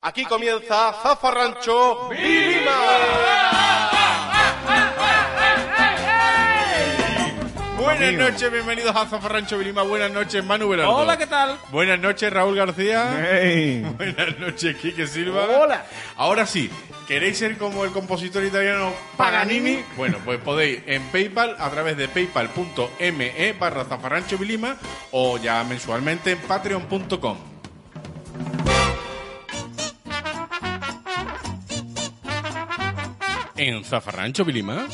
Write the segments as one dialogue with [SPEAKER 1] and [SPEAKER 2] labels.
[SPEAKER 1] Aquí comienza Zafarrancho Buenas
[SPEAKER 2] Amigo.
[SPEAKER 1] noches, bienvenidos a Zafarrancho Vilima. Buenas noches, Manu Velardo.
[SPEAKER 3] Hola, ¿qué tal?
[SPEAKER 1] Buenas noches, Raúl García.
[SPEAKER 2] ¡Ey!
[SPEAKER 1] Buenas noches, Quique Silva.
[SPEAKER 3] Hola.
[SPEAKER 1] Ahora sí, ¿queréis ser como el compositor italiano Paganini? Bueno, pues podéis en PayPal a través de paypal.me barra zafarrancho vilima o ya mensualmente en patreon.com. En Zafarrancho Vilima.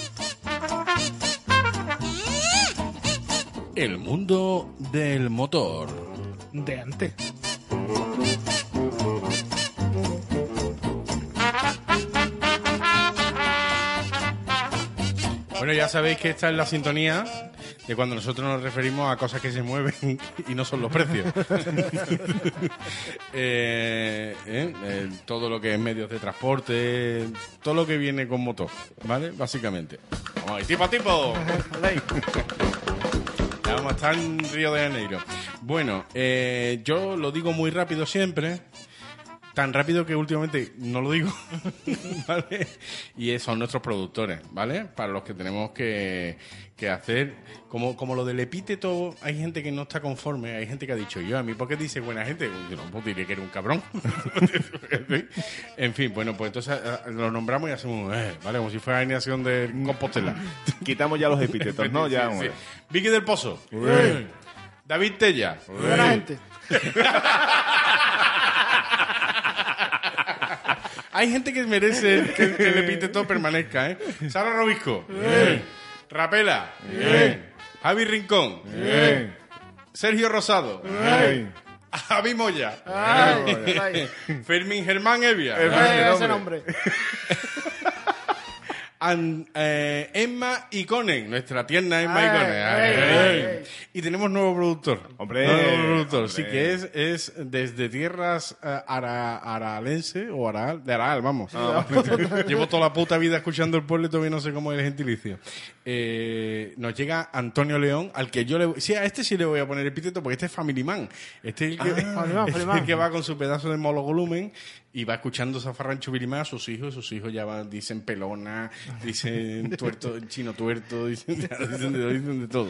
[SPEAKER 1] El mundo del motor.
[SPEAKER 3] De antes.
[SPEAKER 1] Bueno, ya sabéis que esta es la sintonía de cuando nosotros nos referimos a cosas que se mueven y no son los precios. Eh, eh, eh, todo lo que es medios de transporte, todo lo que viene con motor, ¿vale? Básicamente. Vamos ahí, tipo a tipo. Ya vamos a estar en Río de Janeiro. Bueno, eh, yo lo digo muy rápido siempre. Tan rápido que últimamente no lo digo, ¿vale? Y eh, son nuestros productores, ¿vale? Para los que tenemos que, que hacer, como, como lo del epíteto, hay gente que no está conforme, hay gente que ha dicho, yo, a mí, ¿por qué dice buena gente? Yo no, pues diré que era un cabrón. en fin, bueno, pues entonces eh, lo nombramos y hacemos, un, eh, ¿vale? Como si fuera alineación de Compostela.
[SPEAKER 2] Quitamos ya los epítetos, ¿no? Ya,
[SPEAKER 1] Sí, sí.
[SPEAKER 2] hombre.
[SPEAKER 1] Vicky del Pozo.
[SPEAKER 2] Ué.
[SPEAKER 1] David Tella.
[SPEAKER 3] Buena gente.
[SPEAKER 1] Hay gente que merece que, que el epíteto permanezca, ¿eh? Sara Robisco. Rapela. Javi Rincón.
[SPEAKER 2] ¡Ey!
[SPEAKER 1] Sergio Rosado.
[SPEAKER 2] ¡Ey!
[SPEAKER 1] Javi Moya.
[SPEAKER 3] Ay, ay.
[SPEAKER 1] Fermín Germán Evia.
[SPEAKER 3] Eh, ese nombre.
[SPEAKER 1] An- eh, Emma Iconen, nuestra tierna Emma
[SPEAKER 3] Ay,
[SPEAKER 1] Iconen. Ay,
[SPEAKER 3] ay,
[SPEAKER 1] ay.
[SPEAKER 3] ay.
[SPEAKER 1] Y tenemos nuevo productor.
[SPEAKER 2] Hombre,
[SPEAKER 1] nuevo productor. Sí,
[SPEAKER 2] hombre.
[SPEAKER 1] que es, es desde tierras eh, ara- aralense o Araal, de Araal, vamos.
[SPEAKER 3] Ah,
[SPEAKER 2] Ah,
[SPEAKER 1] Llevo toda la puta vida escuchando el pueblo y todavía no sé cómo es el gentilicio. Eh, nos llega Antonio León, al que yo le sí, a este sí le voy a poner epíteto porque este es Family Man. Este es el que,
[SPEAKER 3] Ah, Family Man,
[SPEAKER 1] este es el
[SPEAKER 3] Family Man.
[SPEAKER 1] que va con su pedazo de monovolumen y va escuchando zafarrancho Bilimá a sus hijos. Sus hijos ya van, dicen pelona, dicen tuerto, chino tuerto, dicen, dicen de, dicen de todo.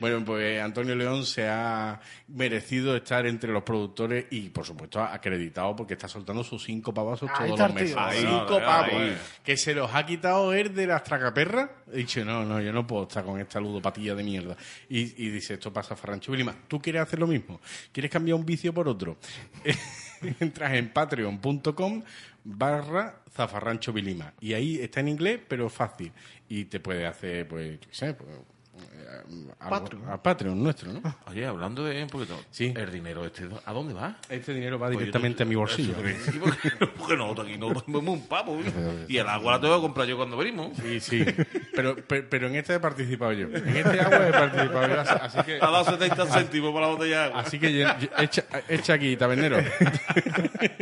[SPEAKER 1] Bueno, pues Antonio León se ha merecido estar entre los productores y, por supuesto, acreditado porque está soltando sus cinco pavazos
[SPEAKER 3] Ahí
[SPEAKER 1] todos
[SPEAKER 3] está
[SPEAKER 1] los
[SPEAKER 3] el
[SPEAKER 1] meses.
[SPEAKER 3] tío.
[SPEAKER 2] Ahí,
[SPEAKER 1] cinco
[SPEAKER 2] ahí.
[SPEAKER 1] pavos. Que se los ha quitado él de las tracaperras. He dicho, no, no, yo no puedo estar con esta ludopatía de mierda. Y, y dice, esto pasa Farrancho Vilima. ¿Tú quieres hacer lo mismo? ¿Quieres cambiar un vicio por otro? Entras en patreon.com barra zafarrancho vilima. Y ahí está en inglés, pero fácil. Y te puede hacer, pues, yo qué sé, pues, eh, algo-
[SPEAKER 3] Patreon.
[SPEAKER 1] a Patreon nuestro, ¿no?
[SPEAKER 4] Oye, hablando de un poquito,
[SPEAKER 1] Sí.
[SPEAKER 4] el dinero este, ¿a dónde va?
[SPEAKER 1] Este dinero va directamente a mi bolsillo.
[SPEAKER 4] Sí, porque, porque no, aquí no tomamos un pavo. Y el agua la tengo que comprar yo cuando venimos.
[SPEAKER 1] Sí, sí. Pero, pero, pero en este he participado yo. En este agua he participado yo. así- Así que,
[SPEAKER 4] Ha dado 70 céntimos por la botella de agua.
[SPEAKER 1] así que yo- yo- echa, echa aquí, tabernero.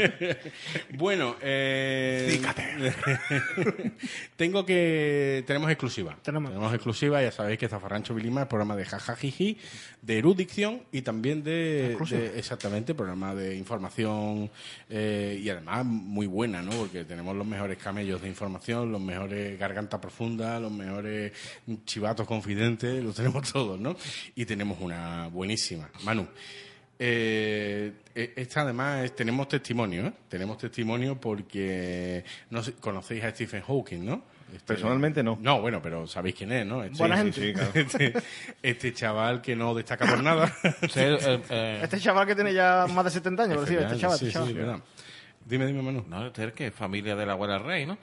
[SPEAKER 1] bueno, eh, tengo que. Tenemos exclusiva.
[SPEAKER 3] Tenemos.
[SPEAKER 1] exclusiva, ya sabéis que Zafarrancho Vilima es programa de jajajiji, de erudicción y también de. de- exactamente, programa de información eh, y además muy buena, ¿no? Porque tenemos los mejores camellos de información, los mejores garganta profunda, los mejores chivatos confidentes, los tenemos todos, ¿no? Y tenemos una buenísima. Manu. Eh, e- esta además es- tenemos testimonio, ¿eh? tenemos testimonio porque no sé- conocéis a Stephen Hawking, ¿no? Este-
[SPEAKER 2] Personalmente no.
[SPEAKER 1] No, bueno, pero sabéis quién es, ¿no? Este,
[SPEAKER 3] Buena
[SPEAKER 1] sí,
[SPEAKER 3] gente.
[SPEAKER 1] sí, claro. este, este chaval que no destaca por nada.
[SPEAKER 3] Este chaval que tiene ya más de 70 años, pero sí, este chaval,
[SPEAKER 1] Eh. Sí,
[SPEAKER 3] este
[SPEAKER 1] sí,
[SPEAKER 3] chaval.
[SPEAKER 1] verdad. Dime, dime, Manu.
[SPEAKER 4] no, este es el que es familia de la abuela rey, ¿no?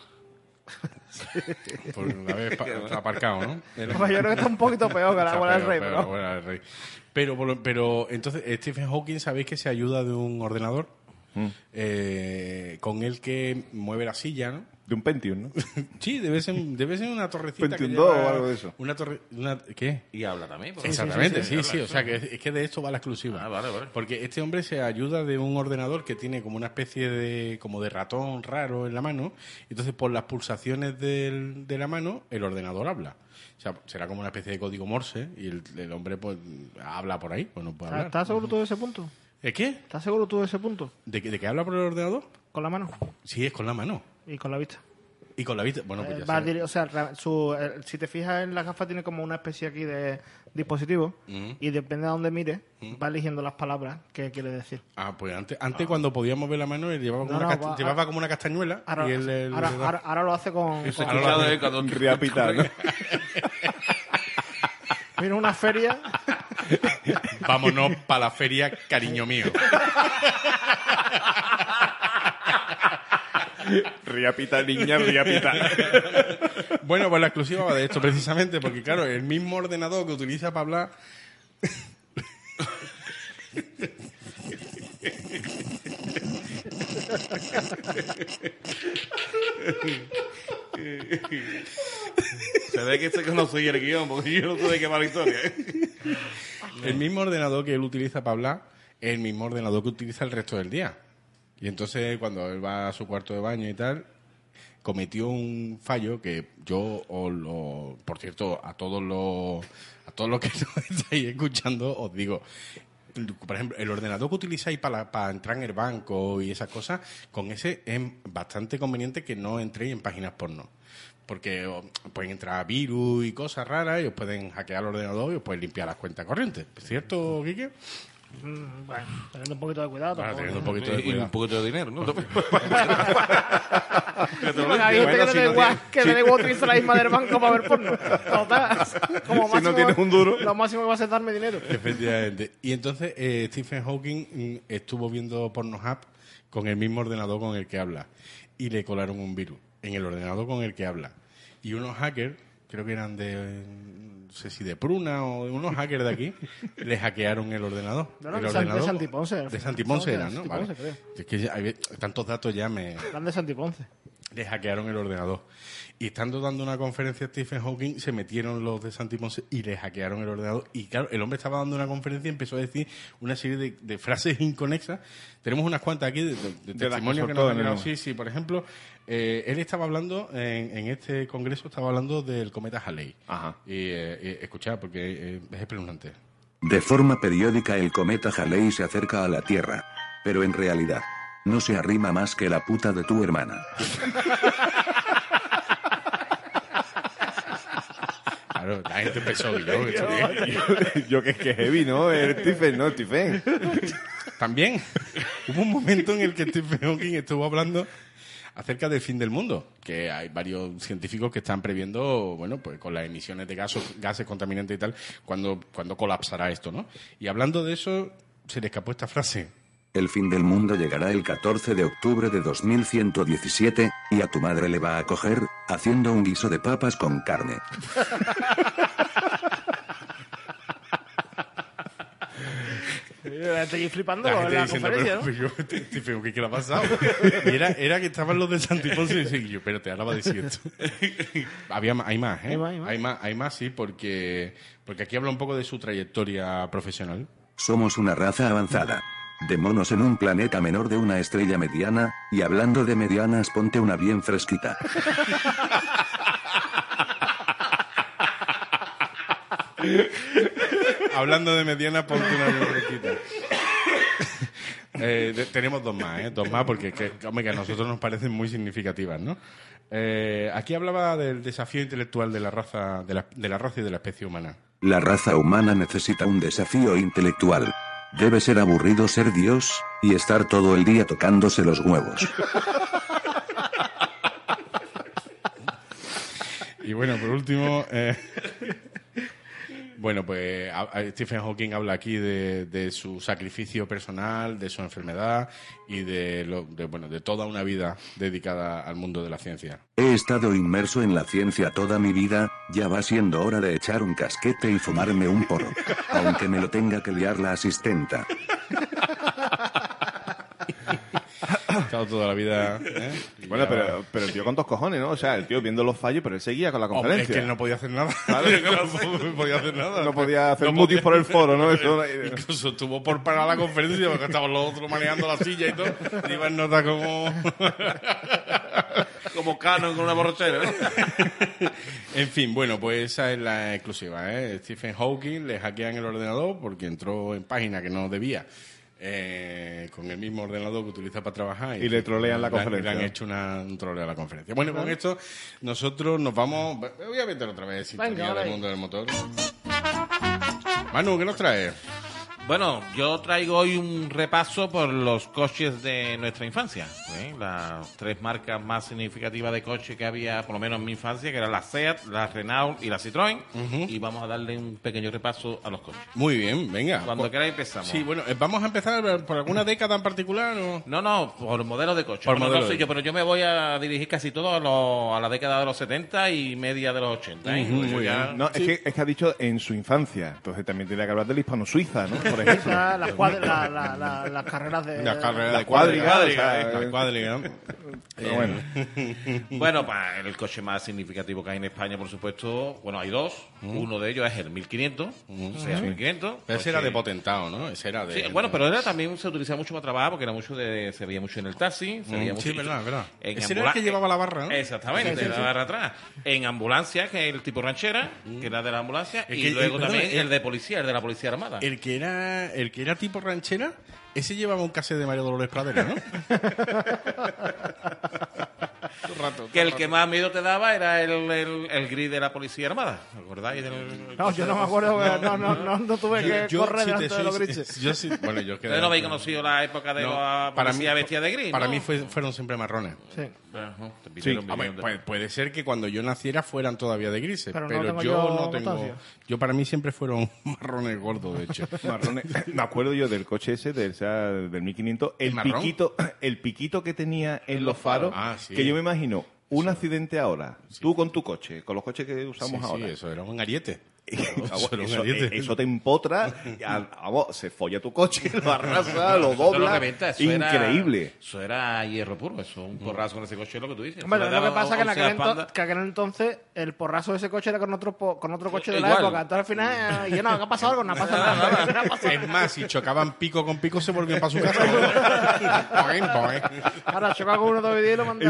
[SPEAKER 1] Por haber pa- aparcado, ¿no? Era-
[SPEAKER 3] Pues yo creo que está un poquito peor que la
[SPEAKER 1] Está
[SPEAKER 3] abuela del
[SPEAKER 1] peor,
[SPEAKER 3] rey,
[SPEAKER 1] peor,
[SPEAKER 3] pero.
[SPEAKER 1] abuela del rey. Pero, por lo- pero entonces Stephen Hawking sabéis que se ayuda de un ordenador eh, con el que mueve la silla, ¿no?
[SPEAKER 2] De un Pentium, ¿no?
[SPEAKER 1] Sí, debe ser, debe ser una torrecita. que
[SPEAKER 2] 22
[SPEAKER 1] lleva
[SPEAKER 2] o algo de eso.
[SPEAKER 1] Una torre, una, ¿Qué?
[SPEAKER 4] Y habla también. porque-
[SPEAKER 1] Exactamente, sí, sí, O sea, que es, es que de esto va la exclusiva.
[SPEAKER 4] Ah, vale, vale.
[SPEAKER 1] Porque este hombre se ayuda de un ordenador que tiene como una especie de como de ratón raro en la mano. Entonces, por las pulsaciones del- de la mano, el ordenador habla. O sea, será como una especie de código Morse y el, el hombre pues habla por ahí. Pues no puede hablar.
[SPEAKER 3] ¿Estás seguro tú de ese punto?
[SPEAKER 1] ¿Eh, ¿Qué?
[SPEAKER 3] ¿Estás seguro tú de ese punto?
[SPEAKER 1] ¿De, que- ¿De que habla por el ordenador?
[SPEAKER 3] con la mano
[SPEAKER 1] Sí, es con la mano.
[SPEAKER 3] y con la vista.
[SPEAKER 1] Y con la vista. Bueno, pues
[SPEAKER 3] Eh,
[SPEAKER 1] ya
[SPEAKER 3] va
[SPEAKER 1] sabes.
[SPEAKER 3] diri- o sea, ra- su- eh, si te fijas en las gafas tiene como una especie aquí de dispositivo y depende de dónde mire, va eligiendo las palabras que quiere decir.
[SPEAKER 1] Ah, pues antes, antes cuando podíamos ver la mano, él llevaba como,
[SPEAKER 3] No,
[SPEAKER 1] una,
[SPEAKER 3] no,
[SPEAKER 1] casta-
[SPEAKER 3] va-
[SPEAKER 1] llevaba como una castañuela.
[SPEAKER 3] Ahora,
[SPEAKER 1] y él, él-
[SPEAKER 3] ahora,
[SPEAKER 1] le da-
[SPEAKER 3] ahora- ahora lo hace con...
[SPEAKER 4] Se
[SPEAKER 3] con-
[SPEAKER 4] escucha
[SPEAKER 1] ¿eh?
[SPEAKER 4] de cuando-
[SPEAKER 2] Riapitar, ¿no?
[SPEAKER 3] Mira una feria,
[SPEAKER 1] Vámonos para la feria, cariño mío.
[SPEAKER 2] Riapita, niña, riapita.
[SPEAKER 1] Bueno, pues la exclusiva va de esto precisamente, porque claro, el mismo ordenador que utiliza para hablar.
[SPEAKER 4] Se ve que este que no soy el guión, porque yo no sé de qué va la historia. ¿eh?
[SPEAKER 1] El mismo ordenador que él utiliza para hablar es el mismo ordenador que utiliza el resto del día. Y entonces cuando él va a su cuarto de baño y tal, cometió un fallo que yo, os lo- por cierto, a todos los, a todos los que nos estáis escuchando, os digo, por ejemplo, el ordenador que utilizáis para, la- para entrar en el banco y esas cosas, con ese es bastante conveniente que no entréis en páginas porno. Porque o, pueden entrar virus y cosas raras y os pueden hackear el ordenador y os pueden limpiar las cuentas corrientes. ¿Cierto, Quique?
[SPEAKER 3] Mm, bueno, teniendo un poquito de cuidado. tampoco-
[SPEAKER 1] Ahora, Ah, teniendo un poquito de
[SPEAKER 4] Y un
[SPEAKER 1] cuidado.
[SPEAKER 4] poquito de dinero, ¿no?
[SPEAKER 3] Bueno, hay gente que
[SPEAKER 2] si
[SPEAKER 3] le da
[SPEAKER 2] no
[SPEAKER 3] igual, que le da igual utilizar la misma del banco para ver porno. Total, como
[SPEAKER 2] Si no
[SPEAKER 3] máximo-
[SPEAKER 2] tienes un duro.
[SPEAKER 3] Lo máximo que va a ser darme dinero.
[SPEAKER 1] Efectivamente. Y entonces eh, Stephen Hawking mm, estuvo viendo Pornhub con el mismo ordenador con el que habla. Y le colaron un virus en el ordenador con el que habla. Y unos hackers, creo que eran de, eh, no sé si de Pruna o de unos hackers de aquí, le hackearon el ordenador.
[SPEAKER 3] No, no,
[SPEAKER 1] el
[SPEAKER 3] de San- de Santi Ponce, al
[SPEAKER 1] De
[SPEAKER 3] final.
[SPEAKER 1] Santi Ponce
[SPEAKER 3] No, de
[SPEAKER 1] era, ¿no?
[SPEAKER 3] Santi
[SPEAKER 1] Vale.
[SPEAKER 3] Ponce, creo.
[SPEAKER 1] Es que ya hay- tantos datos ya me
[SPEAKER 3] Grande Santi Ponce.
[SPEAKER 1] le hackearon el ordenador. Y estando dando una conferencia a Stephen Hawking, se metieron los de Santi Ponce y le hackearon el ordenador. Y claro, el hombre estaba dando una conferencia y empezó a decir una serie de, de frases inconexas. Tenemos unas cuantas aquí de, de-
[SPEAKER 2] las
[SPEAKER 1] de testimonio
[SPEAKER 2] que
[SPEAKER 1] que
[SPEAKER 2] soltó en
[SPEAKER 1] nos han
[SPEAKER 2] el
[SPEAKER 1] llegado.
[SPEAKER 2] momento.
[SPEAKER 1] Sí, sí, por ejemplo, eh, él estaba hablando, en, en este congreso estaba hablando del cometa Halley.
[SPEAKER 2] Ajá.
[SPEAKER 1] Y eh, eh, escuchad, porque eh, es espeluznante.
[SPEAKER 5] De forma periódica el cometa Halley se acerca a la Tierra. Pero en realidad, no se arrima más que la puta de tu hermana.
[SPEAKER 1] Claro, la gente empezó, Guillón, esto-
[SPEAKER 2] Yo que es que heavy, ¿no? El Stephen, ¿no? Stephen.
[SPEAKER 1] También hubo un momento en el que Stephen Hawking estuvo hablando acerca del fin del mundo, que hay varios científicos que están previendo, bueno, pues con las emisiones de gasos, gases contaminantes y tal, cuando, cuando colapsará esto, ¿no? Y hablando de eso, se le escapó esta frase.
[SPEAKER 5] El fin del mundo llegará el 14 de octubre de 2117, y a tu madre le va a coger, haciendo un guiso de papas con carne.
[SPEAKER 3] Eh, Estoy flipando
[SPEAKER 1] La
[SPEAKER 3] en
[SPEAKER 1] gente
[SPEAKER 3] la
[SPEAKER 1] diciendo,
[SPEAKER 3] conferencia,
[SPEAKER 1] pero,
[SPEAKER 3] ¿no?
[SPEAKER 1] pero yo, Stephen Hawking, ¿qué le ha pasado? Y era, era que estaban los de Santiponce y decía, yo, espérate, ahora va a decir esto. Había, ma- hay más, ¿eh?
[SPEAKER 3] Hay más, hay más.
[SPEAKER 1] hay más, sí, porque, porque aquí habla un poco de su trayectoria profesional.
[SPEAKER 5] Somos una raza avanzada. De monos en un planeta menor de una estrella mediana, y hablando de medianas, ponte una bien fresquita.
[SPEAKER 1] Hablando de mediana, ponte una libretita. Eh, de- tenemos dos más, ¿eh? Dos más porque es que, hombre, que a nosotros nos parecen muy significativas, ¿no? Eh, aquí hablaba del desafío intelectual de la raza, de la, de la raza y de la especie humana.
[SPEAKER 5] La raza humana necesita un desafío intelectual. Debe ser aburrido ser Dios, y estar todo el día tocándose los huevos.
[SPEAKER 1] Y bueno, por último, eh, bueno, pues a- a Stephen Hawking habla aquí de, de su sacrificio personal, de su enfermedad y de, lo- de, bueno, de toda una vida dedicada al mundo de la ciencia.
[SPEAKER 5] He estado inmerso en la ciencia toda mi vida, ya va siendo hora de echar un casquete y fumarme un porro, aunque me lo tenga que liar la asistenta.
[SPEAKER 1] Ha estado toda la vida. ¿eh? Y
[SPEAKER 2] Bueno,
[SPEAKER 1] ya va.
[SPEAKER 2] pero, pero el tío con dos cojones, ¿no? O sea, el tío viendo los fallos, pero él seguía con la
[SPEAKER 1] Hombre, es que
[SPEAKER 2] conferencia. Ah,
[SPEAKER 1] él no podía hacer nada. no podía hacer nada.
[SPEAKER 2] No podía hacer
[SPEAKER 1] No
[SPEAKER 2] mutis
[SPEAKER 1] podía-
[SPEAKER 2] por el foro, ¿no? Eso-
[SPEAKER 1] Incluso estuvo por parar la conferencia porque estaban los otros manejando la silla y todo. Y iba en nota como.
[SPEAKER 4] Como Canon con una borrachera. ¿eh?
[SPEAKER 1] en fin, bueno, pues esa es la exclusiva. ¿eh? Stephen Hawking le hackean el ordenador porque entró en página que no debía. eh, con el mismo ordenador que utiliza para trabajar.
[SPEAKER 2] Y le trolean la
[SPEAKER 1] le han-
[SPEAKER 2] conferencia.
[SPEAKER 1] Le han hecho una, un troleo a la conferencia. Bueno, con esto nosotros nos vamos... Voy a meter otra vez sintonía
[SPEAKER 3] Venga,
[SPEAKER 1] del
[SPEAKER 3] ahí.
[SPEAKER 1] mundo del motor. Manu, ¿qué nos traes?
[SPEAKER 4] Bueno, yo traigo hoy un repaso por los coches de nuestra infancia. ¿eh? Las tres marcas más significativas de coche que había, por lo menos en mi infancia, que eran la Seat, la Renault y la Citroën. Y vamos a darle un pequeño repaso a los coches.
[SPEAKER 1] Muy bien, venga.
[SPEAKER 4] Cuando
[SPEAKER 1] Pues-
[SPEAKER 4] queráis empezamos.
[SPEAKER 1] Sí, bueno, eh, vamos a empezar por alguna década en particular o...
[SPEAKER 4] No, no, por modelo de coche.
[SPEAKER 1] Por
[SPEAKER 4] Bueno,
[SPEAKER 1] modelo
[SPEAKER 4] no soy
[SPEAKER 1] de-
[SPEAKER 4] yo, pero yo me voy a dirigir casi todo a, lo- a la década de los 70 y media de los 80. ¿eh?
[SPEAKER 1] Ujú,
[SPEAKER 4] Yo
[SPEAKER 1] muy
[SPEAKER 4] ya-
[SPEAKER 1] bien.
[SPEAKER 2] No, es, que, es que ha dicho en su infancia. Entonces también tendría que hablar del hispano-suiza, ¿no? Por
[SPEAKER 3] O
[SPEAKER 2] ejemplo.
[SPEAKER 3] sea, las, cuad- la- la- la- las carreras de...
[SPEAKER 1] Las carreras
[SPEAKER 2] la
[SPEAKER 1] de cuadriga.
[SPEAKER 2] cuadriga,
[SPEAKER 1] o sea,
[SPEAKER 2] eh.
[SPEAKER 1] la cuadriga.
[SPEAKER 2] Pero bueno,
[SPEAKER 4] Eh, Bueno, pa- el coche más significativo que hay en España, por supuesto, bueno, hay dos. Uno de ellos es el 1500, o sea, 1500.
[SPEAKER 1] Mm. Pero ese era
[SPEAKER 4] coche-
[SPEAKER 1] de potentado, ¿no? Ese era de...
[SPEAKER 4] Sí, bueno, pero era también se utilizaba mucho para trabajar porque era mucho de, se veía mucho en el taxi, se
[SPEAKER 1] Mm,
[SPEAKER 4] veía
[SPEAKER 1] sí,
[SPEAKER 4] mucho
[SPEAKER 1] verdad, verdad.
[SPEAKER 4] en
[SPEAKER 1] Ese era el
[SPEAKER 4] ambula-
[SPEAKER 1] que llevaba la barra, ¿no?
[SPEAKER 4] Exactamente,
[SPEAKER 1] Sí, sí,
[SPEAKER 4] la
[SPEAKER 1] sí.
[SPEAKER 4] barra atrás. En ambulancia, que es el tipo ranchera, que era de la ambulancia,
[SPEAKER 1] Es
[SPEAKER 4] y
[SPEAKER 1] que-
[SPEAKER 4] luego
[SPEAKER 1] eh, perdón,
[SPEAKER 4] también
[SPEAKER 1] eh,
[SPEAKER 4] el de policía, el de la policía armada.
[SPEAKER 1] El que era, el que era tipo ranchera, ese llevaba un cassette de Mario Dolores Pradera, ¿no?
[SPEAKER 4] que el que más miedo te daba era el, el, el gris de la policía armada, ¿os acordáis? Del,
[SPEAKER 3] No, yo no me acuerdo, no, no, no, no, tuve que correr
[SPEAKER 1] si te
[SPEAKER 3] delante de los
[SPEAKER 1] soy-
[SPEAKER 3] grises.
[SPEAKER 1] yo sí- bueno, yo quedé-
[SPEAKER 4] Ustedes no habéis conocido la época de
[SPEAKER 1] No,
[SPEAKER 4] la policía vestida de gris.
[SPEAKER 1] Para
[SPEAKER 4] ¿no?
[SPEAKER 1] mí fue- fueron siempre marrones.
[SPEAKER 3] Sí.
[SPEAKER 4] Ajá,
[SPEAKER 2] Sí,
[SPEAKER 4] te pidieron
[SPEAKER 1] Ah, bueno,
[SPEAKER 4] vivienda.
[SPEAKER 1] puede, puede ser que cuando yo naciera fueran todavía de grises, pero,
[SPEAKER 3] Pero no tengo
[SPEAKER 1] yo,
[SPEAKER 3] yo
[SPEAKER 1] no tengo.
[SPEAKER 3] constancia.
[SPEAKER 1] Yo para mí siempre fueron marrones gordos, de hecho.
[SPEAKER 2] marrones. Me acuerdo yo del coche ese, del, o sea, del 1500,
[SPEAKER 1] ¿El
[SPEAKER 2] el
[SPEAKER 1] marrón?
[SPEAKER 2] piquito, el piquito que tenía en los faros,
[SPEAKER 1] Ah, sí.
[SPEAKER 2] que yo me imagino un accidente ahora, tú con tu coche, con los coches que usamos
[SPEAKER 1] Sí, sí,
[SPEAKER 2] ahora.
[SPEAKER 1] eso era un ariete.
[SPEAKER 2] Eso,
[SPEAKER 1] era un
[SPEAKER 2] eso-
[SPEAKER 1] ariete.
[SPEAKER 2] eso te empotra, y a- a vos, se folla tu coche, lo arrasa, lo
[SPEAKER 4] Eso
[SPEAKER 2] dobla.
[SPEAKER 4] lo reventa, eso era-
[SPEAKER 2] increíble.
[SPEAKER 4] eso era hierro puro, eso,
[SPEAKER 1] Mm.
[SPEAKER 4] un porrazo con ese coche, es lo que tú dices.
[SPEAKER 3] Bueno,
[SPEAKER 4] Eso le
[SPEAKER 3] lo que
[SPEAKER 4] daba
[SPEAKER 3] pasa es que en
[SPEAKER 4] 11
[SPEAKER 3] aquel, ento-
[SPEAKER 4] espaldas.
[SPEAKER 3] que aquel entonces el porrazo de ese coche era con otro, po- con otro coche de la
[SPEAKER 4] Igual.
[SPEAKER 3] época. Entonces al final, eh, y yo no, ¿qué ha pasado algo? No ha pasado nada. no ha pasado
[SPEAKER 1] Es más, si chocaban pico con pico, se volvían para su casa. Boing, boing.
[SPEAKER 3] nada. Ahora choca con uno de y lo manda...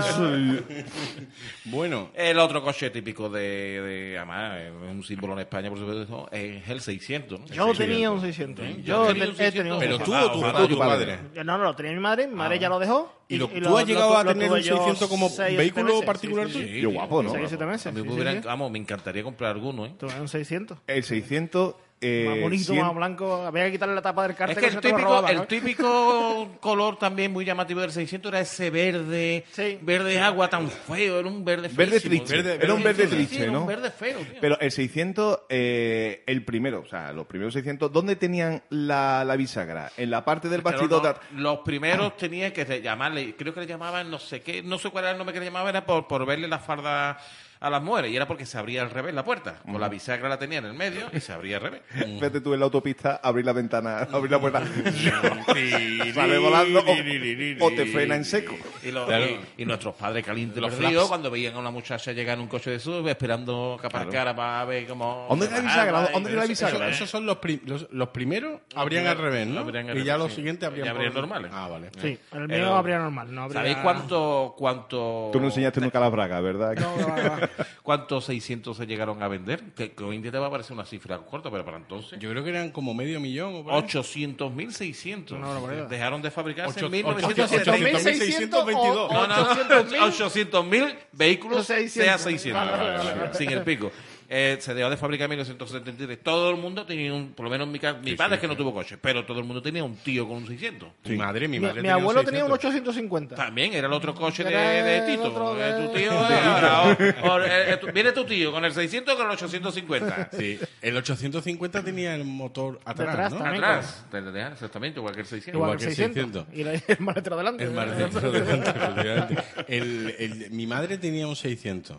[SPEAKER 1] bueno,
[SPEAKER 4] El otro coche típico de, de- además, es un símbolo en España, por supuesto, es el 600. ¿no?
[SPEAKER 3] Yo tenía un 600.
[SPEAKER 4] ¿Eh?
[SPEAKER 3] Yo, he ten-
[SPEAKER 4] tenía un Ah,
[SPEAKER 3] he
[SPEAKER 4] 600.
[SPEAKER 3] tenido un
[SPEAKER 1] pero
[SPEAKER 3] 600.
[SPEAKER 1] tú o tu,
[SPEAKER 4] Ojalá,
[SPEAKER 1] o tu
[SPEAKER 4] ojalá.
[SPEAKER 1] padre.
[SPEAKER 3] Yo No, no, lo tenía mi madre, mi
[SPEAKER 2] Ah.
[SPEAKER 3] madre ya lo dejó.
[SPEAKER 1] ¿Y lo- tú
[SPEAKER 3] lo-
[SPEAKER 1] has llegado
[SPEAKER 3] lo-
[SPEAKER 1] a
[SPEAKER 3] lo
[SPEAKER 1] tener
[SPEAKER 3] tuve
[SPEAKER 1] un
[SPEAKER 3] yo
[SPEAKER 1] 600 como
[SPEAKER 3] seis,
[SPEAKER 1] vehículo
[SPEAKER 3] siete meses.
[SPEAKER 1] particular
[SPEAKER 3] Sí, sí,
[SPEAKER 1] tuyo?
[SPEAKER 4] Sí,
[SPEAKER 2] Yo
[SPEAKER 4] tío.
[SPEAKER 2] guapo, ¿no?
[SPEAKER 3] Seis, siete meses,
[SPEAKER 4] A mí me
[SPEAKER 3] sí,
[SPEAKER 4] hubiera-
[SPEAKER 3] sí.
[SPEAKER 4] Vamos, me encantaría comprar alguno, ¿eh?
[SPEAKER 3] sí. Tuve un 600.
[SPEAKER 2] El 600. Eh,
[SPEAKER 3] más bonito,
[SPEAKER 2] 100
[SPEAKER 3] más blanco. Había que quitarle la tapa del
[SPEAKER 4] Es
[SPEAKER 3] cartel.
[SPEAKER 4] que el
[SPEAKER 3] se te lo
[SPEAKER 4] típico,
[SPEAKER 3] robaban, ¿no?
[SPEAKER 4] el típico color también muy llamativo del 600 era ese verde,
[SPEAKER 3] Sí.
[SPEAKER 4] verde agua tan feo, era un verde
[SPEAKER 2] Verde
[SPEAKER 4] feísimo.
[SPEAKER 2] triste. Era un verde
[SPEAKER 4] Sí,
[SPEAKER 2] triste,
[SPEAKER 4] era
[SPEAKER 2] ¿no?
[SPEAKER 4] un verde feo, tío.
[SPEAKER 2] Pero el 600, eh, el primero, o sea, los primeros 600, ¿dónde tenían la, la bisagra? En la parte del
[SPEAKER 4] Pero
[SPEAKER 2] bastidor.
[SPEAKER 4] no,
[SPEAKER 2] de-
[SPEAKER 4] los primeros tenía que re- llamarle, creo que le llamaban no sé qué, no sé cuál era el nombre que le llamaban, era por, por verle la farda a las mujeres y era porque se abría al revés la puerta. Con la bisagra la tenía en el medio y se abría al revés.
[SPEAKER 2] Vete tú en la autopista, abrir la ventana, abrir la puerta.
[SPEAKER 1] Sale
[SPEAKER 2] Sale volando o, o te frena en seco.
[SPEAKER 4] Y, los-
[SPEAKER 1] Claro.
[SPEAKER 4] y- y nuestros padres calientes
[SPEAKER 1] Los
[SPEAKER 4] de frío
[SPEAKER 1] flaps.
[SPEAKER 4] cuando veían a una muchacha llegar en un coche de sub esperando que aparcara para ver cómo...
[SPEAKER 2] ¿Dónde está la bisagra? ¿Dónde está la bisagra?
[SPEAKER 1] Eso- esos son los, pri- los, los primeros abrían al
[SPEAKER 4] ¿eh? primeros
[SPEAKER 1] revés, ¿no?
[SPEAKER 4] abrían al
[SPEAKER 1] y ya
[SPEAKER 4] revés,
[SPEAKER 1] los
[SPEAKER 4] sí.
[SPEAKER 1] siguientes abrían,
[SPEAKER 4] Y abrían
[SPEAKER 1] por-
[SPEAKER 4] normales.
[SPEAKER 1] Ah, vale.
[SPEAKER 3] Sí, el
[SPEAKER 4] El-
[SPEAKER 3] mío habría normal. No habría...
[SPEAKER 4] ¿Sabéis cuánto, cuánto...
[SPEAKER 2] Tú no enseñaste nunca las bragas, ¿verdad?
[SPEAKER 3] No, no, no, no.
[SPEAKER 4] ¿Cuántos 600 se llegaron a vender? Que, que hoy en día te va a parecer una cifra corta, pero para entonces...
[SPEAKER 1] Yo creo que eran como medio millón. o por ahí.
[SPEAKER 4] 800.600.
[SPEAKER 3] Una barbaridad.
[SPEAKER 4] Dejaron de fabricarse
[SPEAKER 1] Ocho-
[SPEAKER 4] en
[SPEAKER 1] ochocientos
[SPEAKER 4] 1970.
[SPEAKER 1] mil. 8.622.
[SPEAKER 4] No, no, 800.000 vehículos,
[SPEAKER 3] Los 600.
[SPEAKER 4] sea 600.
[SPEAKER 3] Vale, vale, vale, vale.
[SPEAKER 4] Sin el pico. Eh, se dejó de fabricar en 1973. Todo el mundo tenía un, por lo menos mi, ca- mi padre que no tuvo coche, pero todo el mundo tenía un tío con un 600.
[SPEAKER 1] Mi madre, mi
[SPEAKER 3] Mi,
[SPEAKER 1] madre.
[SPEAKER 3] mi
[SPEAKER 1] tenía
[SPEAKER 3] abuelo tenía un
[SPEAKER 1] 600.
[SPEAKER 3] 850.
[SPEAKER 4] También era el otro coche de,
[SPEAKER 3] Era
[SPEAKER 4] de
[SPEAKER 3] el
[SPEAKER 4] Tito.
[SPEAKER 3] otro
[SPEAKER 4] Eh,
[SPEAKER 3] de-
[SPEAKER 4] Tu tío, eh, ahora, o- o, eh, eh, tu- viene tu tío con el 600 o con el 850.
[SPEAKER 1] Sí, el 850 tenía el motor atrás,
[SPEAKER 3] Detrás
[SPEAKER 1] ¿no?
[SPEAKER 3] también. pues.
[SPEAKER 4] Atrás, te- te- exactamente, igual que el 600.
[SPEAKER 3] Igual
[SPEAKER 1] que
[SPEAKER 3] que
[SPEAKER 1] el
[SPEAKER 3] 600.
[SPEAKER 1] 600.
[SPEAKER 3] Y la- el maletero delante.
[SPEAKER 1] El mar dentro delante, efectivamente. El- el- mi madre tenía un 600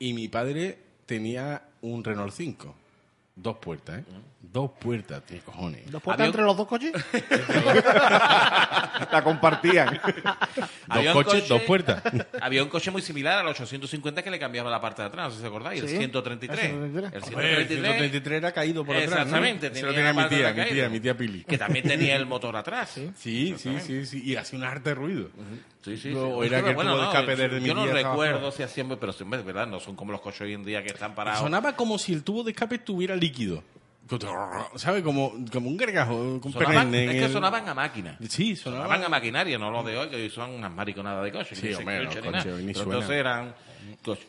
[SPEAKER 1] y mi padre tenía un Renault 5. Dos puertas, ¿eh? Dos puertas, tío, cojones.
[SPEAKER 3] ¿Dos
[SPEAKER 4] Había
[SPEAKER 3] puertas
[SPEAKER 4] un-
[SPEAKER 3] entre los dos coches?
[SPEAKER 2] La compartían.
[SPEAKER 1] Dos
[SPEAKER 4] Había un
[SPEAKER 1] coches,
[SPEAKER 4] coche-
[SPEAKER 1] dos puertas.
[SPEAKER 4] Había un coche muy similar al 850 que le cambiaban la parte de atrás, no sé si os acordáis,
[SPEAKER 3] Sí.
[SPEAKER 4] el 133.
[SPEAKER 3] El 133.
[SPEAKER 4] El
[SPEAKER 1] El 133 era caído por atrás. ¿no?
[SPEAKER 4] Exactamente,
[SPEAKER 1] Se
[SPEAKER 4] tenía
[SPEAKER 1] lo tenía
[SPEAKER 4] la
[SPEAKER 1] mi
[SPEAKER 4] parte
[SPEAKER 1] tía,
[SPEAKER 4] de
[SPEAKER 1] mi tía,
[SPEAKER 4] caído.
[SPEAKER 1] mi tía Pili.
[SPEAKER 4] que también tenía el motor atrás. Sí,
[SPEAKER 1] Sí, sí, sí, sí. Y hacía un arte ruido.
[SPEAKER 4] sí, sí.
[SPEAKER 1] No, o era que el tubo de escape de- de mi
[SPEAKER 4] yo no
[SPEAKER 1] tía estaba
[SPEAKER 4] recuerdo
[SPEAKER 1] fuera.
[SPEAKER 4] si hacían, pero sí, hombre, es verdad, no son como los coches hoy en día que están parados.
[SPEAKER 1] Sonaba como si el tubo de escape estuviera líquido. ¿Sabe? Como, como un gargajo. Con
[SPEAKER 4] Sonaban-
[SPEAKER 1] pernil en
[SPEAKER 4] es que
[SPEAKER 1] el-
[SPEAKER 4] sonaban a máquina.
[SPEAKER 1] Sí,
[SPEAKER 4] Sonaban
[SPEAKER 1] sonaban.
[SPEAKER 4] a maquinaria, no los de hoy, que hoy son unas mariconadas de coches.
[SPEAKER 1] Sí,
[SPEAKER 4] ni se
[SPEAKER 1] hombre, los
[SPEAKER 4] escucha ni
[SPEAKER 1] coches
[SPEAKER 4] nada.
[SPEAKER 1] hoy ni
[SPEAKER 4] Pero
[SPEAKER 1] suenan.
[SPEAKER 4] Entonces eran coches.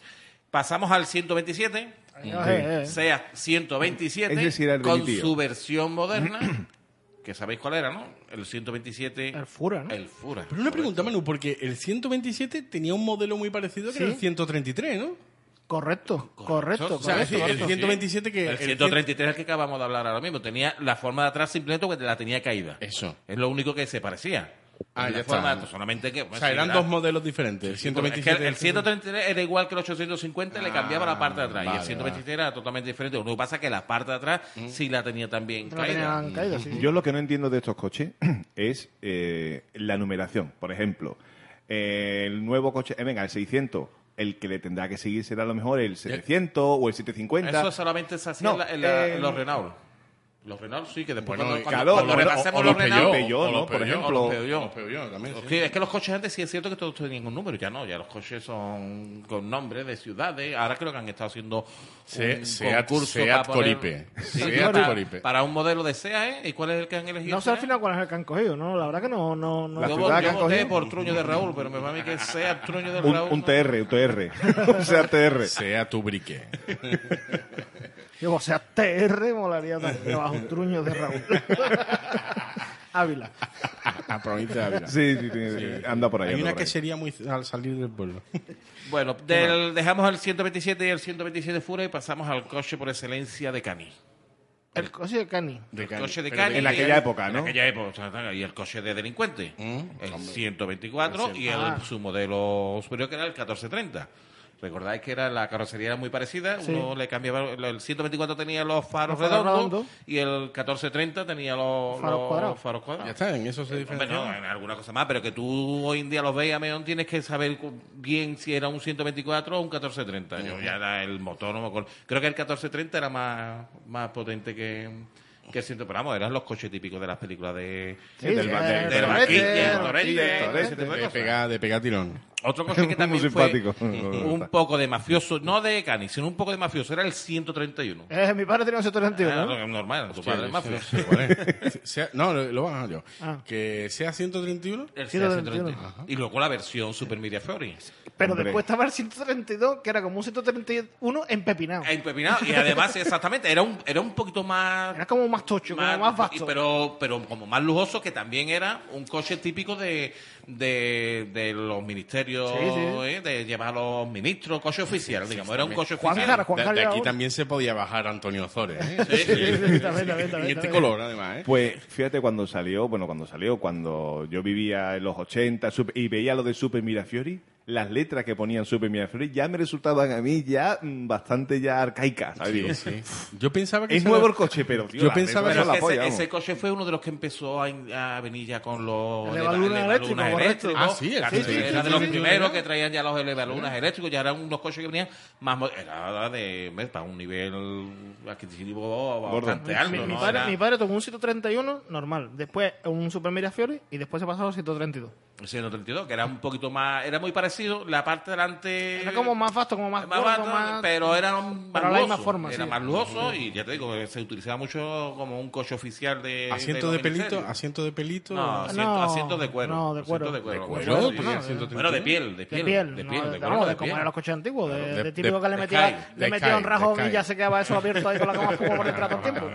[SPEAKER 4] Pasamos al 127,
[SPEAKER 3] Eh, eh, eh.
[SPEAKER 4] sea 127,
[SPEAKER 2] Es decir, al de mi
[SPEAKER 4] con
[SPEAKER 2] tío.
[SPEAKER 4] su versión moderna, que sabéis cuál era, ¿no? El 127,
[SPEAKER 3] El Fura, ¿no?
[SPEAKER 4] el Fura.
[SPEAKER 1] Pero una pregunta, Manu, porque el 127 tenía un modelo muy parecido que
[SPEAKER 3] Sí.
[SPEAKER 1] era el 133, ¿no?
[SPEAKER 3] Correcto, correcto.
[SPEAKER 1] O sea,
[SPEAKER 3] correcto,
[SPEAKER 1] sí, el
[SPEAKER 3] correcto.
[SPEAKER 1] 127 que-
[SPEAKER 4] El
[SPEAKER 1] el
[SPEAKER 4] 133 es el que acabamos de hablar ahora mismo. Tenía la forma de atrás simplemente porque la tenía caída.
[SPEAKER 1] Eso.
[SPEAKER 4] Es lo único que se parecía.
[SPEAKER 1] Ah,
[SPEAKER 4] la
[SPEAKER 1] ya
[SPEAKER 4] forma
[SPEAKER 1] está.
[SPEAKER 4] de atrás, Pues solamente que...
[SPEAKER 1] O sea, eran dos modelos diferentes. El
[SPEAKER 4] Porque es que
[SPEAKER 1] 127
[SPEAKER 4] el 133 era igual que el 850, le cambiaba la parte de atrás. y
[SPEAKER 1] vale,
[SPEAKER 4] el 123 era totalmente diferente. Lo que pasa es que la parte de atrás sí la tenía también
[SPEAKER 3] No
[SPEAKER 4] caída.
[SPEAKER 3] tenían caída, sí, sí.
[SPEAKER 2] Yo lo que no entiendo de estos coches es eh, la numeración. Por ejemplo, eh, el nuevo coche, eh, venga, el 600, el que le tendrá que seguir será a lo mejor el 700 o el 750.
[SPEAKER 4] Eso solamente se hacía
[SPEAKER 2] No,
[SPEAKER 4] en, la- en la-
[SPEAKER 2] eh,
[SPEAKER 4] los Renault. Los Renault sí, que después
[SPEAKER 1] Bueno,
[SPEAKER 4] cuando,
[SPEAKER 2] claro,
[SPEAKER 4] cuando,
[SPEAKER 2] o-
[SPEAKER 4] cuando
[SPEAKER 2] o-
[SPEAKER 4] repasemos
[SPEAKER 2] o
[SPEAKER 4] los
[SPEAKER 2] los
[SPEAKER 4] Renault...
[SPEAKER 2] Peugeot,
[SPEAKER 4] o
[SPEAKER 2] ¿no?
[SPEAKER 4] los
[SPEAKER 2] Por
[SPEAKER 4] Peugeot,
[SPEAKER 2] ejemplo.
[SPEAKER 4] o los Peugeot.
[SPEAKER 1] Los Peugeot también, sí.
[SPEAKER 4] Sí, es que los coches antes sí es cierto que todos tenían un número, ya no, ya los coches son con nombres de ciudades. Ahora creo que han estado haciendo
[SPEAKER 1] Se-
[SPEAKER 4] un
[SPEAKER 1] Seat-
[SPEAKER 4] concurso
[SPEAKER 1] Seat
[SPEAKER 4] para poner-
[SPEAKER 1] Coripe.
[SPEAKER 4] Sí,
[SPEAKER 1] Seat
[SPEAKER 4] para,
[SPEAKER 1] Coripe.
[SPEAKER 4] para un modelo de SEA, ¿eh? ¿Y cuál es el que han elegido?
[SPEAKER 3] No sé al
[SPEAKER 4] ustedes?
[SPEAKER 3] final cuál es el que han cogido, ¿no? La verdad que no... no, no-
[SPEAKER 2] La
[SPEAKER 4] yo
[SPEAKER 2] ciudad
[SPEAKER 4] vo-
[SPEAKER 2] que
[SPEAKER 4] yo
[SPEAKER 2] han
[SPEAKER 4] voté
[SPEAKER 2] cogido.
[SPEAKER 4] por Truño de Raúl, pero me va a mí que sea Truño de
[SPEAKER 2] un,
[SPEAKER 4] Raúl.
[SPEAKER 2] un
[SPEAKER 4] ¿no?
[SPEAKER 2] TR, un TR. o sea, TR.
[SPEAKER 1] Sea tu brique.
[SPEAKER 3] Yo, o sea, TR molaría también bajo un truño de Raúl. Ávila. Ah,
[SPEAKER 1] A provincia de Ávila.
[SPEAKER 2] Sí, sí, sí, anda por ahí.
[SPEAKER 1] Hay
[SPEAKER 2] anda
[SPEAKER 1] una
[SPEAKER 2] por
[SPEAKER 1] que
[SPEAKER 2] ahí.
[SPEAKER 1] sería muy al salir del pueblo.
[SPEAKER 4] Bueno, del- dejamos el 127 y el 127 Fura y pasamos al coche por excelencia de Cani.
[SPEAKER 3] El coche de Cani.
[SPEAKER 1] De
[SPEAKER 4] El coche de
[SPEAKER 1] Pero
[SPEAKER 4] Cani.
[SPEAKER 2] en aquella época,
[SPEAKER 4] En
[SPEAKER 2] ¿no? Mm,
[SPEAKER 4] aquella época. o sea, Y el coche de delincuente. el 124 y el-
[SPEAKER 3] Ah.
[SPEAKER 4] su modelo superior que era el 1430. Recordáis que era la carrocería era muy parecida.
[SPEAKER 3] Sí.
[SPEAKER 4] Uno le cambiaba. El 124 tenía los faros,
[SPEAKER 3] Los faros
[SPEAKER 4] redondos,
[SPEAKER 3] redondos.
[SPEAKER 4] y el 1430 tenía los,
[SPEAKER 3] Faros
[SPEAKER 4] los
[SPEAKER 3] cuadrados.
[SPEAKER 4] faros cuadrados.
[SPEAKER 1] Ya está, Eh, en eso se
[SPEAKER 4] Hombre,
[SPEAKER 1] diferencia.
[SPEAKER 4] no, en alguna cosa más, pero que tú hoy en día los veas, Meón, tienes que saber cu- bien si era un 124 o un 1430. Yo ya era el motor, no me acuerdo. Creo que el 1430 era más, más potente que, que el 100, pero vamos, eran los coches típicos de las películas de...
[SPEAKER 2] Sí, del
[SPEAKER 3] eh,
[SPEAKER 2] ba- del-
[SPEAKER 4] del
[SPEAKER 3] Torrente,
[SPEAKER 4] Barquilla, el
[SPEAKER 3] Torrente,
[SPEAKER 4] Torrente,
[SPEAKER 2] Torrente,
[SPEAKER 4] ese tipo
[SPEAKER 1] De
[SPEAKER 4] de cosas.
[SPEAKER 1] pegar, de pegar tirón.
[SPEAKER 4] Otro coche que
[SPEAKER 2] Muy
[SPEAKER 4] también
[SPEAKER 2] simpático.
[SPEAKER 4] fue un poco de mafioso, no de Cani, sino un poco de mafioso, era el 131.
[SPEAKER 3] Eh, mi padre tenía un 131, ¿no?
[SPEAKER 4] Ah, normal, tu padre es
[SPEAKER 1] Sí,
[SPEAKER 4] mafioso.
[SPEAKER 1] sí, vale. Sea- no, lo, lo voy a bajar yo.
[SPEAKER 3] Ah.
[SPEAKER 1] Que sea 131.
[SPEAKER 4] El
[SPEAKER 3] 131.
[SPEAKER 4] 131. Y luego la versión Super Media Fiori.
[SPEAKER 3] Pero
[SPEAKER 2] Hombre.
[SPEAKER 3] después estaba el 132, que era como un 131 empepinado.
[SPEAKER 4] Eh, Empepinado. Y además, exactamente, era un, era un poquito más.
[SPEAKER 3] Era como más tocho,
[SPEAKER 4] más-
[SPEAKER 3] como más
[SPEAKER 4] y-
[SPEAKER 3] vasto.
[SPEAKER 4] Pero, pero como más lujoso, que también era un coche típico de, de, de los ministerios,
[SPEAKER 3] Sí, sí.
[SPEAKER 4] ¿eh? de llevar a los ministros, coche oficial, digamos. Era un coche
[SPEAKER 3] Juan
[SPEAKER 4] oficial.
[SPEAKER 3] Jara, Juan
[SPEAKER 1] De, de
[SPEAKER 3] Javier
[SPEAKER 1] aquí
[SPEAKER 3] Raúl.
[SPEAKER 1] también se podía bajar Antonio Zores. ¿eh?
[SPEAKER 4] Sí, sí.
[SPEAKER 3] Sí, sí, también, también,
[SPEAKER 1] En
[SPEAKER 3] también,
[SPEAKER 1] este
[SPEAKER 3] también.
[SPEAKER 1] color, además. ¿eh?
[SPEAKER 2] Pues fíjate cuando salió, bueno, cuando salió, cuando yo vivía en los 80 sup- y veía lo de Super Mirafiori, las letras que ponían Super Mirafiori ya me resultaban a mí ya mm, bastante ya arcaicas, ¿sabes? Digo,
[SPEAKER 1] Sí. Yo pensaba que
[SPEAKER 2] eh, Es
[SPEAKER 1] se-
[SPEAKER 2] nuevo el coche, pero tío,
[SPEAKER 1] Yo
[SPEAKER 2] las
[SPEAKER 1] pensaba
[SPEAKER 2] letras
[SPEAKER 4] Pero
[SPEAKER 1] que
[SPEAKER 2] son
[SPEAKER 4] es
[SPEAKER 2] la
[SPEAKER 4] que
[SPEAKER 2] polla,
[SPEAKER 4] ese,
[SPEAKER 2] vamos.
[SPEAKER 4] ese coche fue uno de los que empezó a, a venir ya con los
[SPEAKER 3] El
[SPEAKER 4] eleva-
[SPEAKER 3] elevalunas
[SPEAKER 4] elevalunas
[SPEAKER 3] eléctricos,
[SPEAKER 1] correcto.
[SPEAKER 4] eléctricos.
[SPEAKER 1] Ah, sí, el
[SPEAKER 4] Casi
[SPEAKER 1] sí, sí,
[SPEAKER 4] era
[SPEAKER 1] sí,
[SPEAKER 4] de
[SPEAKER 1] sí,
[SPEAKER 4] los
[SPEAKER 1] sí.
[SPEAKER 4] primeros que traían ya los elevalunas eléctricos. Ya eran unos coches que venían más. mo- Era de. ves, Para un nivel adquisitivo
[SPEAKER 2] Gordo.
[SPEAKER 4] bastante
[SPEAKER 2] Mi-
[SPEAKER 4] alto.
[SPEAKER 3] Mi, mi
[SPEAKER 4] ¿no?
[SPEAKER 3] padre,
[SPEAKER 4] Era-
[SPEAKER 3] mi padre tomó un 131 normal, después un Super Mirafiori y después se pasó a los 132.
[SPEAKER 4] 132, que era un poquito más. Era muy parecido. La parte delante.
[SPEAKER 3] Era como más vasto, como más,
[SPEAKER 4] Eh, más
[SPEAKER 3] gordo,
[SPEAKER 4] barato,
[SPEAKER 3] más-
[SPEAKER 4] pero era un-
[SPEAKER 3] Para la
[SPEAKER 4] lujoso.
[SPEAKER 3] misma forma,
[SPEAKER 4] Era
[SPEAKER 3] sí.
[SPEAKER 4] más lujoso y ya te digo, se utilizaba mucho como un coche oficial de.
[SPEAKER 1] Asiento
[SPEAKER 4] los
[SPEAKER 1] de pelito,
[SPEAKER 4] ministerios.
[SPEAKER 1] asiento de pelito.
[SPEAKER 4] No, asiento,
[SPEAKER 3] No,
[SPEAKER 4] asiento de cuero.
[SPEAKER 3] no, de cuero.
[SPEAKER 4] Asiento de
[SPEAKER 1] ¿De
[SPEAKER 4] cuero.
[SPEAKER 1] cuero?
[SPEAKER 4] Sí,
[SPEAKER 1] Ponía
[SPEAKER 4] sí.
[SPEAKER 1] 131.
[SPEAKER 4] Bueno, de piel, de
[SPEAKER 3] De
[SPEAKER 4] piel.
[SPEAKER 3] piel,
[SPEAKER 4] de
[SPEAKER 3] no,
[SPEAKER 4] piel,
[SPEAKER 3] de,
[SPEAKER 4] de
[SPEAKER 3] no,
[SPEAKER 4] cuero,
[SPEAKER 3] de
[SPEAKER 4] de
[SPEAKER 3] como
[SPEAKER 4] piel.
[SPEAKER 3] eran los coches antiguos, de,
[SPEAKER 1] Claro, de-
[SPEAKER 3] de típico
[SPEAKER 1] de-
[SPEAKER 3] que le
[SPEAKER 4] de
[SPEAKER 3] metía,
[SPEAKER 4] Sky,
[SPEAKER 1] de
[SPEAKER 3] le metía un
[SPEAKER 1] Sky,
[SPEAKER 3] rajón
[SPEAKER 1] de
[SPEAKER 3] y ya
[SPEAKER 1] Sky.
[SPEAKER 3] se quedaba eso abierto ahí con la cama como por detrás todo el tiempo.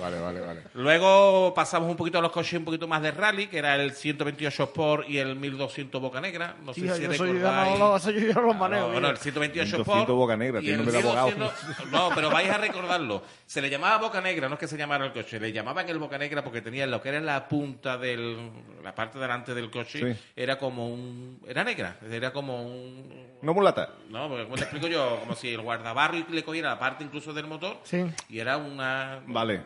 [SPEAKER 1] vale, vale, vale.
[SPEAKER 4] Luego pasamos un poquito a los coches un poquito más de rally, que era el 128 Sport y el 1200 Boca Negra. No sé
[SPEAKER 3] Tío,
[SPEAKER 4] si
[SPEAKER 3] yo, soy, yo, no
[SPEAKER 4] recordáis.
[SPEAKER 3] lo- eso yo no lo
[SPEAKER 4] Ah,
[SPEAKER 3] manejo.
[SPEAKER 4] no, bueno,
[SPEAKER 3] mira.
[SPEAKER 4] el 128
[SPEAKER 2] 100
[SPEAKER 4] Sport.
[SPEAKER 2] Boca Negra,
[SPEAKER 4] y
[SPEAKER 2] tiene
[SPEAKER 4] el
[SPEAKER 2] nombre de abogado.
[SPEAKER 4] 1200 No, pero vais a recordarlo. Se le llamaba Boca Negra, no es que se llamara el coche. Le llamaban el Boca Negra porque tenía lo que era la punta del. La parte delante del coche
[SPEAKER 2] Sí.
[SPEAKER 4] era como un. Era negra. Era como un.
[SPEAKER 2] No mulata.
[SPEAKER 4] No, porque como te explico yo, como si el guardabarro le cogiera la parte incluso del motor
[SPEAKER 3] Sí.
[SPEAKER 4] y era una...
[SPEAKER 2] Vale,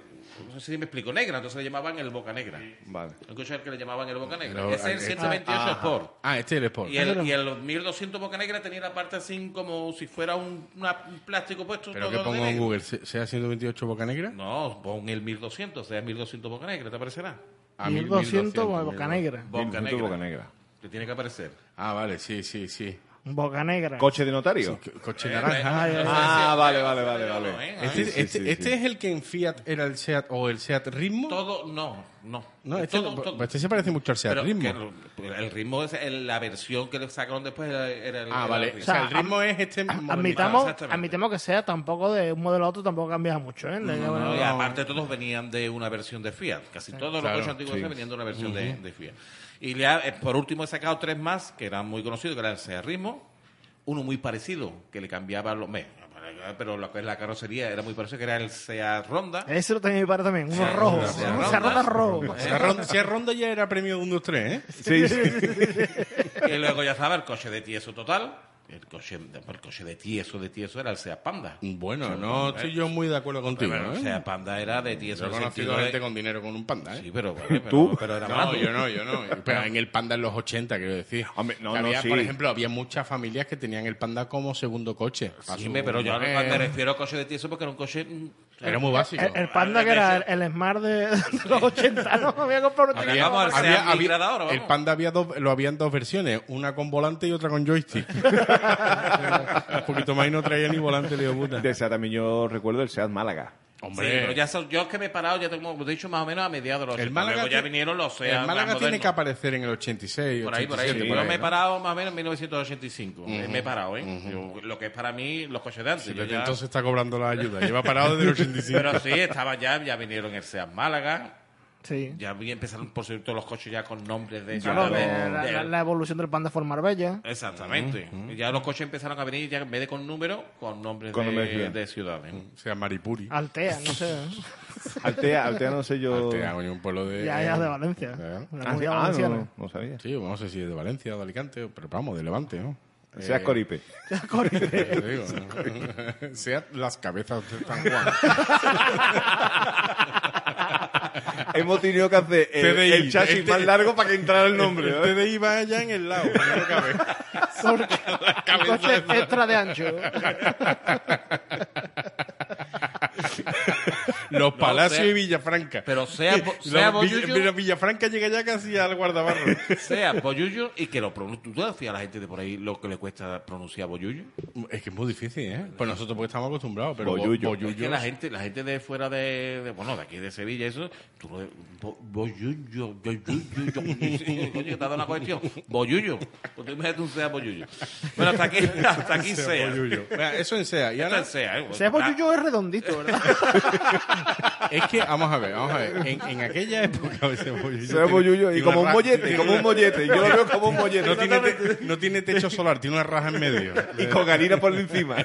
[SPEAKER 4] No sé si me explico, negra, entonces le llamaban el Boca Negra.
[SPEAKER 2] vale.
[SPEAKER 4] El coche al que le llamaban el Boca Negra.
[SPEAKER 1] No,
[SPEAKER 4] Ese
[SPEAKER 1] ahí
[SPEAKER 4] es el
[SPEAKER 1] está.
[SPEAKER 4] 128 Sport.
[SPEAKER 1] eh, Ah, este es el Sport.
[SPEAKER 4] Y el, y el 1200 Boca Negra tenía la parte así como si fuera un, una- un plástico puesto.
[SPEAKER 1] Pero que
[SPEAKER 4] todo de
[SPEAKER 1] pongo en
[SPEAKER 4] negro.
[SPEAKER 1] Google, ¿se- ¿sea 128 Boca Negra?
[SPEAKER 4] No, pon el eh. 1200, o sea, el 1200 Boca Negra, te aparecerá.
[SPEAKER 1] A
[SPEAKER 3] 1200
[SPEAKER 1] 1200,
[SPEAKER 3] boca negra.
[SPEAKER 4] Boca
[SPEAKER 2] Instituto
[SPEAKER 4] Negra.
[SPEAKER 2] Boca Negra.
[SPEAKER 4] Te tiene que aparecer.
[SPEAKER 1] Ah, vale, sí, sí, sí.
[SPEAKER 3] Boca negra.
[SPEAKER 2] Coche de notario.
[SPEAKER 1] Co- Coche
[SPEAKER 4] Eh,
[SPEAKER 1] naranja.
[SPEAKER 3] ay, ay.
[SPEAKER 2] Ah, vale, vale, vale, vale.
[SPEAKER 1] Este,
[SPEAKER 2] Sí, sí,
[SPEAKER 1] este-
[SPEAKER 2] sí,
[SPEAKER 1] este
[SPEAKER 2] sí.
[SPEAKER 1] es el que en Fiat era el Seat o el Seat Ritmo.
[SPEAKER 4] Todo, no, no.
[SPEAKER 1] no, este,
[SPEAKER 4] Todo-
[SPEAKER 1] pues
[SPEAKER 4] todo.
[SPEAKER 1] este se parece mucho al Seat
[SPEAKER 4] Pero
[SPEAKER 1] Ritmo.
[SPEAKER 4] que lo- el ritmo es el- la versión que le sacaron después era, era el
[SPEAKER 1] Ah,
[SPEAKER 4] era
[SPEAKER 1] vale.
[SPEAKER 4] el
[SPEAKER 1] O
[SPEAKER 4] ritmo.
[SPEAKER 1] sea,
[SPEAKER 3] O
[SPEAKER 1] el
[SPEAKER 3] sea,
[SPEAKER 1] ritmo es este modernizado.
[SPEAKER 3] Admitamos,
[SPEAKER 4] Ah, exactamente.
[SPEAKER 3] admitamos que sea tampoco de un modelo a otro, tampoco cambia mucho. ¿eh? De-
[SPEAKER 4] No,
[SPEAKER 3] bueno,
[SPEAKER 4] y aparte todos venían de una versión de Fiat. Casi todos
[SPEAKER 1] Claro,
[SPEAKER 4] los coches antiguos
[SPEAKER 2] sí.
[SPEAKER 4] venían de una versión de- de, Fiat. Y ya, eh, por último he sacado tres más que eran muy conocidos, que era el Seat Ritmo, uno muy parecido, que le cambiaba los... me- Pero lo que es la carrocería era muy parecido, que era el Seat Ronda.
[SPEAKER 3] Ese lo tenía mi padre también, uno
[SPEAKER 4] Sí,
[SPEAKER 3] rojo.
[SPEAKER 4] sí,
[SPEAKER 3] Un
[SPEAKER 4] ronda.
[SPEAKER 3] cerrota rojo.
[SPEAKER 1] Seat Ronda, Seat Ronda ya era premio 1, 2, 3, ¿eh?
[SPEAKER 2] Sí, sí.
[SPEAKER 4] Y luego ya estaba el coche de tieso total. El coche, el coche de tieso, de tieso era el Seat Panda. ¿eh?
[SPEAKER 1] Bueno, no estoy yo muy de acuerdo contigo.
[SPEAKER 4] Bueno,
[SPEAKER 1] ¿eh?
[SPEAKER 4] O sea, Panda era de
[SPEAKER 1] yo
[SPEAKER 4] tieso.
[SPEAKER 1] he
[SPEAKER 4] en el
[SPEAKER 1] conocido
[SPEAKER 4] sentido de-
[SPEAKER 1] gente con dinero con un panda, ¿eh?
[SPEAKER 4] Sí, pero, vale, pero,
[SPEAKER 2] ¿Tú?
[SPEAKER 4] pero era
[SPEAKER 1] No,
[SPEAKER 4] malo.
[SPEAKER 1] yo no, yo no. Pero en el panda en los 80, quiero decir.
[SPEAKER 2] Hombre, no,
[SPEAKER 1] Que
[SPEAKER 2] no,
[SPEAKER 1] había,
[SPEAKER 2] sí.
[SPEAKER 1] Por ejemplo, había muchas familias que tenían el panda como segundo coche. eh, Para
[SPEAKER 4] Sí,
[SPEAKER 1] su
[SPEAKER 4] me- pero yo
[SPEAKER 1] mujer.
[SPEAKER 4] me refiero a coche de tieso porque era un coche... mm,
[SPEAKER 1] Era muy básico.
[SPEAKER 3] El, el panda que era el, el Smart de, de los 80, ¿no? Había comprado uno
[SPEAKER 4] Había- vamos al
[SPEAKER 3] chiquito.
[SPEAKER 4] Seat Migrada ahora, vamos.
[SPEAKER 1] el panda había dos, lo habían dos versiones, una con volante y otra con joystick. un poquito más y no traía ni volante, le digo, puta.
[SPEAKER 2] De Seat también yo recuerdo el Seat Málaga.
[SPEAKER 1] Hombre,
[SPEAKER 4] Sí, pero ya so- yo es que me he parado, ya tengo, como te he dicho, más o menos a mediados de los
[SPEAKER 1] el
[SPEAKER 4] 80.
[SPEAKER 1] Málaga,
[SPEAKER 4] Luego ya
[SPEAKER 1] ti-
[SPEAKER 4] vinieron los
[SPEAKER 1] el
[SPEAKER 4] Seat más
[SPEAKER 1] Málaga tiene
[SPEAKER 4] modernos.
[SPEAKER 1] que aparecer en el 86.
[SPEAKER 4] Por ahí, por ahí.
[SPEAKER 1] 87,
[SPEAKER 4] Yo me he
[SPEAKER 1] ¿no?
[SPEAKER 4] parado más o menos en 1985. Me he parado, ¿eh? Yo- lo que es para mí los coches de antes.
[SPEAKER 1] Sí,
[SPEAKER 4] Yo
[SPEAKER 1] desde
[SPEAKER 4] ya-
[SPEAKER 1] entonces está cobrando la ayuda. Lleva parado desde el 85.
[SPEAKER 4] Pero sí, estaba ya, ya vinieron el Seat Málaga.
[SPEAKER 3] Sí.
[SPEAKER 4] Ya vi- empezaron, por cierto, los coches ya con nombres de...
[SPEAKER 3] Claro,
[SPEAKER 4] de-
[SPEAKER 3] la, la-
[SPEAKER 4] de-
[SPEAKER 3] la- la evolución del panda fue Marbella.
[SPEAKER 4] Exactamente. Y Ya los coches empezaron a venir, ya en vez de con números, con nombres
[SPEAKER 2] Con
[SPEAKER 4] de,
[SPEAKER 2] nombres de ciudad.
[SPEAKER 4] de ciudades.
[SPEAKER 1] O sea, Maripuri.
[SPEAKER 3] Altea, no sé. ¿eh?
[SPEAKER 2] Altea, Altea no sé yo.
[SPEAKER 1] Altea, coño, un pueblo de...
[SPEAKER 3] Ya,
[SPEAKER 4] eh,
[SPEAKER 3] ya de Valencia.
[SPEAKER 1] Claro.
[SPEAKER 3] La
[SPEAKER 2] Ah, sí,
[SPEAKER 3] comunidad
[SPEAKER 2] ah, no,
[SPEAKER 3] valenciana.
[SPEAKER 2] no, no sabía.
[SPEAKER 1] Sí, bueno, no sé si es de Valencia o de Alicante, pero vamos, de Levante, ¿no? Eh,
[SPEAKER 2] Seat Coripe.
[SPEAKER 1] Ya te digo, ¿no? Sean las cabezas de San Juan.
[SPEAKER 2] Hemos tenido que hacer el,
[SPEAKER 1] TDI,
[SPEAKER 2] el chasis
[SPEAKER 1] el T-
[SPEAKER 2] más largo para que entrara el nombre. ¿no?
[SPEAKER 1] El TDI este va allá en el lado. no cabe.
[SPEAKER 3] Porque- un coche extra de ancho.
[SPEAKER 1] Los Palacios
[SPEAKER 4] sea-
[SPEAKER 1] y Villafranca.
[SPEAKER 4] Pero sea, bo-
[SPEAKER 1] Los Villa-
[SPEAKER 4] sea boyullo,
[SPEAKER 1] pero Villafranca llega ya casi al guardabarro.
[SPEAKER 4] sea boyullo y que lo pronuncie a la gente de por ahí lo que le cuesta pronunciar boyullo.
[SPEAKER 1] es que es muy difícil, ¿eh? Pues nosotros porque estamos acostumbrados, pero bo-
[SPEAKER 2] Boyullo.
[SPEAKER 4] Es
[SPEAKER 1] boyullo
[SPEAKER 4] que la gente, la gente de fuera de, de- bueno, de aquí de Sevilla, eso, tú lo- bo- boyullo, boyullo, yo- coño, que te ha dado una cuestión, boyullo, pues tú imagínate un sea boyullo. Bueno, hasta aquí, hasta aquí sea.
[SPEAKER 1] boyullo. Mira, eso en SEA. Y
[SPEAKER 4] Esto
[SPEAKER 1] ahora,
[SPEAKER 4] es sea, ¿eh?
[SPEAKER 3] Ese Boyuyo es redondito, ¿verdad?
[SPEAKER 1] es que, vamos a ver, vamos a ver. En, en aquella época, ese boyullo
[SPEAKER 2] Seat
[SPEAKER 1] tiene-
[SPEAKER 2] Boyuyo, y
[SPEAKER 1] tiene
[SPEAKER 2] como
[SPEAKER 1] una
[SPEAKER 2] un
[SPEAKER 1] ra-
[SPEAKER 2] mollete,
[SPEAKER 1] tiene
[SPEAKER 2] como un mollete. Yo lo veo como un mollete.
[SPEAKER 1] No tiene, te- no tiene techo solar, tiene una raja en medio.
[SPEAKER 2] y con harina por encima.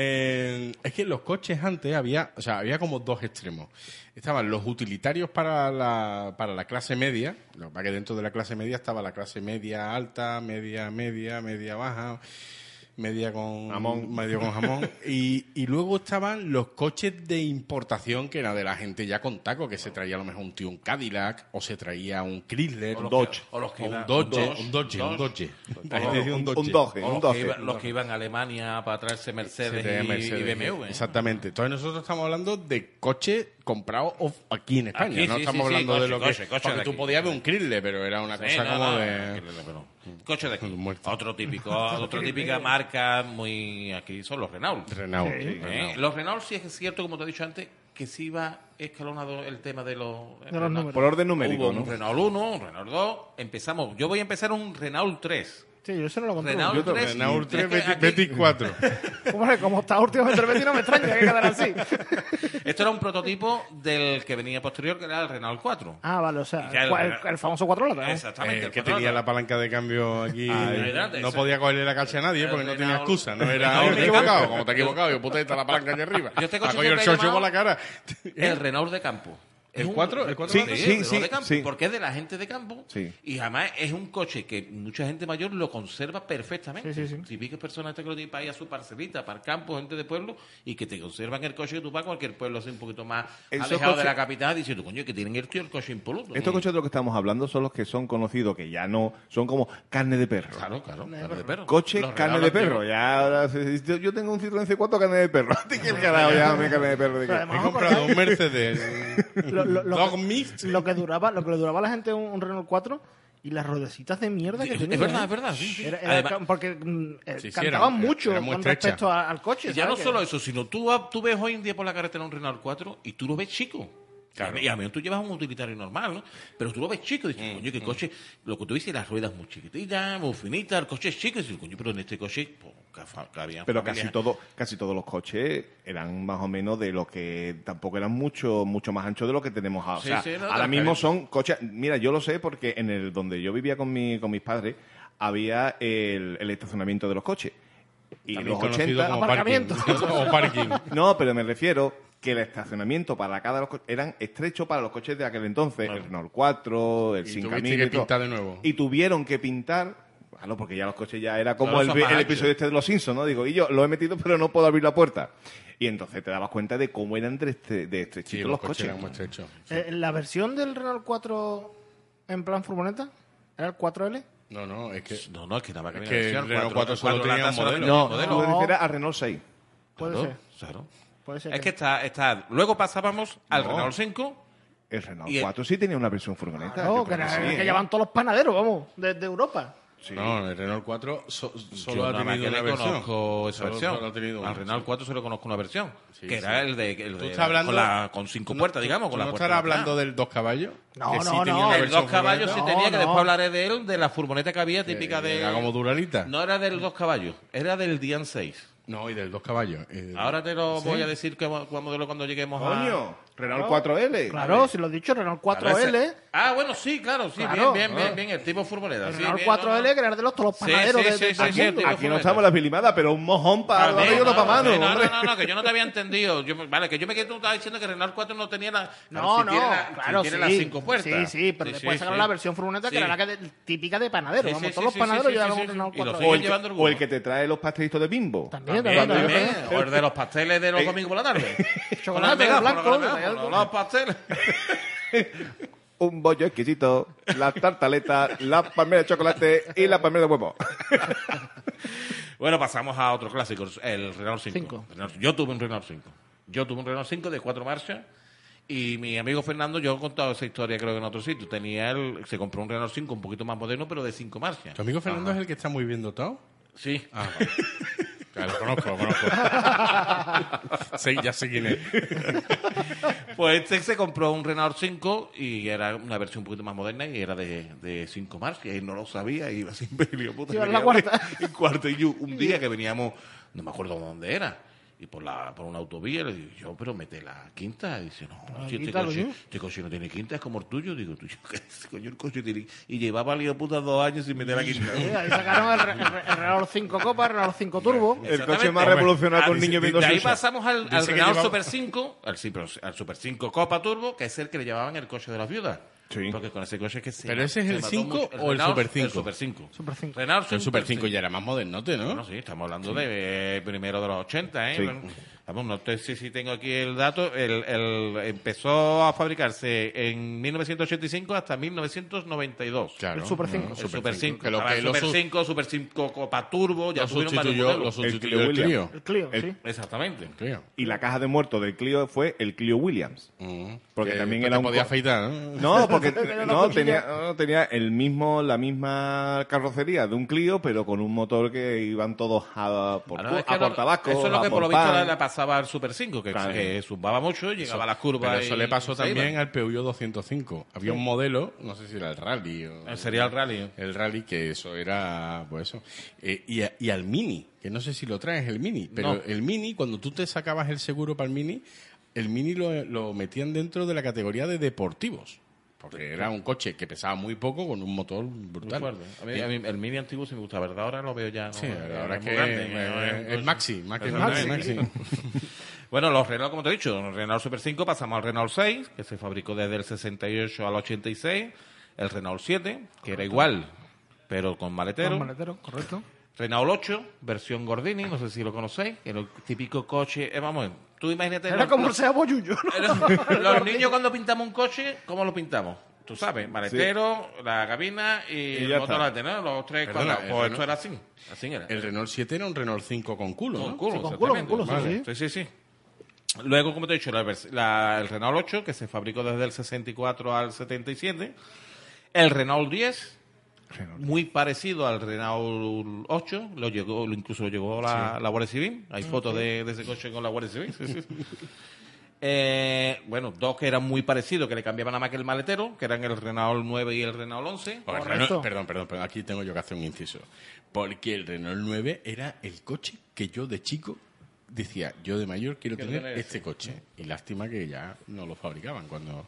[SPEAKER 1] Eh, es que los coches antes había, o sea, había como dos extremos. Estaban los utilitarios para la, para la clase media, lo que pasa que dentro de la clase media estaba la clase media alta, media media, media baja, media con
[SPEAKER 2] Jamón.
[SPEAKER 1] medio con jamón. y, y luego estaban los coches de importación, que era de la gente ya con taco, que se traía a lo mejor un tío un Cadillac, o se traía un Chrysler,
[SPEAKER 4] O los
[SPEAKER 2] Dodge.
[SPEAKER 4] que- o los que
[SPEAKER 1] o un
[SPEAKER 4] iban-
[SPEAKER 1] Dodge, un Dodge, un Dodge. La gente decía
[SPEAKER 2] Un
[SPEAKER 1] Dodge.
[SPEAKER 2] un doge,
[SPEAKER 4] O
[SPEAKER 2] un
[SPEAKER 4] los que,
[SPEAKER 2] doge.
[SPEAKER 4] iba- los que iban a Alemania para traerse Mercedes,
[SPEAKER 1] Sí, de
[SPEAKER 4] y-
[SPEAKER 1] Mercedes,
[SPEAKER 4] y BMW. ¿eh?
[SPEAKER 1] Exactamente. Entonces nosotros estamos hablando de coche comprado of- aquí en España.
[SPEAKER 4] Aquí,
[SPEAKER 1] no
[SPEAKER 4] sí,
[SPEAKER 1] estamos
[SPEAKER 4] sí, sí,
[SPEAKER 1] hablando de
[SPEAKER 4] coche,
[SPEAKER 1] lo que...
[SPEAKER 4] coche, coche
[SPEAKER 1] porque
[SPEAKER 4] de
[SPEAKER 1] tú
[SPEAKER 4] aquí.
[SPEAKER 1] podías ver un Chrysler, pero era una
[SPEAKER 4] Sí,
[SPEAKER 1] cosa
[SPEAKER 4] no,
[SPEAKER 1] como
[SPEAKER 4] no,
[SPEAKER 1] de...
[SPEAKER 4] no, no, no. Coche de aquí.
[SPEAKER 1] Muerto.
[SPEAKER 4] Otro típico, otra típica marca muy aquí son los Renault.
[SPEAKER 1] Renault.
[SPEAKER 4] ¿Eh? Los Renault sí es cierto, como te he dicho antes, que sí va escalonado el tema de los, eh,
[SPEAKER 3] De los números.
[SPEAKER 2] Por orden numérico,
[SPEAKER 4] Hubo
[SPEAKER 2] ¿no?
[SPEAKER 4] un Renault 1, un Renault 2. Empezamos. Yo voy a empezar un Renault 3.
[SPEAKER 3] Sí, yo eso no lo conté.
[SPEAKER 4] Renault 3.
[SPEAKER 1] Renault
[SPEAKER 4] Es que
[SPEAKER 1] 3,
[SPEAKER 4] aquí-
[SPEAKER 1] 24.
[SPEAKER 3] Hombre, como está últimamente el vecino, me extraña que quedara así.
[SPEAKER 4] Esto era un prototipo del que venía posterior, que era el Renault 4.
[SPEAKER 3] Ah, vale, o sea,
[SPEAKER 4] Y ya
[SPEAKER 3] el,
[SPEAKER 4] el-
[SPEAKER 3] cua- el- el famoso cuatro latas. ¿no?
[SPEAKER 4] Exactamente.
[SPEAKER 1] el que
[SPEAKER 4] cuatro
[SPEAKER 1] tenía
[SPEAKER 4] latas.
[SPEAKER 1] la palanca de cambio aquí.
[SPEAKER 4] adelante,
[SPEAKER 1] no
[SPEAKER 4] ese.
[SPEAKER 1] podía cogerle la cacha a nadie porque no tenía
[SPEAKER 4] Renault-
[SPEAKER 1] excusa. No era...
[SPEAKER 4] Renault-
[SPEAKER 1] "Ay, me he equivocado. Como te he equivocado. Yo, puta, está la palanca aquí arriba.
[SPEAKER 4] Yo este coche
[SPEAKER 1] Ha cogido el
[SPEAKER 4] siempre he
[SPEAKER 1] chocho con
[SPEAKER 4] llamado-
[SPEAKER 1] la cara.
[SPEAKER 4] El Renault de campo. Es
[SPEAKER 1] ¿El
[SPEAKER 4] un-
[SPEAKER 1] cuatro? ¿El cuatro
[SPEAKER 4] Sí,
[SPEAKER 2] de-
[SPEAKER 4] sí,
[SPEAKER 2] sí,
[SPEAKER 4] el Renault
[SPEAKER 2] sí,
[SPEAKER 4] de campo,
[SPEAKER 2] sí.
[SPEAKER 4] Porque es de la gente de campo.
[SPEAKER 2] Sí.
[SPEAKER 4] Y además es un coche que mucha gente mayor lo conserva perfectamente.
[SPEAKER 3] Sí, sí, sí.
[SPEAKER 4] Típicas personas que lo tienen para ir a su parcelita, para el campo, gente de pueblo, y que te conservan el coche que tú vas a cualquier pueblo así un poquito más
[SPEAKER 2] Esos
[SPEAKER 4] alejado
[SPEAKER 2] coches-
[SPEAKER 4] de la capital, diciendo, coño, que tienen el, tío el coche impoluto.
[SPEAKER 2] Estos coches de los que estamos hablando son los que son conocidos, que ya no son como carne de perro.
[SPEAKER 4] Claro, claro. carne de perro.
[SPEAKER 2] Coche,
[SPEAKER 4] Los
[SPEAKER 2] carne de
[SPEAKER 4] regalos
[SPEAKER 2] perro.
[SPEAKER 4] antiguos.
[SPEAKER 2] Ya, ahora se dice, yo- yo tengo un Citroën C4, carne de perro. ¿De qué carajo ya me carne de perro? ¿De qué?
[SPEAKER 3] Pero además-
[SPEAKER 1] He comprado un Mercedes.
[SPEAKER 3] Lo, lo- lo
[SPEAKER 1] Dog
[SPEAKER 3] que,
[SPEAKER 1] Mist.
[SPEAKER 3] lo que duraba, lo que le duraba a la gente un, un Renault 4 y y las rodecitas de mierda que
[SPEAKER 4] Es
[SPEAKER 3] tenía.
[SPEAKER 4] verdad,
[SPEAKER 3] ¿eh?
[SPEAKER 4] es verdad, sí, sí.
[SPEAKER 3] Era- era
[SPEAKER 4] Además-
[SPEAKER 3] ca- porque mm, eh,
[SPEAKER 1] Sí, sí, era-
[SPEAKER 3] cantaban
[SPEAKER 1] era-
[SPEAKER 3] mucho
[SPEAKER 1] era muy
[SPEAKER 3] con
[SPEAKER 1] estrecha.
[SPEAKER 3] respecto a- al coche.
[SPEAKER 4] Y ya no
[SPEAKER 3] ¿sabes?
[SPEAKER 4] solo eso, sino tú, vas- tú ves hoy en día por la carretera un Renault 4 y tú lo ves chico.
[SPEAKER 1] Claro. Mm,
[SPEAKER 4] Y a menos tú llevas un utilitario normal, ¿no? Pero tú lo ves chico y dices, coño, que coche, lo que tú dices, las ruedas muy chiquititas, muy finitas, el coche es chico. Y dices, coño, pero en este coche, pues, ca- fa- cabían
[SPEAKER 2] Pero
[SPEAKER 4] familias.
[SPEAKER 2] casi todo, casi todos los coches eran más o menos de lo que tampoco eran mucho, mucho más anchos de lo que tenemos ahora. O
[SPEAKER 4] Sí,
[SPEAKER 2] sea,
[SPEAKER 4] sí, no,
[SPEAKER 2] ahora
[SPEAKER 4] no,
[SPEAKER 2] mismo
[SPEAKER 4] está
[SPEAKER 2] son coches. Mira, yo lo sé porque en el donde yo vivía con mi, con mis padres había el, el estacionamiento de los coches. Y
[SPEAKER 1] También
[SPEAKER 2] los
[SPEAKER 1] conocido
[SPEAKER 2] 80
[SPEAKER 1] como parking.
[SPEAKER 3] aparcamiento.
[SPEAKER 1] como parking.
[SPEAKER 2] No, pero me refiero que el estacionamiento para cada de los coches eran estrechos para los coches de aquel entonces, el Renault 4, el
[SPEAKER 1] Y
[SPEAKER 2] 5000
[SPEAKER 1] tuviste que
[SPEAKER 2] todo.
[SPEAKER 1] pintar de nuevo.
[SPEAKER 2] Y tuvieron que pintar Claro, porque ya los coches ya era como
[SPEAKER 4] Ahora
[SPEAKER 2] el,
[SPEAKER 4] son
[SPEAKER 2] vi-
[SPEAKER 4] más
[SPEAKER 2] el
[SPEAKER 4] anchos.
[SPEAKER 2] episodio este de los Simpsons, ¿no? Digo, y yo lo he metido, pero no puedo abrir la puerta. Y entonces te dabas cuenta de cómo eran de, este- de estrechitos
[SPEAKER 1] Sí,
[SPEAKER 2] los, coches.
[SPEAKER 1] eran muy estrechos.
[SPEAKER 3] Eh, la versión del Renault 4 en plan furgoneta era el 4L.
[SPEAKER 1] No, no, es que
[SPEAKER 4] No, no, es que nada más
[SPEAKER 1] Es
[SPEAKER 4] había
[SPEAKER 1] que
[SPEAKER 4] una versión,
[SPEAKER 1] Renault 4 solo
[SPEAKER 4] latas,
[SPEAKER 1] tenía un
[SPEAKER 4] solo
[SPEAKER 1] modelo.
[SPEAKER 4] tenía un
[SPEAKER 2] Tú
[SPEAKER 4] modelo.
[SPEAKER 2] te
[SPEAKER 3] No.
[SPEAKER 2] refieres a Renault 6.
[SPEAKER 3] Puede
[SPEAKER 4] Claro,
[SPEAKER 3] ser.
[SPEAKER 4] claro.
[SPEAKER 3] Puede ser
[SPEAKER 4] Es que está, está. Luego pasábamos al
[SPEAKER 2] No.
[SPEAKER 4] Renault 5.
[SPEAKER 2] El Renault
[SPEAKER 4] Y el-
[SPEAKER 2] 4 sí tenía una versión furgoneta. yo
[SPEAKER 3] No, que,
[SPEAKER 2] creo que
[SPEAKER 3] era-
[SPEAKER 2] sí,
[SPEAKER 3] que
[SPEAKER 2] ¿eh?
[SPEAKER 3] llevan todos los panaderos, vamos, desde Europa.
[SPEAKER 2] Sí.
[SPEAKER 1] No, el Renault 4 so- solo
[SPEAKER 4] Yo
[SPEAKER 1] ha
[SPEAKER 4] nada más
[SPEAKER 1] tenido
[SPEAKER 4] que
[SPEAKER 1] una
[SPEAKER 4] le
[SPEAKER 1] versión.
[SPEAKER 4] conozco esa
[SPEAKER 1] Solo-
[SPEAKER 4] versión.
[SPEAKER 1] solo ha tenido una
[SPEAKER 4] Al Renault 4 solo conozco una versión.
[SPEAKER 1] Sí,
[SPEAKER 4] que
[SPEAKER 1] sí.
[SPEAKER 4] era el de. el
[SPEAKER 1] Tú
[SPEAKER 4] de-
[SPEAKER 1] estás hablando-
[SPEAKER 4] Con, la- con cinco puertas, digamos.
[SPEAKER 1] ¿Tú
[SPEAKER 4] Con la
[SPEAKER 1] no
[SPEAKER 4] puerta
[SPEAKER 1] estarás
[SPEAKER 4] de atrás.
[SPEAKER 1] hablando del dos caballos?
[SPEAKER 3] No,
[SPEAKER 1] Que
[SPEAKER 3] no,
[SPEAKER 1] sí
[SPEAKER 3] no.
[SPEAKER 1] tenía una
[SPEAKER 4] El
[SPEAKER 1] versión
[SPEAKER 4] dos caballos sí
[SPEAKER 1] furgoneta.
[SPEAKER 3] No,
[SPEAKER 4] tenía, que
[SPEAKER 3] no.
[SPEAKER 4] después hablaré de él, de la furgoneta que había típica de.
[SPEAKER 1] Era como Duralita. No.
[SPEAKER 4] No era del dos caballos, era del Dian 6.
[SPEAKER 1] y del dos caballos. eh,
[SPEAKER 4] Ahora te lo voy a decir que cuando, cuando lleguemos a.
[SPEAKER 2] Coño, Renault 4L.
[SPEAKER 3] Claro, si lo he dicho, Renault 4L.
[SPEAKER 4] Ah, bueno, sí, claro, sí,
[SPEAKER 3] Claro.
[SPEAKER 4] bien, bien, bien, bien, el tipo furgoneta.
[SPEAKER 3] El
[SPEAKER 4] sí,
[SPEAKER 3] Renault
[SPEAKER 4] bien,
[SPEAKER 3] 4L,
[SPEAKER 4] no, no.
[SPEAKER 3] que era de los, todos los panaderos
[SPEAKER 4] sí,
[SPEAKER 3] de,
[SPEAKER 4] sí,
[SPEAKER 3] de-
[SPEAKER 4] sí,
[SPEAKER 3] del
[SPEAKER 4] sí,
[SPEAKER 3] mundo.
[SPEAKER 4] el tipo-
[SPEAKER 2] Aquí no estamos en las pilimadas, pero un mojón para
[SPEAKER 4] También,
[SPEAKER 2] darle uno para mano.
[SPEAKER 4] Ah, no,
[SPEAKER 2] hombre.
[SPEAKER 4] no, no, no, que yo no te había entendido. Yo, vale, que yo me quedé, tú estabas diciendo que Renault 4 no tenía la.
[SPEAKER 3] No,
[SPEAKER 4] si
[SPEAKER 3] no,
[SPEAKER 4] tiene la- si
[SPEAKER 3] claro,
[SPEAKER 4] tiene
[SPEAKER 3] sí.
[SPEAKER 4] las cinco puertas.
[SPEAKER 3] Sí, sí, pero después
[SPEAKER 4] sí,
[SPEAKER 3] sacaron
[SPEAKER 4] sí.
[SPEAKER 3] la versión furgoneta
[SPEAKER 4] Sí.
[SPEAKER 3] que era la que de- típica de panadero.
[SPEAKER 4] Sí,
[SPEAKER 3] Vamos,
[SPEAKER 4] sí,
[SPEAKER 3] todos
[SPEAKER 4] sí,
[SPEAKER 3] los panaderos
[SPEAKER 4] sí, sí,
[SPEAKER 3] llevaban
[SPEAKER 4] sí,
[SPEAKER 3] un Renault
[SPEAKER 4] y los
[SPEAKER 3] 4L.
[SPEAKER 2] O
[SPEAKER 4] siguen
[SPEAKER 2] el, que,
[SPEAKER 4] llevando el
[SPEAKER 2] o el
[SPEAKER 4] cubo.
[SPEAKER 2] que te trae los pastelitos de bimbo.
[SPEAKER 3] También,
[SPEAKER 4] También,
[SPEAKER 3] también,
[SPEAKER 4] también.
[SPEAKER 3] también.
[SPEAKER 4] O el de los pasteles de los domingos por la tarde.
[SPEAKER 3] Eh, Chocolate
[SPEAKER 4] Con las
[SPEAKER 3] blanco,
[SPEAKER 4] megáfonos,
[SPEAKER 3] hay algo.
[SPEAKER 4] con Los pasteles.
[SPEAKER 2] un bollo exquisito, la tartaleta, la palmera de chocolate y la palmera de huevo.
[SPEAKER 4] Bueno, pasamos a otro clásico, el Renault 5.
[SPEAKER 3] Cinco.
[SPEAKER 4] Renault- yo tuve un Renault 5. Yo tuve un Renault 5 de cuatro marchas y mi amigo Fernando, yo he contado esa historia creo que en otro sitio, tenía el, se compró un Renault 5 un poquito más moderno, pero de cinco marchas.
[SPEAKER 1] ¿Tu amigo Fernando es el que está muy bien dotado?
[SPEAKER 4] Sí.
[SPEAKER 1] Ah, vale. Claro, lo conozco, lo conozco. Sí, ya sé quién es.
[SPEAKER 4] Pues este se compró un Renault 5 y era una versión un poquito más moderna y era de, de 5 marchas y no lo sabía y iba sin peligro. Puta,
[SPEAKER 3] Iba en
[SPEAKER 4] venía
[SPEAKER 3] la cuarta.
[SPEAKER 4] En, en cuarta y yo, un día que veníamos, no me acuerdo dónde era, y por la por una autovía le digo, yo, pero mete la quinta. Y dice, no, no, si este,
[SPEAKER 3] quítalo,
[SPEAKER 4] coche,
[SPEAKER 3] ¿sí?
[SPEAKER 4] este coche no tiene quinta, es como el tuyo. Digo, tú, ¿qué coño el coche tiene? Y llevaba lío puta dos años sin meter la quinta.
[SPEAKER 3] Sí, ahí sacaron el, re- el re- el Renault 5 Copa, el Renault 5 Turbo.
[SPEAKER 2] El
[SPEAKER 4] Exactamente.
[SPEAKER 2] coche más
[SPEAKER 4] Hombre,
[SPEAKER 2] revolucionario que un
[SPEAKER 4] dice-
[SPEAKER 2] niño viendo
[SPEAKER 4] De ahí
[SPEAKER 2] Simpsons.
[SPEAKER 4] pasamos al, al
[SPEAKER 1] Dice que
[SPEAKER 4] Renault
[SPEAKER 1] llevaba-
[SPEAKER 4] Super 5, al, sí, pero al Super 5 Copa Turbo, que es el que le llamaban el coche de las viudas.
[SPEAKER 2] Sí.
[SPEAKER 4] Porque con ese coche es que se
[SPEAKER 1] ¿Pero ese es
[SPEAKER 4] se
[SPEAKER 1] el
[SPEAKER 4] mató
[SPEAKER 1] 5
[SPEAKER 4] mucho.
[SPEAKER 1] o el
[SPEAKER 4] Renault-
[SPEAKER 1] Super 5?
[SPEAKER 4] El Super 5.
[SPEAKER 3] Super 5.
[SPEAKER 4] Renault
[SPEAKER 1] El Super 5
[SPEAKER 4] cinco.
[SPEAKER 1] ya era más modernote,
[SPEAKER 4] No,
[SPEAKER 1] ¿no?
[SPEAKER 4] sí, estamos hablando de eh, primero de los 80, ¿eh?
[SPEAKER 2] Sí.
[SPEAKER 4] Bueno, Vamos, no sé si, si tengo aquí el dato. El, el- empezó a fabricarse en 1985 hasta 1992.
[SPEAKER 1] Claro.
[SPEAKER 3] El Super
[SPEAKER 1] no,
[SPEAKER 3] 5.
[SPEAKER 4] El Super 5.
[SPEAKER 1] Que lo
[SPEAKER 4] Estaba
[SPEAKER 1] que
[SPEAKER 4] el
[SPEAKER 1] lo
[SPEAKER 4] Super
[SPEAKER 1] su-
[SPEAKER 4] 5, Super 5 Copa Turbo, ya
[SPEAKER 1] lo
[SPEAKER 4] tuvieron varios
[SPEAKER 1] sustituyó, lo
[SPEAKER 4] modelos.
[SPEAKER 1] sustituyó
[SPEAKER 2] El
[SPEAKER 1] el
[SPEAKER 2] Clio
[SPEAKER 1] Clio.
[SPEAKER 3] El Clio, sí.
[SPEAKER 4] Exactamente.
[SPEAKER 1] Clio.
[SPEAKER 2] Y la caja de muertos del Clio fue el Clio Williams.
[SPEAKER 4] Mm.
[SPEAKER 2] Porque
[SPEAKER 1] Que
[SPEAKER 2] también
[SPEAKER 1] te
[SPEAKER 2] era un
[SPEAKER 1] podía
[SPEAKER 2] co-
[SPEAKER 1] afeitar, ¿no?
[SPEAKER 2] No, porque
[SPEAKER 3] Era una
[SPEAKER 2] no,
[SPEAKER 3] cuchilla.
[SPEAKER 2] tenía, no, tenía el mismo, la misma carrocería de un Clio, pero con un motor que iban todos a por,
[SPEAKER 4] Ah, no, es que
[SPEAKER 2] a
[SPEAKER 4] lo-
[SPEAKER 2] por tabasco,
[SPEAKER 4] Eso es lo
[SPEAKER 2] a
[SPEAKER 4] que por lo
[SPEAKER 2] por
[SPEAKER 4] visto
[SPEAKER 2] pan.
[SPEAKER 4] le pasaba al Super 5, que,
[SPEAKER 2] Claro.
[SPEAKER 4] que zumbaba mucho y llegaba a las curvas.
[SPEAKER 1] Pero eso
[SPEAKER 4] y
[SPEAKER 1] le pasó
[SPEAKER 4] se
[SPEAKER 1] también
[SPEAKER 4] iba.
[SPEAKER 1] al Peugeot 205. Había un modelo, no sé si era el Rally o...
[SPEAKER 4] El Serial Rally.
[SPEAKER 1] El rally, que eso era, pues eso. Eh, y, a- y al mini, que no sé si lo traes, el mini. Pero
[SPEAKER 4] No.
[SPEAKER 1] el mini, cuando tú te sacabas el seguro para el mini, el mini lo, lo metían dentro de la categoría de deportivos. Porque era un coche que pesaba muy poco con un motor
[SPEAKER 4] Muy
[SPEAKER 1] brutal.
[SPEAKER 4] fuerte. A mí- a mí el mini antiguo sí me gusta, ¿verdad? Ahora lo veo ya. ¿no?
[SPEAKER 1] Sí,
[SPEAKER 4] Eh,
[SPEAKER 1] ahora
[SPEAKER 4] es
[SPEAKER 1] que
[SPEAKER 4] muy grande,
[SPEAKER 1] eh,
[SPEAKER 4] eh,
[SPEAKER 1] es Maxi, más que
[SPEAKER 4] Exactamente.
[SPEAKER 1] Maxi.
[SPEAKER 4] Bueno, los Renault, como te he dicho, el Renault Super 5 pasamos al Renault 6, que se fabricó desde el 68 al 86. El Renault 7, que era igual, pero con maletero.
[SPEAKER 3] Los maleteros, correcto.
[SPEAKER 4] Renault 8, versión Gordini, no sé si lo conocéis, que era el típico coche. eh, vamos, tú imagínate.
[SPEAKER 3] Era
[SPEAKER 4] los-
[SPEAKER 3] como el
[SPEAKER 4] los-
[SPEAKER 3] Seat Boyullo.
[SPEAKER 4] los, los niños cuando pintamos un coche, ¿cómo lo pintamos? Tú sabes, maletero, la cabina y, el
[SPEAKER 2] ya
[SPEAKER 4] motor
[SPEAKER 2] está.
[SPEAKER 4] lateral, ¿no? los tres
[SPEAKER 1] Perdona,
[SPEAKER 4] cuadrados.
[SPEAKER 1] el
[SPEAKER 4] Pues
[SPEAKER 1] Renault-
[SPEAKER 4] esto era así, así era.
[SPEAKER 1] El Renault 7 era un Renault 5 con culo,
[SPEAKER 4] Con
[SPEAKER 1] ¿no?
[SPEAKER 4] culo,
[SPEAKER 3] Sí, con culo, con culo,
[SPEAKER 4] exactamente.
[SPEAKER 3] sí,
[SPEAKER 4] sí, sí. Luego, como te he dicho, la vers- la- el Renault 8, que se fabricó desde el 64 al 77. El Renault 10, muy parecido al Renault 8, lo llegó, lo- incluso lo llegó la, la Guardia Civil. Hay fotos de, de ese coche con la Guardia Civil. Sí, sí. Eh, bueno, dos que eran muy parecidos, que le cambiaban nada más que el maletero, que eran el Renault 9 y el Renault 11.
[SPEAKER 1] Porque el
[SPEAKER 3] Correcto.
[SPEAKER 1] Renault- perdón, perdón, perdón, aquí tengo yo que hacer un inciso. Porque el Renault 9 era el coche que yo de chico decía, yo de mayor quiero tener
[SPEAKER 4] tener
[SPEAKER 1] este coche. Y lástima que ya no lo fabricaban cuando...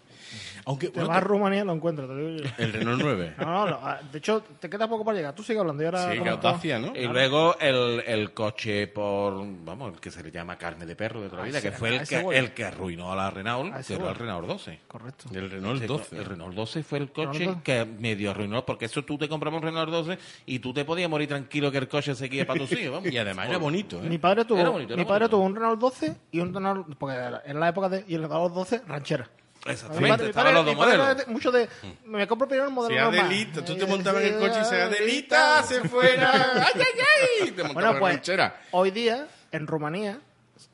[SPEAKER 1] Aunque
[SPEAKER 3] Te
[SPEAKER 1] bueno,
[SPEAKER 3] vas a Rumanía lo encuentro, te digo yo.
[SPEAKER 1] el Renault 9.
[SPEAKER 3] No, no, no, ah, De hecho, te queda poco para llegar. Tú sigue hablando y ahora.
[SPEAKER 1] sí, que
[SPEAKER 3] comentamos.
[SPEAKER 1] audacia, ¿no?
[SPEAKER 4] Y luego el, el coche por, vamos, el que se le llama carne de perro de toda la vida, que fue
[SPEAKER 3] Ah, a
[SPEAKER 4] el
[SPEAKER 3] ese
[SPEAKER 4] que,
[SPEAKER 3] voy.
[SPEAKER 4] el que arruinó a la Renault,
[SPEAKER 3] A ese
[SPEAKER 4] que era
[SPEAKER 3] voy.
[SPEAKER 4] el Renault 12.
[SPEAKER 3] Correcto.
[SPEAKER 1] El Renault
[SPEAKER 4] Sí,
[SPEAKER 1] 12.
[SPEAKER 4] El Renault 12 fue el coche
[SPEAKER 3] Renault 12.
[SPEAKER 4] que medio arruinó, porque eso tú te comprabas un Renault 12 y tú te podías morir tranquilo que el coche seguía para tus hijos. vamos.
[SPEAKER 1] Y además era bonito,
[SPEAKER 3] Mi
[SPEAKER 1] ¿eh?
[SPEAKER 3] padre tuvo,
[SPEAKER 4] Era bonito, era
[SPEAKER 3] mi padre
[SPEAKER 4] bonito.
[SPEAKER 3] tuvo un Renault 12 y un Renault. Porque era- en la época de. Y el Renault 12, ranchera. Mi
[SPEAKER 4] Exactamente,
[SPEAKER 3] padre, mi padre,
[SPEAKER 4] estaban los
[SPEAKER 3] mi
[SPEAKER 4] dos
[SPEAKER 3] padre era
[SPEAKER 4] modelos.
[SPEAKER 3] de- mucho de. Me compro primero el modelo.
[SPEAKER 1] Si
[SPEAKER 3] normal. Eh,
[SPEAKER 1] Adelita, Mm. tú te montabas en el coche y si Adelita
[SPEAKER 3] Adelita.
[SPEAKER 1] se fuera, ¡ay, ay, ay! Te montabas
[SPEAKER 3] Bueno,
[SPEAKER 1] en la
[SPEAKER 3] pues
[SPEAKER 1] lonchera.
[SPEAKER 3] hoy día en Rumanía,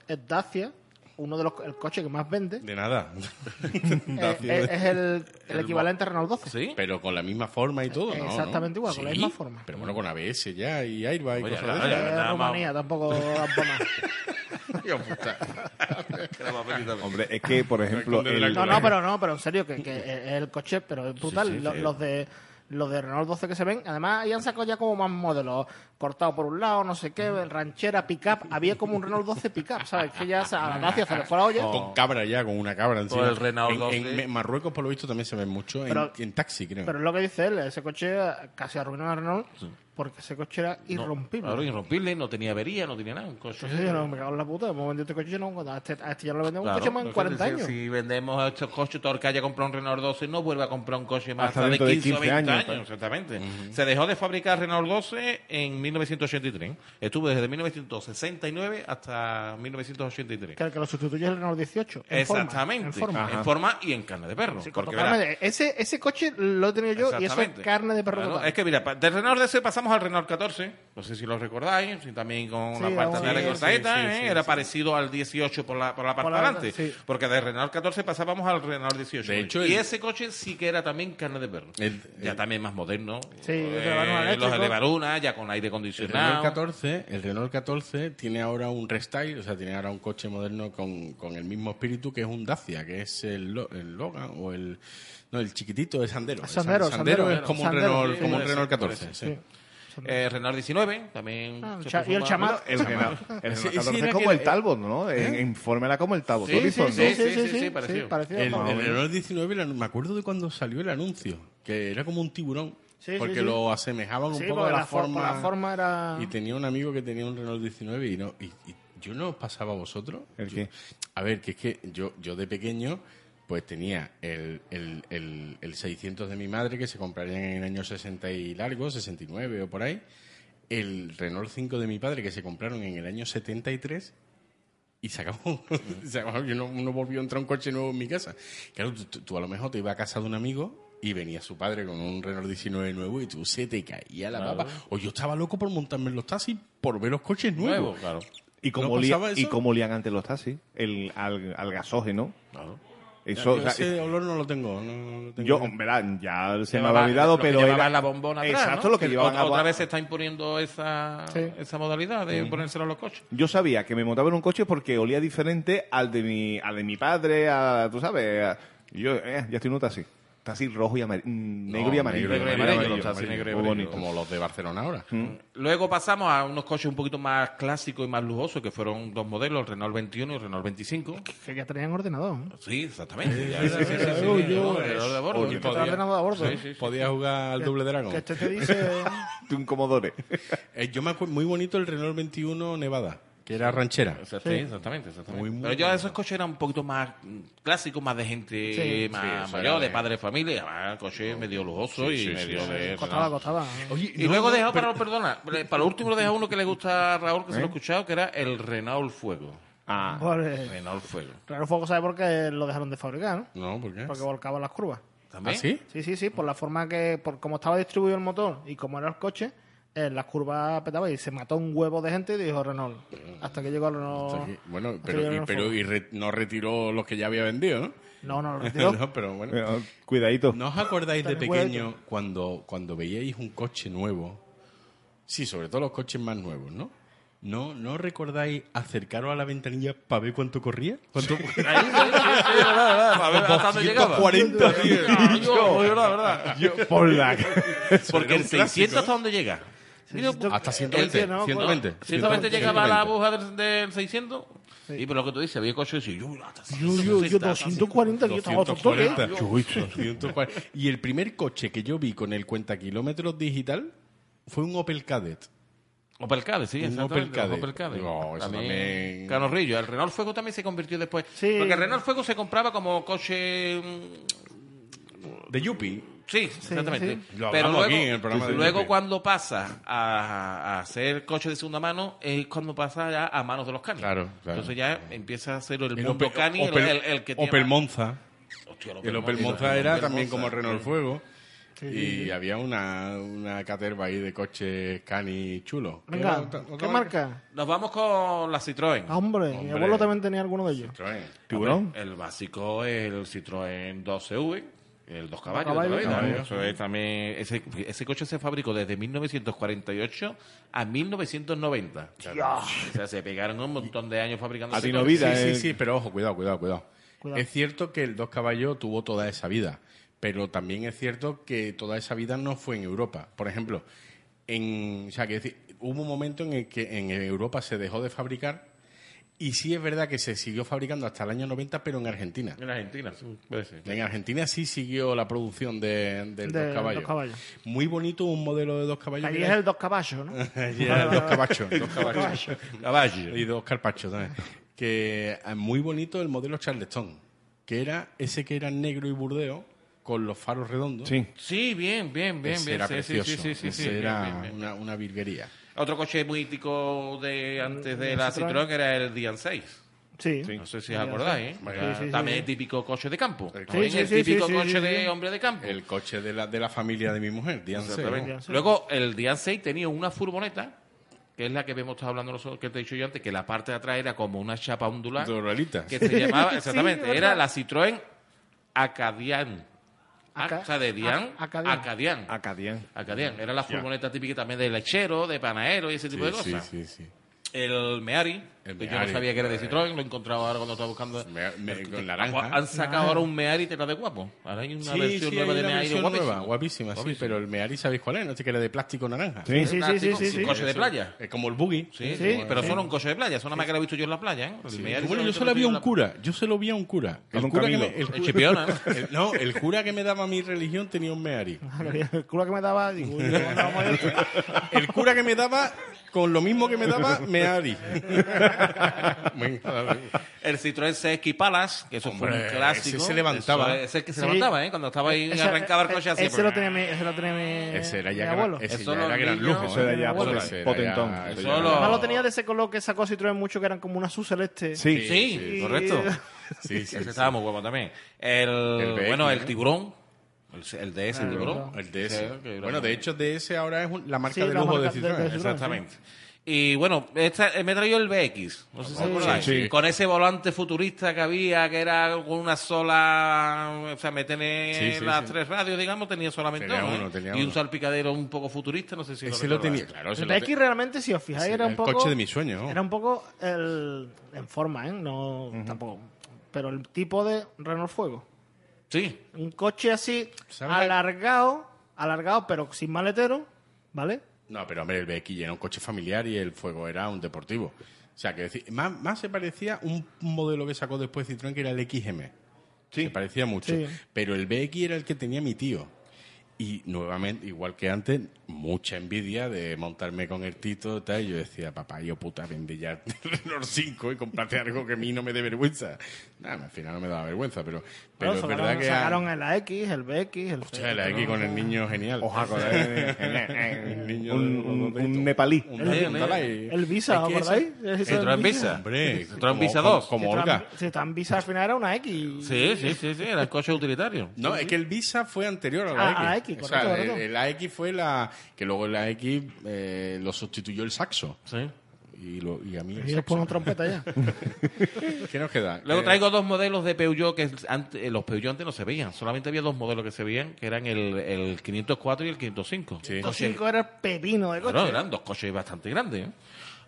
[SPEAKER 3] es Dacia, uno de los el coche que más vende,
[SPEAKER 1] De nada.
[SPEAKER 3] eh,
[SPEAKER 1] Dacia.
[SPEAKER 3] es, es el, el
[SPEAKER 4] El
[SPEAKER 3] equivalente a Renault 12.
[SPEAKER 4] Sí.
[SPEAKER 1] Pero con la misma forma y todo, ¿no? ¿no?
[SPEAKER 3] Exactamente igual, con la
[SPEAKER 1] Sí,
[SPEAKER 3] misma forma.
[SPEAKER 1] Pero bueno, con ABS ya y airbag y
[SPEAKER 4] Oye,
[SPEAKER 1] cosas
[SPEAKER 4] oye,
[SPEAKER 1] de
[SPEAKER 3] Eh,
[SPEAKER 1] esas.
[SPEAKER 4] nada más.
[SPEAKER 3] Rumanía tampoco tampoco más.
[SPEAKER 1] Tío, puta.
[SPEAKER 2] Hombre, es que, por ejemplo,
[SPEAKER 1] Conde de
[SPEAKER 2] el-
[SPEAKER 1] la
[SPEAKER 3] No, no, pero no, pero en serio, que, que es el coche, pero es brutal. Lo- los, de los de Renault 12 que se ven, además ahí han sacado ya como más modelos, cortado por un lado, no sé qué, ranchera, pickup, había como un Renault 12 pickup, ¿sabes? Que ya se- a la Dacia se le fue la
[SPEAKER 4] Oh,
[SPEAKER 3] olla.
[SPEAKER 1] Con cabra ya, con una cabra encima.
[SPEAKER 4] el Renault
[SPEAKER 1] En-
[SPEAKER 4] 12.
[SPEAKER 1] En, Marruecos, por lo visto, también se ven mucho. En,
[SPEAKER 3] Pero-
[SPEAKER 1] en taxi, creo.
[SPEAKER 3] Pero es lo que dice él, ese coche casi arruinó a Renault porque ese coche era irrompible.
[SPEAKER 4] Ahora irrompible, no tenía avería, no tenía nada. Un coche.
[SPEAKER 3] Entonces yo no, me cago en la puta, hemos vendido este coche, yo no, a este, a este ya lo vendemos
[SPEAKER 4] Claro,
[SPEAKER 3] un coche más en
[SPEAKER 4] entonces,
[SPEAKER 3] 40 años.
[SPEAKER 4] Si, si vendemos a estos coches, todo el que haya comprado un Renault 12 no vuelve a comprar un coche más
[SPEAKER 2] Hasta
[SPEAKER 4] hasta, de
[SPEAKER 2] dentro
[SPEAKER 4] 15,
[SPEAKER 2] de
[SPEAKER 4] o
[SPEAKER 2] 15
[SPEAKER 4] 20 años. pues.
[SPEAKER 2] años,
[SPEAKER 4] exactamente. Se dejó de fabricar Renault 12 en 1983. Estuvo desde 1969 hasta 1983.
[SPEAKER 3] Que el que lo sustituye es el Renault 18. en forma,
[SPEAKER 4] Exactamente.
[SPEAKER 3] en forma.
[SPEAKER 4] En forma y en carne de perro.
[SPEAKER 3] Sí,
[SPEAKER 4] porque,
[SPEAKER 3] totalmente.
[SPEAKER 4] verás,
[SPEAKER 3] ese, ese coche lo he tenido yo y eso es
[SPEAKER 4] exactamente.
[SPEAKER 3] carne de perro
[SPEAKER 4] Claro,
[SPEAKER 3] total.
[SPEAKER 4] Es que mira, pa- del Renault DC pasamos al Renault 14. No sé si lo recordáis. si también con
[SPEAKER 3] Sí,
[SPEAKER 4] la parte
[SPEAKER 3] aún-
[SPEAKER 4] de la
[SPEAKER 3] sí,
[SPEAKER 4] recortadita,
[SPEAKER 1] sí, sí,
[SPEAKER 4] ¿eh?
[SPEAKER 1] sí,
[SPEAKER 4] Era
[SPEAKER 1] sí.
[SPEAKER 4] parecido al 18 por la, por la parte
[SPEAKER 3] Por la-
[SPEAKER 4] de adelante.
[SPEAKER 3] sí.
[SPEAKER 4] Porque del Renault 14 pasábamos al Renault 18.
[SPEAKER 1] De hecho,
[SPEAKER 4] y
[SPEAKER 1] el-
[SPEAKER 4] ese coche sí que era también carne de perro.
[SPEAKER 1] El-
[SPEAKER 4] ya
[SPEAKER 1] el-
[SPEAKER 4] también más moderno. Eh,
[SPEAKER 3] Sí, elevaron al
[SPEAKER 4] los
[SPEAKER 3] eléctrico.
[SPEAKER 4] elevarunas, ya con aire
[SPEAKER 1] Pues El Renault,
[SPEAKER 4] acondicionado.
[SPEAKER 1] 14, el Renault 14 tiene ahora un restyle, o sea, tiene ahora un coche moderno con, con el mismo espíritu que es un Dacia, que es el, Lo- el Logan o el. No, el chiquitito de Sandero. El San-
[SPEAKER 3] Ah, Sandero, Sandero,
[SPEAKER 1] es como,
[SPEAKER 3] Sandero,
[SPEAKER 1] un, Renault,
[SPEAKER 3] sí,
[SPEAKER 1] como un
[SPEAKER 4] sí,
[SPEAKER 1] Renault
[SPEAKER 4] sí,
[SPEAKER 1] 14. sí.
[SPEAKER 3] Sí.
[SPEAKER 4] Eh, Renault 19, también.
[SPEAKER 3] Ah,
[SPEAKER 4] se
[SPEAKER 3] cha-
[SPEAKER 4] puso
[SPEAKER 3] y el
[SPEAKER 4] más-
[SPEAKER 3] chamán.
[SPEAKER 2] el Renault, el Renault
[SPEAKER 1] Sí, sí,
[SPEAKER 2] 14
[SPEAKER 1] era
[SPEAKER 2] es como
[SPEAKER 1] que-
[SPEAKER 2] el Talbot, ¿no? En, en forma era como el Talbot
[SPEAKER 4] ¿Eh? Sí,
[SPEAKER 2] Horizon,
[SPEAKER 4] sí,
[SPEAKER 2] ¿no?
[SPEAKER 4] sí, sí, sí, parecido.
[SPEAKER 3] parecido.
[SPEAKER 1] El,
[SPEAKER 3] Vamos, eh,
[SPEAKER 1] el
[SPEAKER 3] bueno.
[SPEAKER 1] Renault 19, el anu- me acuerdo de cuando salió el anuncio, que era como un tiburón,
[SPEAKER 3] Sí, sí,
[SPEAKER 1] porque
[SPEAKER 3] sí.
[SPEAKER 1] lo asemejaban un
[SPEAKER 3] Sí,
[SPEAKER 1] poco
[SPEAKER 3] porque
[SPEAKER 1] a la,
[SPEAKER 3] la for-
[SPEAKER 1] forma.
[SPEAKER 3] por la forma era-
[SPEAKER 1] Y tenía un amigo que tenía un Renault 19 y no. Y, y yo no os pasaba a vosotros.
[SPEAKER 2] ¿El
[SPEAKER 1] Yo-
[SPEAKER 2] qué?
[SPEAKER 1] a ver, que es que yo, yo de pequeño. Pues tenía el, el, el, el 600 de mi madre, que se compraría en el año 60 y largo, 69 o por ahí. El Renault 5 de mi padre, que se compraron en el año 73 y se acabó. se acabó. Yo no, no volvió a entrar un coche nuevo en mi casa. Claro, tú, tú- tú a lo mejor te ibas a casa de un amigo y venía su padre con un Renault 19 nuevo y tú se te caía la papa. O yo estaba loco por montarme en los taxis por ver los coches nuevos.
[SPEAKER 4] Nuevo, claro.
[SPEAKER 2] ¿Y
[SPEAKER 1] ¿No
[SPEAKER 2] cómo, olía-
[SPEAKER 1] pasaba eso?
[SPEAKER 2] y cómo olían antes los taxis? El, al, al gasógeno.
[SPEAKER 4] Claro.
[SPEAKER 2] Eso,
[SPEAKER 1] yo
[SPEAKER 2] o sea, eh,
[SPEAKER 1] ese olor no lo tengo. no lo tengo.
[SPEAKER 2] yo, verá, ya se me
[SPEAKER 4] Llevaba-
[SPEAKER 2] había olvidado,
[SPEAKER 4] lo que
[SPEAKER 2] pero
[SPEAKER 4] llevaba
[SPEAKER 2] era...
[SPEAKER 4] la bombona atrás,
[SPEAKER 2] Exacto,
[SPEAKER 4] ¿no?
[SPEAKER 2] lo que llevaban
[SPEAKER 4] otra,
[SPEAKER 2] a-
[SPEAKER 4] otra vez se está imponiendo esa,
[SPEAKER 3] Sí.
[SPEAKER 4] esa modalidad de ponérselo a los coches.
[SPEAKER 2] Yo sabía que me montaba en un coche porque olía diferente al de mi, al de mi padre, a, tú sabes, a- y yo eh, ya estoy en un taxi. Taxi rojo y amarillo, negro y amarillo.
[SPEAKER 1] negro
[SPEAKER 2] Negro
[SPEAKER 1] y
[SPEAKER 2] y
[SPEAKER 1] amarillo,
[SPEAKER 2] amarillo,
[SPEAKER 1] los
[SPEAKER 4] taxis
[SPEAKER 2] amarillo,
[SPEAKER 4] negro y
[SPEAKER 2] muy
[SPEAKER 4] amarillo.
[SPEAKER 2] bonito.
[SPEAKER 1] Como los de Barcelona ahora.
[SPEAKER 4] Luego pasamos a unos coches un poquito más clásicos y más lujosos, que fueron dos modelos, el Renault 21 y el Renault 25.
[SPEAKER 3] Que ya tenían ordenador. ¿no?
[SPEAKER 4] Sí, exactamente. Ya
[SPEAKER 1] sí,
[SPEAKER 4] era-
[SPEAKER 1] sí,
[SPEAKER 4] sí,
[SPEAKER 1] sí,
[SPEAKER 4] sí,
[SPEAKER 1] sí,
[SPEAKER 4] sí,
[SPEAKER 1] yo-
[SPEAKER 4] el ordenador de bordo.
[SPEAKER 1] Oye,
[SPEAKER 4] El
[SPEAKER 1] podía-
[SPEAKER 3] Tenían ordenador a bordo. ¿eh?
[SPEAKER 1] Podía jugar al doble dragón.
[SPEAKER 3] Que este te dice.
[SPEAKER 2] Un comodore.
[SPEAKER 1] Eh, yo me acuerdo muy bonito el Renault 21 Nevada, que era ranchera.
[SPEAKER 4] Exact- sí, exactamente, exactamente.
[SPEAKER 1] Muy, muy
[SPEAKER 4] Pero yo
[SPEAKER 1] bueno.
[SPEAKER 4] esos coches eran un poquito más mm, clásicos, más de gente
[SPEAKER 3] Sí.
[SPEAKER 1] Sí,
[SPEAKER 4] más
[SPEAKER 1] eso era
[SPEAKER 4] mayor, de
[SPEAKER 1] de-
[SPEAKER 4] padre de familia, además, coches medio lujosos y
[SPEAKER 1] sí,
[SPEAKER 4] medio
[SPEAKER 1] sí,
[SPEAKER 4] de...
[SPEAKER 3] Costaba, costaba.
[SPEAKER 1] Oye,
[SPEAKER 4] Y
[SPEAKER 1] no,
[SPEAKER 4] luego
[SPEAKER 1] no,
[SPEAKER 4] dejó
[SPEAKER 1] pero- ¿Eh?
[SPEAKER 4] para, perdona, para lo último dejó uno que le gusta a Raúl, que se lo he escuchado, que era el Renault Fuego.
[SPEAKER 2] Ah,
[SPEAKER 3] Pobre.
[SPEAKER 4] Renault Fuego.
[SPEAKER 3] Claro, Fuego sabe por qué lo dejaron de fabricar, ¿no?
[SPEAKER 1] No, ¿por qué?
[SPEAKER 3] Porque volcaban las curvas.
[SPEAKER 1] ¿Ah,
[SPEAKER 4] ¿También?
[SPEAKER 1] sí?
[SPEAKER 3] Sí, sí, sí, por la forma que, por cómo estaba distribuido el motor y cómo era el coche, en las curvas petaba y se mató un huevo de gente y dijo Renault. Hasta que llegó el Renault.
[SPEAKER 1] Hasta aquí. Bueno,
[SPEAKER 3] hasta que llegó
[SPEAKER 1] pero,
[SPEAKER 3] el
[SPEAKER 1] y,
[SPEAKER 3] Renault
[SPEAKER 1] pero
[SPEAKER 3] Ford.
[SPEAKER 1] y re- no retiró los que ya había vendido, ¿no?
[SPEAKER 3] No, no, lo retiró.
[SPEAKER 1] No, pero bueno.
[SPEAKER 2] Bueno, Cuidadito.
[SPEAKER 1] ¿No os acordáis de
[SPEAKER 3] Tal cual.
[SPEAKER 1] pequeño cuando, cuando veíais un coche nuevo? Sí, sobre todo los coches más nuevos, ¿no? ¿No, no recordáis acercaros a la ventanilla para ver cuánto corría? ¿Cuánto?
[SPEAKER 4] A ver hasta dónde llegaba.
[SPEAKER 1] 40, tío.
[SPEAKER 4] Ah, yo, yo, la verdad.
[SPEAKER 2] Yo, por la...
[SPEAKER 4] Porque el
[SPEAKER 1] un clásico,
[SPEAKER 4] 600
[SPEAKER 1] ¿eh?
[SPEAKER 4] hasta dónde llega. Mira,
[SPEAKER 1] Hasta
[SPEAKER 4] el
[SPEAKER 1] 120.
[SPEAKER 4] que-
[SPEAKER 1] 120.
[SPEAKER 4] 120 llegaba a la aguja del, del 600. Y por lo que tú dices, había coches que decían, yo, hasta
[SPEAKER 3] Pues Yo, yo, yo,
[SPEAKER 4] 160, hasta
[SPEAKER 3] 240, que yo estaba tonto, ¿eh?
[SPEAKER 1] 240. Yo, 240. Y el primer coche que yo vi con el cuenta kilómetros digital fue un Opel Cadet.
[SPEAKER 4] Opel Cade, sí,
[SPEAKER 1] Un
[SPEAKER 4] exactamente.
[SPEAKER 1] Opel Kadett.
[SPEAKER 4] Opel Kadett.
[SPEAKER 1] No, eso también-
[SPEAKER 4] Canorrillo. El Renault Fuego también se convirtió después.
[SPEAKER 3] Sí.
[SPEAKER 4] Porque el Renault Fuego se compraba como coche... mm,
[SPEAKER 1] De Yuppie.
[SPEAKER 4] Sí, exactamente.
[SPEAKER 3] sí.
[SPEAKER 1] Lo
[SPEAKER 4] Pero
[SPEAKER 1] hablamos
[SPEAKER 4] luego,
[SPEAKER 1] aquí en el programa de
[SPEAKER 4] luego
[SPEAKER 1] Yupi.
[SPEAKER 4] cuando pasa a, a ser coche de segunda mano, es cuando pasa ya a manos de los canis.
[SPEAKER 1] Claro, claro.
[SPEAKER 4] Entonces ya empieza a ser el,
[SPEAKER 1] El
[SPEAKER 4] mundo
[SPEAKER 1] Opel,
[SPEAKER 4] cani, el,
[SPEAKER 1] Opel-
[SPEAKER 4] el- el que tiene
[SPEAKER 1] Opel
[SPEAKER 4] más-
[SPEAKER 1] Monza.
[SPEAKER 4] Hostia,
[SPEAKER 1] El Opel Monza era también como el Renault Fuego. Y había una, una caterva ahí de coches Cani chulo. Era
[SPEAKER 3] Venga,
[SPEAKER 1] otra-
[SPEAKER 3] ¿qué
[SPEAKER 1] otra
[SPEAKER 3] marca?
[SPEAKER 4] Nos vamos con la Citroën.
[SPEAKER 3] Ah, hombre, mi
[SPEAKER 1] Hombre.
[SPEAKER 3] abuelo también tenía alguno de ellos.
[SPEAKER 1] Citroën.
[SPEAKER 2] ¿Tiburón?
[SPEAKER 4] El básico es el Citroën 12V, el dos
[SPEAKER 3] Dos caballos,
[SPEAKER 4] caballos. de la vida,
[SPEAKER 1] caballos.
[SPEAKER 4] ¿no? Eso es también, ese, ese coche se fabricó desde 1948 a 1990. O sea, se pegaron un montón de años fabricando
[SPEAKER 2] A
[SPEAKER 4] ese
[SPEAKER 2] ti no
[SPEAKER 4] coche.
[SPEAKER 2] vida,
[SPEAKER 1] sí,
[SPEAKER 2] eh.
[SPEAKER 1] sí, sí, pero ojo, cuidado, cuidado, cuidado,
[SPEAKER 3] Cuidado.
[SPEAKER 1] Es cierto que el Dos Caballos tuvo toda esa vida, pero también es cierto que toda esa vida no fue en Europa. Por ejemplo, en, o sea, que decir, hubo un momento en el que en Europa se dejó de fabricar y sí es verdad que se siguió fabricando hasta el año 90, pero en Argentina.
[SPEAKER 4] En Argentina, sí, puede ser.
[SPEAKER 1] En Argentina sí siguió la producción de, del
[SPEAKER 3] De
[SPEAKER 1] Dos Caballos.
[SPEAKER 3] Dos Caballos.
[SPEAKER 1] Muy bonito un modelo de Dos Caballos.
[SPEAKER 3] Allí
[SPEAKER 1] que
[SPEAKER 3] es
[SPEAKER 1] era-
[SPEAKER 3] el dos caballos, ¿no?
[SPEAKER 1] Allí era el Ah, Dos Cabachos. Dos Cabachos.
[SPEAKER 4] Caballo.
[SPEAKER 1] Y dos carpachos también. Que eh, muy bonito el modelo Charleston, que era ese que era negro y burdeo con los faros redondos.
[SPEAKER 2] Sí.
[SPEAKER 4] Sí, bien, bien, bien,
[SPEAKER 1] Ese
[SPEAKER 4] bien.
[SPEAKER 1] era
[SPEAKER 4] sí, sí,
[SPEAKER 1] precioso.
[SPEAKER 4] sí, sí, sí,
[SPEAKER 1] Ese
[SPEAKER 4] sí, bien,
[SPEAKER 1] era
[SPEAKER 4] bien, bien.
[SPEAKER 1] Una, una virguería.
[SPEAKER 4] Otro coche muy mítico de antes de
[SPEAKER 3] ¿El
[SPEAKER 4] la
[SPEAKER 3] Citroën?
[SPEAKER 4] Citroën era el Dian 6.
[SPEAKER 3] Sí.
[SPEAKER 4] No sé si os
[SPEAKER 3] Ya
[SPEAKER 4] acordáis,
[SPEAKER 3] sé.
[SPEAKER 4] ¿eh?
[SPEAKER 3] Sí,
[SPEAKER 4] Era
[SPEAKER 3] sí, sí,
[SPEAKER 4] también
[SPEAKER 3] sí.
[SPEAKER 4] el típico coche de campo.
[SPEAKER 1] El
[SPEAKER 4] También
[SPEAKER 3] coche.
[SPEAKER 4] el
[SPEAKER 3] Sí, sí, sí,
[SPEAKER 4] típico
[SPEAKER 3] sí, sí,
[SPEAKER 4] coche
[SPEAKER 3] sí,
[SPEAKER 4] de
[SPEAKER 3] sí.
[SPEAKER 4] hombre de campo.
[SPEAKER 1] El coche de la, de la familia de mi mujer, Diane Sey,
[SPEAKER 4] Exactamente.
[SPEAKER 1] ¿no?
[SPEAKER 3] Sí, ¿no?
[SPEAKER 4] Luego, el Dian 6 tenía una furgoneta, que es la que hemos estado hablando nosotros, que te he dicho yo antes, que la parte de atrás era como una chapa ondulada,
[SPEAKER 1] De Oralita.
[SPEAKER 4] que se llamaba, exactamente,
[SPEAKER 3] Sí, es
[SPEAKER 4] era
[SPEAKER 3] verdad.
[SPEAKER 4] la Citroën Acadian. Ah,
[SPEAKER 3] Aca-
[SPEAKER 4] o sea, de Dian,
[SPEAKER 3] A- Acadian.
[SPEAKER 4] Acadian.
[SPEAKER 2] Acadián.
[SPEAKER 4] Acadian. Era la furgoneta típica también de lechero, de panadero y ese tipo de
[SPEAKER 1] Sí,
[SPEAKER 4] cosas.
[SPEAKER 1] sí, sí, sí.
[SPEAKER 4] El Meari,
[SPEAKER 1] El
[SPEAKER 4] que yo no
[SPEAKER 1] Meari. eh,
[SPEAKER 4] sabía que era de Citroën, lo he encontrado ahora cuando estaba buscando.
[SPEAKER 1] Me- me-
[SPEAKER 4] El-
[SPEAKER 1] con
[SPEAKER 4] el-
[SPEAKER 1] naranja.
[SPEAKER 4] Han
[SPEAKER 3] Ah.
[SPEAKER 4] sacado ahora un Meari te la de guapo. Ahora hay una
[SPEAKER 1] Sí,
[SPEAKER 4] versión
[SPEAKER 1] sí,
[SPEAKER 4] nueva
[SPEAKER 1] hay
[SPEAKER 4] de
[SPEAKER 1] una
[SPEAKER 4] Meari
[SPEAKER 1] versión
[SPEAKER 4] guapísima.
[SPEAKER 1] nueva, guapísima, sí, pero el Meari sabéis cuál es, no sé que era de plástico naranja.
[SPEAKER 2] Sí.
[SPEAKER 3] Sí, sí, sí,
[SPEAKER 4] Plástico,
[SPEAKER 3] sí, sí.
[SPEAKER 4] Coche de playa.
[SPEAKER 1] Es como el buggy.
[SPEAKER 3] Sí,
[SPEAKER 4] Sí, sí, pero
[SPEAKER 3] sí.
[SPEAKER 4] solo un coche de playa, son nada más que lo he visto yo en la playa, ¿eh? El Meari
[SPEAKER 1] Bueno, yo
[SPEAKER 4] solamente lo
[SPEAKER 1] solo
[SPEAKER 4] he
[SPEAKER 1] vi a
[SPEAKER 4] visto
[SPEAKER 1] un
[SPEAKER 4] yo
[SPEAKER 1] cura, yo se lo vi a un cura.
[SPEAKER 2] A
[SPEAKER 1] El
[SPEAKER 2] don
[SPEAKER 1] cura que
[SPEAKER 2] Camilo.
[SPEAKER 1] me- el
[SPEAKER 4] en la- En
[SPEAKER 1] cura-
[SPEAKER 4] Chipiona, ¿no?
[SPEAKER 1] el- no, el cura que me daba mi religión tenía un Meari.
[SPEAKER 3] El culo que me daba, digo, uy, Ah, no, no, madre.
[SPEAKER 1] El cura que me daba, con lo mismo que me daba, me ari.
[SPEAKER 4] El Citroën CX Palace, que eso fue un
[SPEAKER 1] Hombre,
[SPEAKER 4] clásico.
[SPEAKER 1] ese se levantaba.
[SPEAKER 4] Eso es- ese que se
[SPEAKER 3] Sí.
[SPEAKER 4] levantaba, ¿eh? Cuando estaba ahí,
[SPEAKER 3] Ese-
[SPEAKER 4] arrancaba el coche así.
[SPEAKER 3] Ese
[SPEAKER 4] pero-
[SPEAKER 3] lo tenía mi, ese lo tenía mi,
[SPEAKER 1] Ese era
[SPEAKER 3] mi
[SPEAKER 1] ya
[SPEAKER 3] abuelo.
[SPEAKER 1] gran, ese
[SPEAKER 4] Eso
[SPEAKER 1] ya era
[SPEAKER 4] los
[SPEAKER 1] gran
[SPEAKER 4] niños-
[SPEAKER 1] lujo.
[SPEAKER 4] Eso
[SPEAKER 2] era
[SPEAKER 1] ¿eh?
[SPEAKER 2] ya
[SPEAKER 1] Eso
[SPEAKER 2] poten-
[SPEAKER 1] era
[SPEAKER 2] potentón.
[SPEAKER 1] ya-
[SPEAKER 4] Eso
[SPEAKER 1] eso era-
[SPEAKER 4] lo-
[SPEAKER 3] Además lo tenía de ese color que sacó Citroën mucho, que eran como una este. azul celeste.
[SPEAKER 2] Sí.
[SPEAKER 4] Sí,
[SPEAKER 1] sí. Pues
[SPEAKER 4] correcto.
[SPEAKER 1] Sí, sí,
[SPEAKER 4] ese
[SPEAKER 1] sí.
[SPEAKER 4] estaba muy guapo también. El,
[SPEAKER 1] El BX,
[SPEAKER 4] bueno, el
[SPEAKER 1] ¿no? Ah,
[SPEAKER 4] tiburón. El, el DS tiburón.
[SPEAKER 1] El
[SPEAKER 4] Ah, Sí,
[SPEAKER 1] DS.
[SPEAKER 4] que era
[SPEAKER 1] Bueno,
[SPEAKER 4] muy-
[SPEAKER 1] de hecho, DS ahora es un- la marca
[SPEAKER 3] Sí,
[SPEAKER 1] de
[SPEAKER 3] la
[SPEAKER 1] lujo de
[SPEAKER 3] marca de- de
[SPEAKER 1] Citroën.
[SPEAKER 3] Citroën.
[SPEAKER 4] Exactamente. Y bueno, esta, eh, me he traído el BX. No sé si
[SPEAKER 1] Sí,
[SPEAKER 4] acordáis.
[SPEAKER 2] sí, sí.
[SPEAKER 4] Con ese volante futurista que había, que era con una sola. O sea, me tenía
[SPEAKER 1] Sí, sí,
[SPEAKER 4] las
[SPEAKER 1] sí.
[SPEAKER 4] tres radios, digamos, tenía solamente
[SPEAKER 1] Tenía
[SPEAKER 4] uno, ¿eh?
[SPEAKER 1] uno, tenía
[SPEAKER 4] y un
[SPEAKER 1] uno.
[SPEAKER 4] salpicadero un poco futurista, no sé si
[SPEAKER 1] Ese lo
[SPEAKER 4] recordáis.
[SPEAKER 1] tenía, claro. ese
[SPEAKER 3] El
[SPEAKER 1] lo te-
[SPEAKER 3] BX realmente, si os fijáis,
[SPEAKER 1] Sí,
[SPEAKER 3] era un
[SPEAKER 1] el
[SPEAKER 3] poco.
[SPEAKER 1] coche de mis sueños, ¿no?
[SPEAKER 3] Era un poco el. En forma, ¿eh? No, tampoco. Pero el tipo de Renault Fuego.
[SPEAKER 4] Sí,
[SPEAKER 3] Un coche así,
[SPEAKER 1] ¿Sabes?
[SPEAKER 3] alargado, alargado, pero sin maletero, ¿vale?
[SPEAKER 1] No, pero hombre, el BX era un coche familiar y el Fuego era un deportivo. O sea, que decir, más, más se parecía un un modelo que sacó después Citroën, que era el XM. Se parecía mucho.
[SPEAKER 3] Sí.
[SPEAKER 1] Pero el BX era el que tenía mi tío. Y nuevamente, igual que antes, mucha envidia de montarme con el Tito y tal. Y yo decía, papá, yo puta, vende ya el Renault 5 y comprate algo que a mí no me dé vergüenza. Nada, al final no me daba vergüenza, pero, pero
[SPEAKER 3] Bueno,
[SPEAKER 1] es
[SPEAKER 3] sacaron,
[SPEAKER 1] verdad que...
[SPEAKER 3] sacaron el AX, el BX, el.
[SPEAKER 1] Hostia, la X con el niño genial.
[SPEAKER 2] Ojalá. con
[SPEAKER 1] El
[SPEAKER 2] el-
[SPEAKER 1] niño
[SPEAKER 2] un,
[SPEAKER 1] de-
[SPEAKER 2] un, un nepalí.
[SPEAKER 1] Un
[SPEAKER 4] El-
[SPEAKER 1] niño, tal, ahí.
[SPEAKER 3] el Visa,
[SPEAKER 1] Es que eso-
[SPEAKER 3] ¿acordáis?
[SPEAKER 4] entró en Visa.
[SPEAKER 1] Hombre,
[SPEAKER 4] Entró en
[SPEAKER 1] como-
[SPEAKER 4] Visa
[SPEAKER 1] como-
[SPEAKER 4] 2.
[SPEAKER 1] Como
[SPEAKER 3] Si
[SPEAKER 1] Olga.
[SPEAKER 3] tan- Si tan Visa al final era una X.
[SPEAKER 4] Sí, sí, sí, sí, era el coche utilitario.
[SPEAKER 1] No, es que el Visa fue anterior a la
[SPEAKER 3] Ah, a la
[SPEAKER 1] X.
[SPEAKER 3] X, AX,
[SPEAKER 1] O sea,
[SPEAKER 3] correcto,
[SPEAKER 1] el,
[SPEAKER 3] correcto.
[SPEAKER 1] el AX fue la. que luego el AX eh, lo sustituyó el saxo.
[SPEAKER 4] Sí.
[SPEAKER 1] Y, lo, y a mí. el
[SPEAKER 3] Y yo
[SPEAKER 1] saxo.
[SPEAKER 3] pongo trompeta ya.
[SPEAKER 1] ¿Qué nos queda?
[SPEAKER 4] Luego
[SPEAKER 1] Eh,
[SPEAKER 4] traigo dos modelos de Peugeot que antes- eh, los Peugeot antes no se veían. Solamente había dos modelos que se veían, que eran el, el 504 y el 505.
[SPEAKER 1] Sí.
[SPEAKER 3] Los
[SPEAKER 4] Entonces,
[SPEAKER 3] cinco era el pepino de
[SPEAKER 4] Claro,
[SPEAKER 3] coche.
[SPEAKER 4] eran dos coches bastante grandes. ¿eh?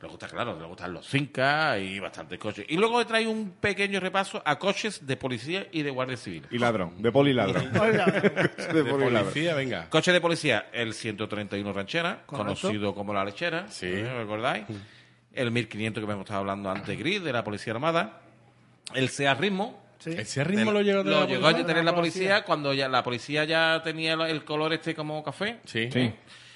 [SPEAKER 4] Luego está claro, luego están los Cinca y bastantes coches. Y luego trae un pequeño repaso a coches de policía y de guardia civil.
[SPEAKER 2] Y ladrón, de poli y ladrón.
[SPEAKER 3] Oiga,
[SPEAKER 2] de
[SPEAKER 1] de
[SPEAKER 2] poli y ladrón.
[SPEAKER 1] policía, venga.
[SPEAKER 4] Coche de policía, el 131 Ranchera,
[SPEAKER 3] Correcto.
[SPEAKER 4] conocido como la lechera,
[SPEAKER 1] Sí.
[SPEAKER 4] ¿eh? ¿recordáis? El 1500 que hemos estado hablando antes, Gris, de la Policía Armada. El SEA Ritmo.
[SPEAKER 3] sí.
[SPEAKER 1] Ese ritmo lo llegó a
[SPEAKER 4] Lo
[SPEAKER 1] tener
[SPEAKER 4] llegó
[SPEAKER 1] la
[SPEAKER 4] a
[SPEAKER 1] policía?
[SPEAKER 4] tener la
[SPEAKER 3] La
[SPEAKER 4] policía
[SPEAKER 3] policía.
[SPEAKER 4] cuando ya la policía ya tenía el color este como café.
[SPEAKER 1] Sí.
[SPEAKER 2] Sí.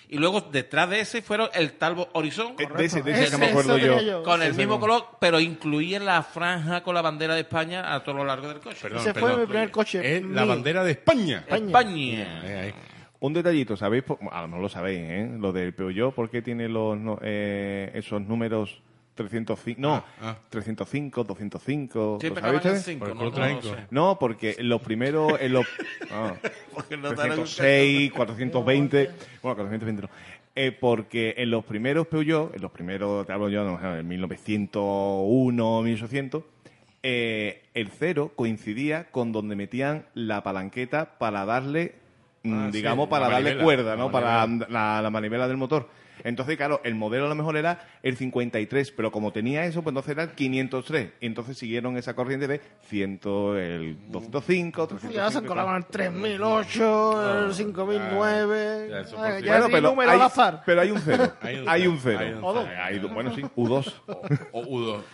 [SPEAKER 4] Y luego detrás de ese fueron el Talbot Horizon.
[SPEAKER 2] Eh, De ese, de ese
[SPEAKER 3] Ese,
[SPEAKER 2] que me acuerdo
[SPEAKER 3] eso tenía
[SPEAKER 2] yo.
[SPEAKER 3] yo.
[SPEAKER 4] con el
[SPEAKER 2] Ese
[SPEAKER 4] mismo
[SPEAKER 2] no.
[SPEAKER 4] color, pero incluía la franja con la bandera de España a todo lo largo del coche.
[SPEAKER 1] Perdón,
[SPEAKER 3] Ese fue
[SPEAKER 1] perdón.
[SPEAKER 3] mi primer coche.
[SPEAKER 1] Es la
[SPEAKER 3] mío.
[SPEAKER 1] bandera de España.
[SPEAKER 3] España.
[SPEAKER 4] España.
[SPEAKER 1] Ahí, ahí.
[SPEAKER 2] Un detallito, ¿sabéis? por- A lo mejor lo sabéis, ¿eh? Lo del Peugeot, ¿por qué tiene los, no- eh, esos números 305? No,
[SPEAKER 1] ah.
[SPEAKER 2] 305, 205. ¿lo
[SPEAKER 4] Siempre
[SPEAKER 2] sabéis
[SPEAKER 4] acaban en
[SPEAKER 2] ustedes?
[SPEAKER 4] cinco,
[SPEAKER 1] Por el
[SPEAKER 4] no, no,
[SPEAKER 1] color
[SPEAKER 4] no
[SPEAKER 1] trágico.
[SPEAKER 4] sé.
[SPEAKER 2] No, porque en los primeros. En los, ah,
[SPEAKER 4] Porque no te harán un Oh,
[SPEAKER 2] 306, 420. Bueno, 420 no. Eh, porque en los primeros Peugeot, en los primeros, te hablo yo, no, en el 1901, 1800, eh, el cero coincidía con donde metían la palanqueta para darle, mm,
[SPEAKER 1] Ah, sí,
[SPEAKER 2] digamos,
[SPEAKER 1] la
[SPEAKER 2] para darle
[SPEAKER 1] manivela,
[SPEAKER 2] cuerda,
[SPEAKER 1] la
[SPEAKER 2] ¿no? Para and- la, la manivela del motor. Entonces, claro, el modelo a lo mejor era el 53, pero como tenía eso, pues entonces era el 503. Y entonces siguieron esa corriente de 100, el 205, 305.
[SPEAKER 3] Ya se
[SPEAKER 2] y tal.
[SPEAKER 3] colaban el 3008, el 5009.
[SPEAKER 1] Ah, ya, eso
[SPEAKER 3] Ay,
[SPEAKER 1] por
[SPEAKER 3] ya
[SPEAKER 1] cierto.
[SPEAKER 3] di número
[SPEAKER 2] hay,
[SPEAKER 3] al azar.
[SPEAKER 2] pero hay un cero.
[SPEAKER 1] Hay un
[SPEAKER 2] Hay
[SPEAKER 1] cero,
[SPEAKER 2] un cero.
[SPEAKER 1] hay un
[SPEAKER 2] O
[SPEAKER 1] cero.
[SPEAKER 2] dos. Hay dos. Bueno, sí, U2.
[SPEAKER 1] O, o Udo.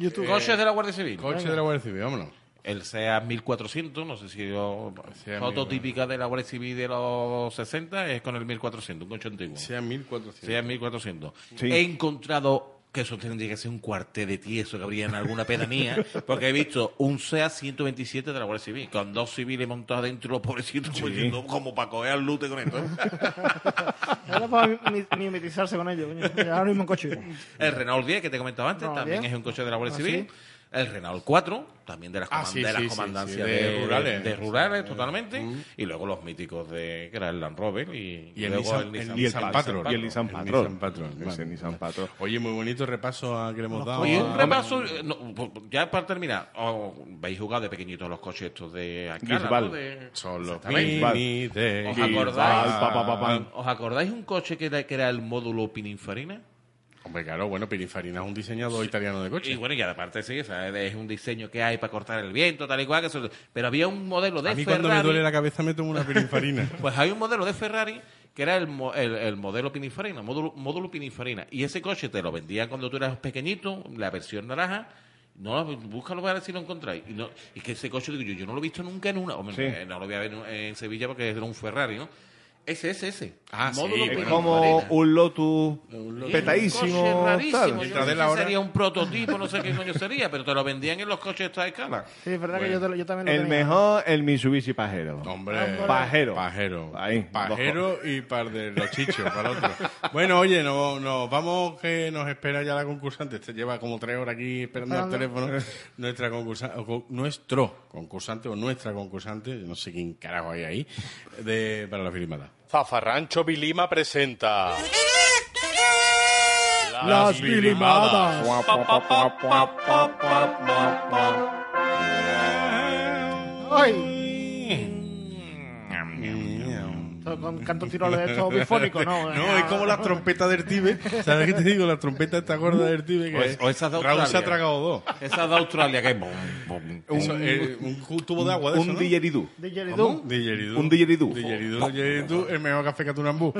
[SPEAKER 4] Eh, Coches de la Guardia Civil.
[SPEAKER 1] Coche de la Guardia Civil, vámonos.
[SPEAKER 4] El SEA 1400, no sé si yo.
[SPEAKER 1] SEA
[SPEAKER 4] Foto
[SPEAKER 1] 1400.
[SPEAKER 4] típica de la Guardia Civil de los 60 es con el 1400, un coche antiguo.
[SPEAKER 1] Sea 1400.
[SPEAKER 4] SEA 1400.
[SPEAKER 2] Sí.
[SPEAKER 4] He encontrado que eso tendría que ser un cuartel de tieso que habría en alguna pedanía, porque he visto un SEA 127 de la Guardia Civil, con dos civiles montados dentro, los pobrecitos, pues, yendo como para coger al lute con esto. ¿eh?
[SPEAKER 3] Era para mi- mi- mimetizarse con ellos. coño. Ahora mismo en coche.
[SPEAKER 4] El Renault 10, que te comentaba antes,
[SPEAKER 3] Renault
[SPEAKER 4] también
[SPEAKER 3] 10.
[SPEAKER 4] es un coche de la Guardia
[SPEAKER 3] Ah,
[SPEAKER 4] Civil. El Renault 4, también de las,
[SPEAKER 1] Ah,
[SPEAKER 4] coman-
[SPEAKER 1] sí,
[SPEAKER 4] de
[SPEAKER 1] sí,
[SPEAKER 4] las
[SPEAKER 1] sí,
[SPEAKER 4] comandancias
[SPEAKER 1] sí,
[SPEAKER 4] de,
[SPEAKER 1] de rurales. Mm.
[SPEAKER 4] de rurales, totalmente. Y luego los míticos de, que era el Land Rover y,
[SPEAKER 1] Y el
[SPEAKER 4] luego
[SPEAKER 1] Nissan- el Nissan Patrol.
[SPEAKER 4] Eh,
[SPEAKER 2] Y el Nissan
[SPEAKER 1] El
[SPEAKER 2] Patrol.
[SPEAKER 1] Nissan Patrol,
[SPEAKER 2] Ese
[SPEAKER 1] vale.
[SPEAKER 2] Nissan Patrol.
[SPEAKER 1] Oye, muy bonito repaso a que le hemos dado.
[SPEAKER 4] Oye,
[SPEAKER 1] a-
[SPEAKER 4] un repaso, eh, no, po- po- ya para terminar, oh, ¿veis jugado de pequeñitos los coches estos de Alcala?
[SPEAKER 2] Bisbal.
[SPEAKER 4] ¿no? De-
[SPEAKER 1] Son los
[SPEAKER 4] Exactamente.
[SPEAKER 2] Bisbal.
[SPEAKER 1] mini de
[SPEAKER 4] ¿Os
[SPEAKER 1] Gil-
[SPEAKER 4] acordáis?
[SPEAKER 2] Pa, pa, pa, pa.
[SPEAKER 4] ¿Os acordáis un coche que era, que era el módulo Pininfarina?
[SPEAKER 1] Hombre, claro, bueno, Pininfarina es un diseñador italiano de
[SPEAKER 4] Y
[SPEAKER 1] coches.
[SPEAKER 4] bueno, y aparte sí, o sea, es un diseño que hay para cortar el viento, tal y cual. Que eso- pero había un modelo de
[SPEAKER 1] A mí
[SPEAKER 4] Ferrari.
[SPEAKER 1] cuando me duele la cabeza me tomo una Pininfarina.
[SPEAKER 4] Pues hay un modelo de Ferrari que era el, mo- el- el modelo Pininfarina, módulo, módulo Pininfarina. Y ese coche te lo vendían cuando tú eras pequeñito, la versión naranja. No, búscalo para ver si lo encontráis. Y, no, y que ese coche, digo yo, yo no lo he visto nunca en una. hombre,
[SPEAKER 2] Sí.
[SPEAKER 4] eh, no lo voy a ver en, en Sevilla porque era un Ferrari, ¿no? Ese, ese, ese.
[SPEAKER 1] Ah, sí,
[SPEAKER 4] módulo
[SPEAKER 1] es
[SPEAKER 2] Es
[SPEAKER 4] Pininfarina.
[SPEAKER 2] como un Lotus
[SPEAKER 4] Sí, Un coche
[SPEAKER 2] petadísimo.
[SPEAKER 4] rarísimo.
[SPEAKER 2] tal.
[SPEAKER 4] Yo
[SPEAKER 1] Mientras
[SPEAKER 4] no
[SPEAKER 1] de
[SPEAKER 4] sé
[SPEAKER 1] la
[SPEAKER 4] si
[SPEAKER 1] hora-
[SPEAKER 4] sería un prototipo, no sé qué coño sería, pero te lo vendían en los coches de esta escala.
[SPEAKER 3] Sí, es verdad que yo, te lo- yo también lo
[SPEAKER 2] El
[SPEAKER 3] tenía.
[SPEAKER 2] mejor, el Mitsubishi Pajero.
[SPEAKER 1] Hombre,
[SPEAKER 2] Pajero.
[SPEAKER 1] Pajero.
[SPEAKER 2] Ahí,
[SPEAKER 1] Pajero y par de los chichos, para el otro. Bueno, oye, nos no, vamos que nos espera ya la concursante. Este lleva como tres horas aquí esperando al teléfono. Nuestra concursante, nuestro concursante o nuestra concursante, yo no sé quién carajo hay ahí, de, para la filmada.
[SPEAKER 6] Zafarrancho Vilima presenta.
[SPEAKER 3] Las vilimadas. ¡Ay! Esto Con canto tiroles de estos bifónicos, ¿no? eh.
[SPEAKER 1] No, es como las trompetas del Tibe. ¿Sabes qué te digo? Las trompetas esta gorda del Tibe. Que
[SPEAKER 4] O es- o esas de
[SPEAKER 1] Raúl se ha
[SPEAKER 4] Australia.
[SPEAKER 1] tragado dos.
[SPEAKER 4] Esa de Australia que es... bom, bom.
[SPEAKER 1] Eso, eh, un tubo de agua de eso,
[SPEAKER 2] Un
[SPEAKER 1] ¿no?
[SPEAKER 2] Dilleridú.
[SPEAKER 3] DJ
[SPEAKER 1] ¿Cómo?
[SPEAKER 3] Doom.
[SPEAKER 1] Didgeridoo. Oh.
[SPEAKER 2] Un didgeridoo.
[SPEAKER 1] Didgeridoo, didgeridoo, el mejor café catunambú.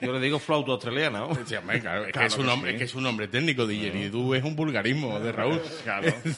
[SPEAKER 4] Yo le digo flauta australiana, ¿no?
[SPEAKER 1] Sí, hombre, claro, es, que es, un nombre, es que es un nombre técnico, Didgeridoo es un vulgarismo de Raúl.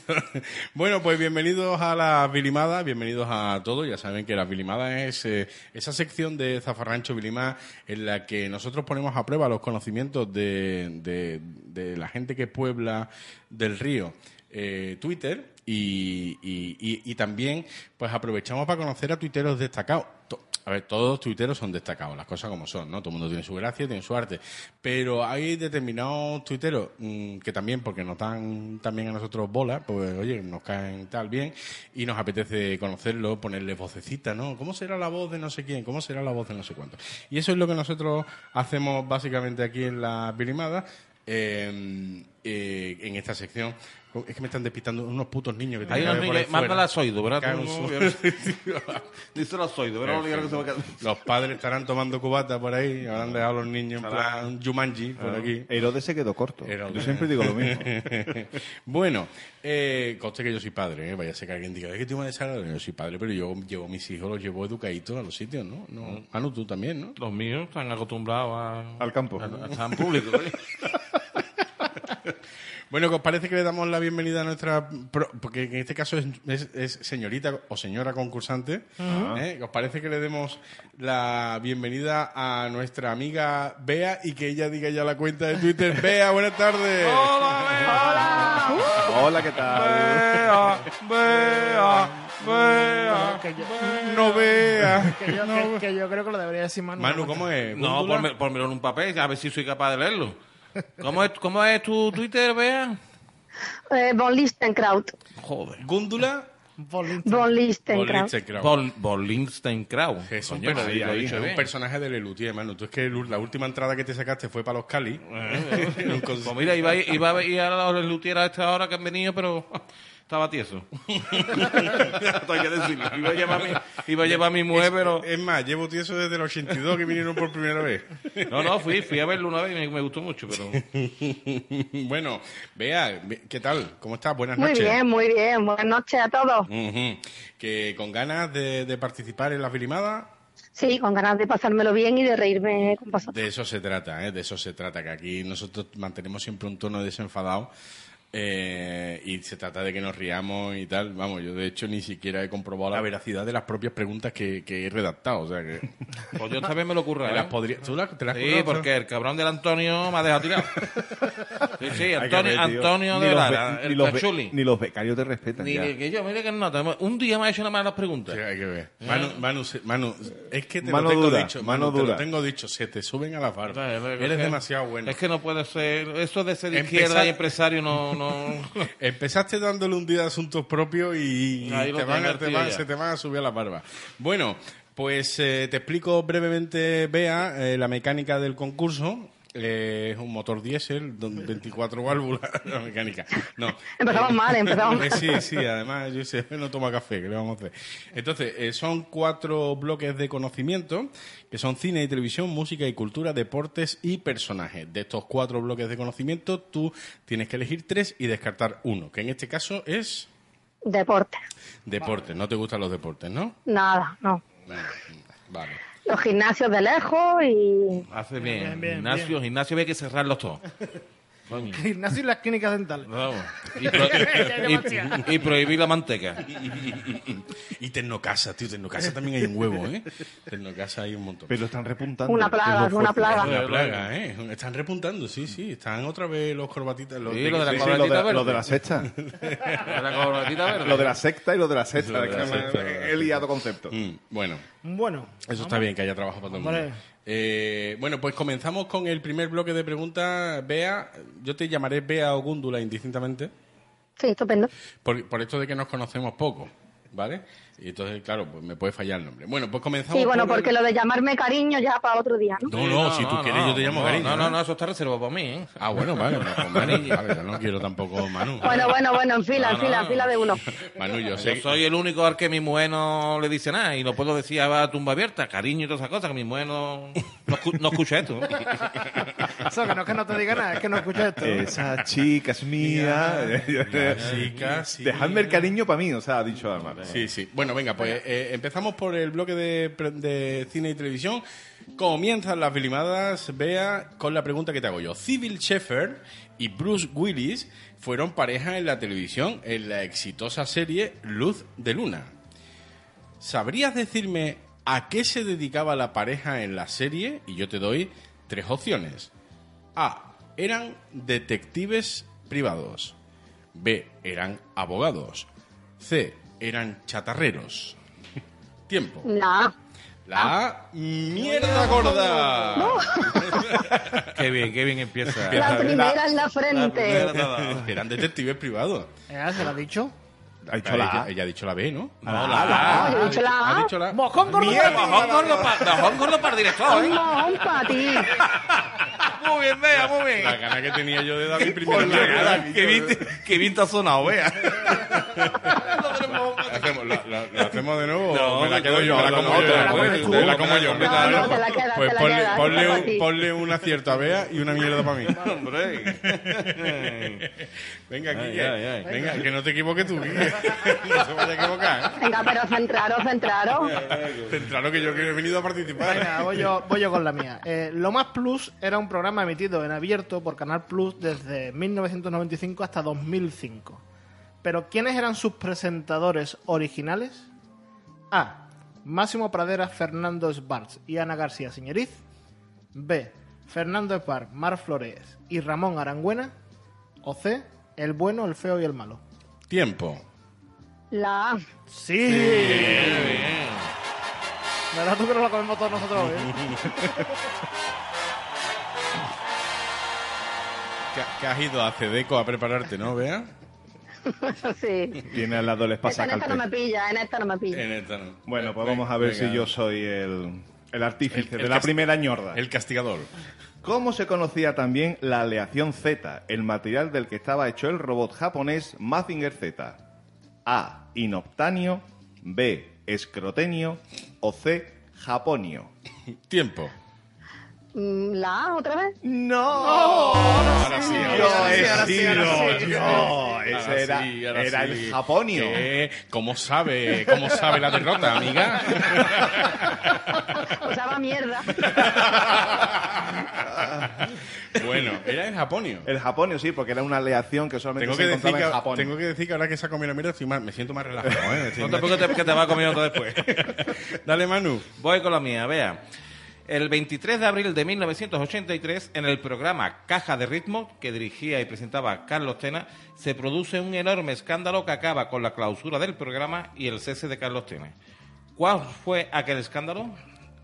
[SPEAKER 1] bueno, pues bienvenidos a la Vilimada, bienvenidos a todos. Ya saben que la Vilimada es eh, esa sección de Zafarrancho Vilimá en la que nosotros ponemos a prueba los conocimientos de, de- de la gente que puebla del río eh, Twitter. Y, y- y- y también pues aprovechamos para conocer a tuiteros destacados. To- A ver, todos los tuiteros son destacados, las cosas como son, ¿no? Todo el mundo tiene su gracia, tiene su arte. Pero hay determinados tuiteros mm, que también, porque nos dan también a nosotros bola, pues oye, nos caen tal bien y nos apetece conocerlo, ponerle vocecita, ¿no? ¿Cómo será la voz de no sé quién? ¿Cómo será la voz de no sé cuánto? Y eso es lo que nosotros hacemos básicamente aquí en la Bilimada. eh, eh, en esta sección es que me están despistando unos putos niños que
[SPEAKER 4] Hay
[SPEAKER 1] tienen
[SPEAKER 4] unos
[SPEAKER 1] que haber por
[SPEAKER 4] niños,
[SPEAKER 1] ahí
[SPEAKER 4] manda
[SPEAKER 1] fuera.
[SPEAKER 4] la soido,
[SPEAKER 1] Me
[SPEAKER 4] ¿verdad?
[SPEAKER 1] cago en su-
[SPEAKER 4] Dice la soido, ¿verdad? Lo que se va a quedar.
[SPEAKER 1] Los padres estarán tomando cubata por ahí, y habrán dejado a los niños en plan Jumanji por aquí.
[SPEAKER 2] Herodes se quedó corto.
[SPEAKER 1] Ah. Herodes.
[SPEAKER 2] Yo siempre digo lo mismo.
[SPEAKER 1] bueno, eh, conste que yo soy padre, ¿eh? vaya a ser que alguien diga, es que tengo una desagradable. Yo soy padre, pero yo llevo a mis hijos, los llevo educaditos a los sitios, ¿no? no. Anu, tú también, ¿no?
[SPEAKER 4] Los míos están acostumbrados a,
[SPEAKER 2] Al campo.
[SPEAKER 4] a- a estar en público. ¿eh?
[SPEAKER 1] Bueno, que os parece que le damos la bienvenida a nuestra, pro- porque en este caso es, es- es señorita o señora concursante, ¿eh? Que ¿os parece que le demos la bienvenida a nuestra amiga Bea y que ella diga ya la cuenta de Twitter? Bea, buenas tardes.
[SPEAKER 2] Hola, ¿qué tal?
[SPEAKER 3] Eh, que yo,
[SPEAKER 1] No Bea.
[SPEAKER 3] que yo- que- que yo creo que lo debería decir Manu.
[SPEAKER 1] Manu, ¿cómo es?
[SPEAKER 4] No,
[SPEAKER 1] ¿Búndula?
[SPEAKER 4] ponme- pónmelo en un papel, a ver si soy capaz de leerlo. ¿Cómo es, cómo es tu Twitter, Bea?
[SPEAKER 7] Eh, von Listenkraut.
[SPEAKER 4] Joder.
[SPEAKER 1] Gúndula.
[SPEAKER 3] Bolín.
[SPEAKER 7] Von Listenkraut.
[SPEAKER 1] Bolitzenkraut.
[SPEAKER 4] Bol, Bolinstein Krau.
[SPEAKER 1] Es un,
[SPEAKER 4] Coño,
[SPEAKER 1] perso-
[SPEAKER 4] lo he dicho, lo he
[SPEAKER 1] es
[SPEAKER 4] dicho
[SPEAKER 1] un
[SPEAKER 4] bien.
[SPEAKER 1] personaje de Lelutier, mano. Tú es que Lu- la última entrada que te sacaste fue para los Cali. Un cons-
[SPEAKER 4] Pues mira, iba, iba a ir a los lutieras a esta hora que han venido, pero estaba tieso. Esto hay que decirlo. Iba a llevar mi, iba a llevar mi mujer, pero...
[SPEAKER 1] Es más, llevo tieso desde el 82 que vinieron por primera vez.
[SPEAKER 4] No, no, fui, fui a verlo una vez y me, me gustó mucho, pero...
[SPEAKER 1] bueno, vea, ¿qué tal? ¿Cómo estás? Buenas
[SPEAKER 7] Muy
[SPEAKER 1] noches.
[SPEAKER 7] bien, muy bien. Buenas noches a todos.
[SPEAKER 1] Ujú. Que con ganas de, de participar en las vilimadas,
[SPEAKER 7] Sí, con ganas de pasármelo bien y de reírme con vosotros.
[SPEAKER 1] de eso se trata, ¿eh? de eso se trata, que aquí nosotros mantenemos siempre un tono desenfadado eh, y se trata de que nos riamos y tal. Vamos, yo de hecho ni siquiera he comprobado la veracidad de las propias preguntas que, que he redactado, o sea que...
[SPEAKER 4] Pues yo también me lo ocurra.
[SPEAKER 1] Te las podría- ¿Tú la- te las
[SPEAKER 4] Sí,
[SPEAKER 1] curras,
[SPEAKER 4] porque el cabrón del Antonio me ha dejado tirado. Sí, sí,
[SPEAKER 2] Hay que
[SPEAKER 4] Antonio,
[SPEAKER 2] ver, tío.
[SPEAKER 4] Antonio
[SPEAKER 2] Ni
[SPEAKER 4] de
[SPEAKER 2] los
[SPEAKER 4] Lara,
[SPEAKER 2] be- ni
[SPEAKER 4] el
[SPEAKER 2] los be-
[SPEAKER 4] cachuli.
[SPEAKER 2] Ni los becarios te respetan.
[SPEAKER 4] Ni
[SPEAKER 2] ya.
[SPEAKER 4] que- que yo, mira que nota. Un día me ha hecho nada más las preguntas.
[SPEAKER 1] Sí, hay que ver.
[SPEAKER 4] ¿Eh?
[SPEAKER 1] Manu, Manu, se- Manu, es que te
[SPEAKER 2] Mano
[SPEAKER 1] lo tengo
[SPEAKER 2] dura,
[SPEAKER 1] dicho.
[SPEAKER 2] mano
[SPEAKER 1] Manu, te
[SPEAKER 2] dura.
[SPEAKER 1] lo tengo dicho. Se te suben a la barba.
[SPEAKER 4] Vale, vale,
[SPEAKER 1] Eres
[SPEAKER 4] es que-
[SPEAKER 1] demasiado bueno.
[SPEAKER 4] Es que no puede ser. Eso de ser
[SPEAKER 1] Empezar-
[SPEAKER 4] izquierda y empresario no. no...
[SPEAKER 1] Empezaste dándole un día de asuntos propios y, y
[SPEAKER 4] Ahí lo
[SPEAKER 1] te van,
[SPEAKER 4] tengo,
[SPEAKER 1] a- te
[SPEAKER 4] tío,
[SPEAKER 1] van-
[SPEAKER 4] ya.
[SPEAKER 1] se te van a subir a la barba. Bueno, pues eh, te explico brevemente, Bea, eh, la mecánica del concurso. Eh, es un motor diésel, don- 24 válvulas, la mecánica. No.
[SPEAKER 7] Empezamos
[SPEAKER 1] Eh,
[SPEAKER 7] mal, empezamos
[SPEAKER 1] eh,
[SPEAKER 7] mal.
[SPEAKER 1] Sí, sí, además yo sé, no toma café, que le vamos a hacer? Entonces, eh, son cuatro bloques de conocimiento, que son cine y televisión, música y cultura, deportes y personajes. De estos cuatro bloques de conocimiento, tú tienes que elegir tres y descartar uno, que en este caso es
[SPEAKER 7] Deporte.
[SPEAKER 1] deportes. No te gustan los deportes, ¿no?
[SPEAKER 7] Nada, no.
[SPEAKER 1] Vale.
[SPEAKER 7] Los gimnasios de lejos y...
[SPEAKER 4] Hace bien.
[SPEAKER 3] Bien, bien,
[SPEAKER 4] Ignacio,
[SPEAKER 3] bien.
[SPEAKER 4] Ignacio, hay que cerrarlos todos. Coño.
[SPEAKER 3] Gimnasio y las clínicas dentales.
[SPEAKER 4] Vamos. Y, pro- y- y prohibir la manteca.
[SPEAKER 1] Y Tecnocasa, tío, Tecnocasa también hay un huevo, ¿eh? Tecnocasa hay un montón.
[SPEAKER 2] Pero están repuntando.
[SPEAKER 7] Una plaga,
[SPEAKER 2] Tengo
[SPEAKER 7] una
[SPEAKER 2] fuerza.
[SPEAKER 7] plaga.
[SPEAKER 1] Es una plaga, ¿eh? Están repuntando, sí, sí. Están otra vez los corbatitas. Los
[SPEAKER 4] Sí,
[SPEAKER 1] de-
[SPEAKER 4] lo de la
[SPEAKER 2] Sí, sí,
[SPEAKER 4] corbatita
[SPEAKER 2] lo, de,
[SPEAKER 4] verde.
[SPEAKER 2] lo de la sexta.
[SPEAKER 4] La corbatita verde.
[SPEAKER 2] lo de la secta y lo de la sexta.
[SPEAKER 1] Lo de
[SPEAKER 2] Es
[SPEAKER 1] la
[SPEAKER 2] que me-
[SPEAKER 1] secta, lo de la
[SPEAKER 2] He liado conceptos.
[SPEAKER 1] Mm, bueno,
[SPEAKER 3] Bueno,
[SPEAKER 1] Eso está bien, que haya trabajo para todo el mundo.
[SPEAKER 3] Hombre.
[SPEAKER 1] Eh, bueno, pues comenzamos con el primer bloque de preguntas. Bea, yo te llamaré Bea o Gúndula indistintamente,
[SPEAKER 7] Sí, estupendo.
[SPEAKER 1] por, por esto de que nos conocemos poco, ¿vale? Y entonces, claro, pues me puede fallar el nombre. Bueno, pues comenzamos.
[SPEAKER 7] Sí, bueno,
[SPEAKER 1] por
[SPEAKER 7] porque lo de llamarme cariño ya para otro día, ¿no?
[SPEAKER 1] No, no, si tú quieres yo te llamo
[SPEAKER 4] no,
[SPEAKER 1] cariño.
[SPEAKER 4] No,
[SPEAKER 1] ¿eh?
[SPEAKER 4] no, no, eso está reservado para mí. ¿eh?
[SPEAKER 1] Ah, bueno, vale, bueno, pues Manu, vale, yo no quiero tampoco Manu.
[SPEAKER 7] Bueno, bueno, bueno, en fila, en
[SPEAKER 4] No,
[SPEAKER 7] fila,
[SPEAKER 4] no.
[SPEAKER 7] en fila de uno.
[SPEAKER 1] Manu, yo sé.
[SPEAKER 4] Yo
[SPEAKER 1] que-
[SPEAKER 4] soy el único al que mi mujer no le dice nada y no puedo decir a la tumba abierta, cariño y todas esas cosas, que mi mujer no, no, escu- no escucha esto.
[SPEAKER 3] eso que no es que no te diga nada, es que no escuchas esto.
[SPEAKER 2] Esa chica es mía.
[SPEAKER 1] chica, sí.
[SPEAKER 2] Dejadme el cariño para mí, o sea, ha dicho Amar.
[SPEAKER 1] Sí, sí. Bueno, venga, pues eh, empezamos por el bloque de, pre- de cine y televisión. Comienzan las filmadas, Bea, con la pregunta que te hago yo. Civil Sheffer y Bruce Willis fueron pareja en la televisión en la exitosa serie Luz de Luna. ¿Sabrías decirme a qué se dedicaba la pareja en la serie? Y yo te doy tres opciones. A. Eran detectives privados. B. Eran abogados. C. Eran chatarreros. Tiempo.
[SPEAKER 7] Nada.
[SPEAKER 4] Ah.
[SPEAKER 1] La mierda gorda.
[SPEAKER 4] Qué bien, qué bien empieza.
[SPEAKER 7] La primera en la
[SPEAKER 4] La primera
[SPEAKER 7] frente.
[SPEAKER 4] te ha dado.
[SPEAKER 1] Eran detectives privados.
[SPEAKER 3] Eh, ¿Se lo ha dicho?
[SPEAKER 2] Ha dicho la
[SPEAKER 1] Ella,
[SPEAKER 2] A.
[SPEAKER 1] ella ha dicho la B, ¿no?
[SPEAKER 4] No, la- la-
[SPEAKER 7] No, yo he dicho la
[SPEAKER 1] Ha
[SPEAKER 7] A.
[SPEAKER 1] dicho la
[SPEAKER 3] ¡Mojón gordo
[SPEAKER 4] Mierda,
[SPEAKER 3] para ti!
[SPEAKER 4] mojón gordo pa- mojón gordo para el director,
[SPEAKER 7] Un
[SPEAKER 4] ¿eh?
[SPEAKER 7] mojón para ti.
[SPEAKER 4] Muy bien, vea, muy bien.
[SPEAKER 1] La gana que tenía yo de David primero.
[SPEAKER 4] Por la cara, que bien, que bien te ha sonado, vea.
[SPEAKER 1] ¿Hacemos, ¿Lo, lo- lo hacemos de nuevo?
[SPEAKER 4] No,
[SPEAKER 1] ¿O me la quedo yo,
[SPEAKER 4] no,
[SPEAKER 1] me la
[SPEAKER 4] no,
[SPEAKER 1] como
[SPEAKER 4] no,
[SPEAKER 1] yo.
[SPEAKER 4] te la
[SPEAKER 1] Pues,
[SPEAKER 4] comes tú.
[SPEAKER 1] te la como yo.
[SPEAKER 4] No,
[SPEAKER 1] Venga,
[SPEAKER 4] no,
[SPEAKER 7] te la quedas,
[SPEAKER 1] Pues
[SPEAKER 7] te la
[SPEAKER 1] ponle,
[SPEAKER 7] quedas,
[SPEAKER 1] ponle,
[SPEAKER 7] esa
[SPEAKER 1] un,
[SPEAKER 7] pa' ti.
[SPEAKER 1] ponle un acierto a Bea y una mierda para mí.
[SPEAKER 4] Hombre.
[SPEAKER 1] Venga,
[SPEAKER 4] Ay,
[SPEAKER 1] Guille.
[SPEAKER 4] ay, ay.
[SPEAKER 1] Venga, que no te equivoques tú, Guille. No se vaya a equivocar.
[SPEAKER 7] Venga, pero oh, centraros, centraros.
[SPEAKER 1] ¿eh? Centraros que yo que he venido a participar.
[SPEAKER 3] Venga, Ah, voy yo, voy yo con la mía. Eh, lo más Plus era un programa emitido en abierto por Canal Plus desde 1995 hasta 2005. Pero ¿quiénes eran sus presentadores originales? A. Máximo Pradera, Fernando Esbarz y Ana García Señoriz. B. Fernando Esbarz, Mar Flores y Ramón Arangüena. O C. El bueno, el feo y el malo.
[SPEAKER 1] Tiempo.
[SPEAKER 7] La A.
[SPEAKER 3] ¡Sí! ¿Verdad tú que nos lo comemos todos nosotros hoy, eh?
[SPEAKER 1] Que, que has ido a Cedeco a prepararte, ¿no, Bea?
[SPEAKER 7] Sí.
[SPEAKER 2] Tiene al lado el
[SPEAKER 7] Esta- En esta no me
[SPEAKER 2] espasacalpe.
[SPEAKER 7] pilla, en esta no me pilla.
[SPEAKER 1] En esta no.
[SPEAKER 2] Bueno, pues
[SPEAKER 1] Venga,
[SPEAKER 2] vamos a ver
[SPEAKER 1] venga.
[SPEAKER 2] si yo soy el, el artífice
[SPEAKER 1] El- el
[SPEAKER 2] de la
[SPEAKER 1] cast-
[SPEAKER 2] primera ñorda.
[SPEAKER 1] El castigador.
[SPEAKER 2] ¿Cómo se conocía también la aleación Z, el material del que estaba hecho el robot japonés Mazinger Z? A. Inoptanio. B. Escrotenio. O C. Japonio.
[SPEAKER 1] Tiempo.
[SPEAKER 7] Mm, La A otra vez.
[SPEAKER 2] ¡No!
[SPEAKER 1] Ahora sí, ahora sí, ahora sí, ahora sí.
[SPEAKER 2] he sido yo.
[SPEAKER 1] Ahora
[SPEAKER 2] Ese era,
[SPEAKER 1] sí, ahora
[SPEAKER 2] era
[SPEAKER 1] sí.
[SPEAKER 2] el Japonio.
[SPEAKER 1] ¿Qué? ¿Cómo sabe? ¿Cómo sabe la derrota, amiga?
[SPEAKER 7] Usaba Pues mierda.
[SPEAKER 1] bueno, era el Japonio.
[SPEAKER 2] El Japonio, sí, porque era una aleación que solamente
[SPEAKER 1] Tengo
[SPEAKER 2] se
[SPEAKER 1] que, decir
[SPEAKER 2] encontraba en
[SPEAKER 1] que,
[SPEAKER 2] Japón.
[SPEAKER 1] tengo que decir que ahora que se ha comido la mierda estoy más- me siento más relajado. ¿eh? Me
[SPEAKER 4] No
[SPEAKER 1] siento-
[SPEAKER 4] te preocupes que te va a comer otra después.
[SPEAKER 1] Dale, Manu.
[SPEAKER 4] Voy con la mía, vea. El 23 de abril de 1983, en el programa Caja de Ritmo, que dirigía y presentaba Carlos Tena, se produce un enorme escándalo que acaba con la clausura del programa y el cese de Carlos Tena. ¿Cuál fue aquel escándalo?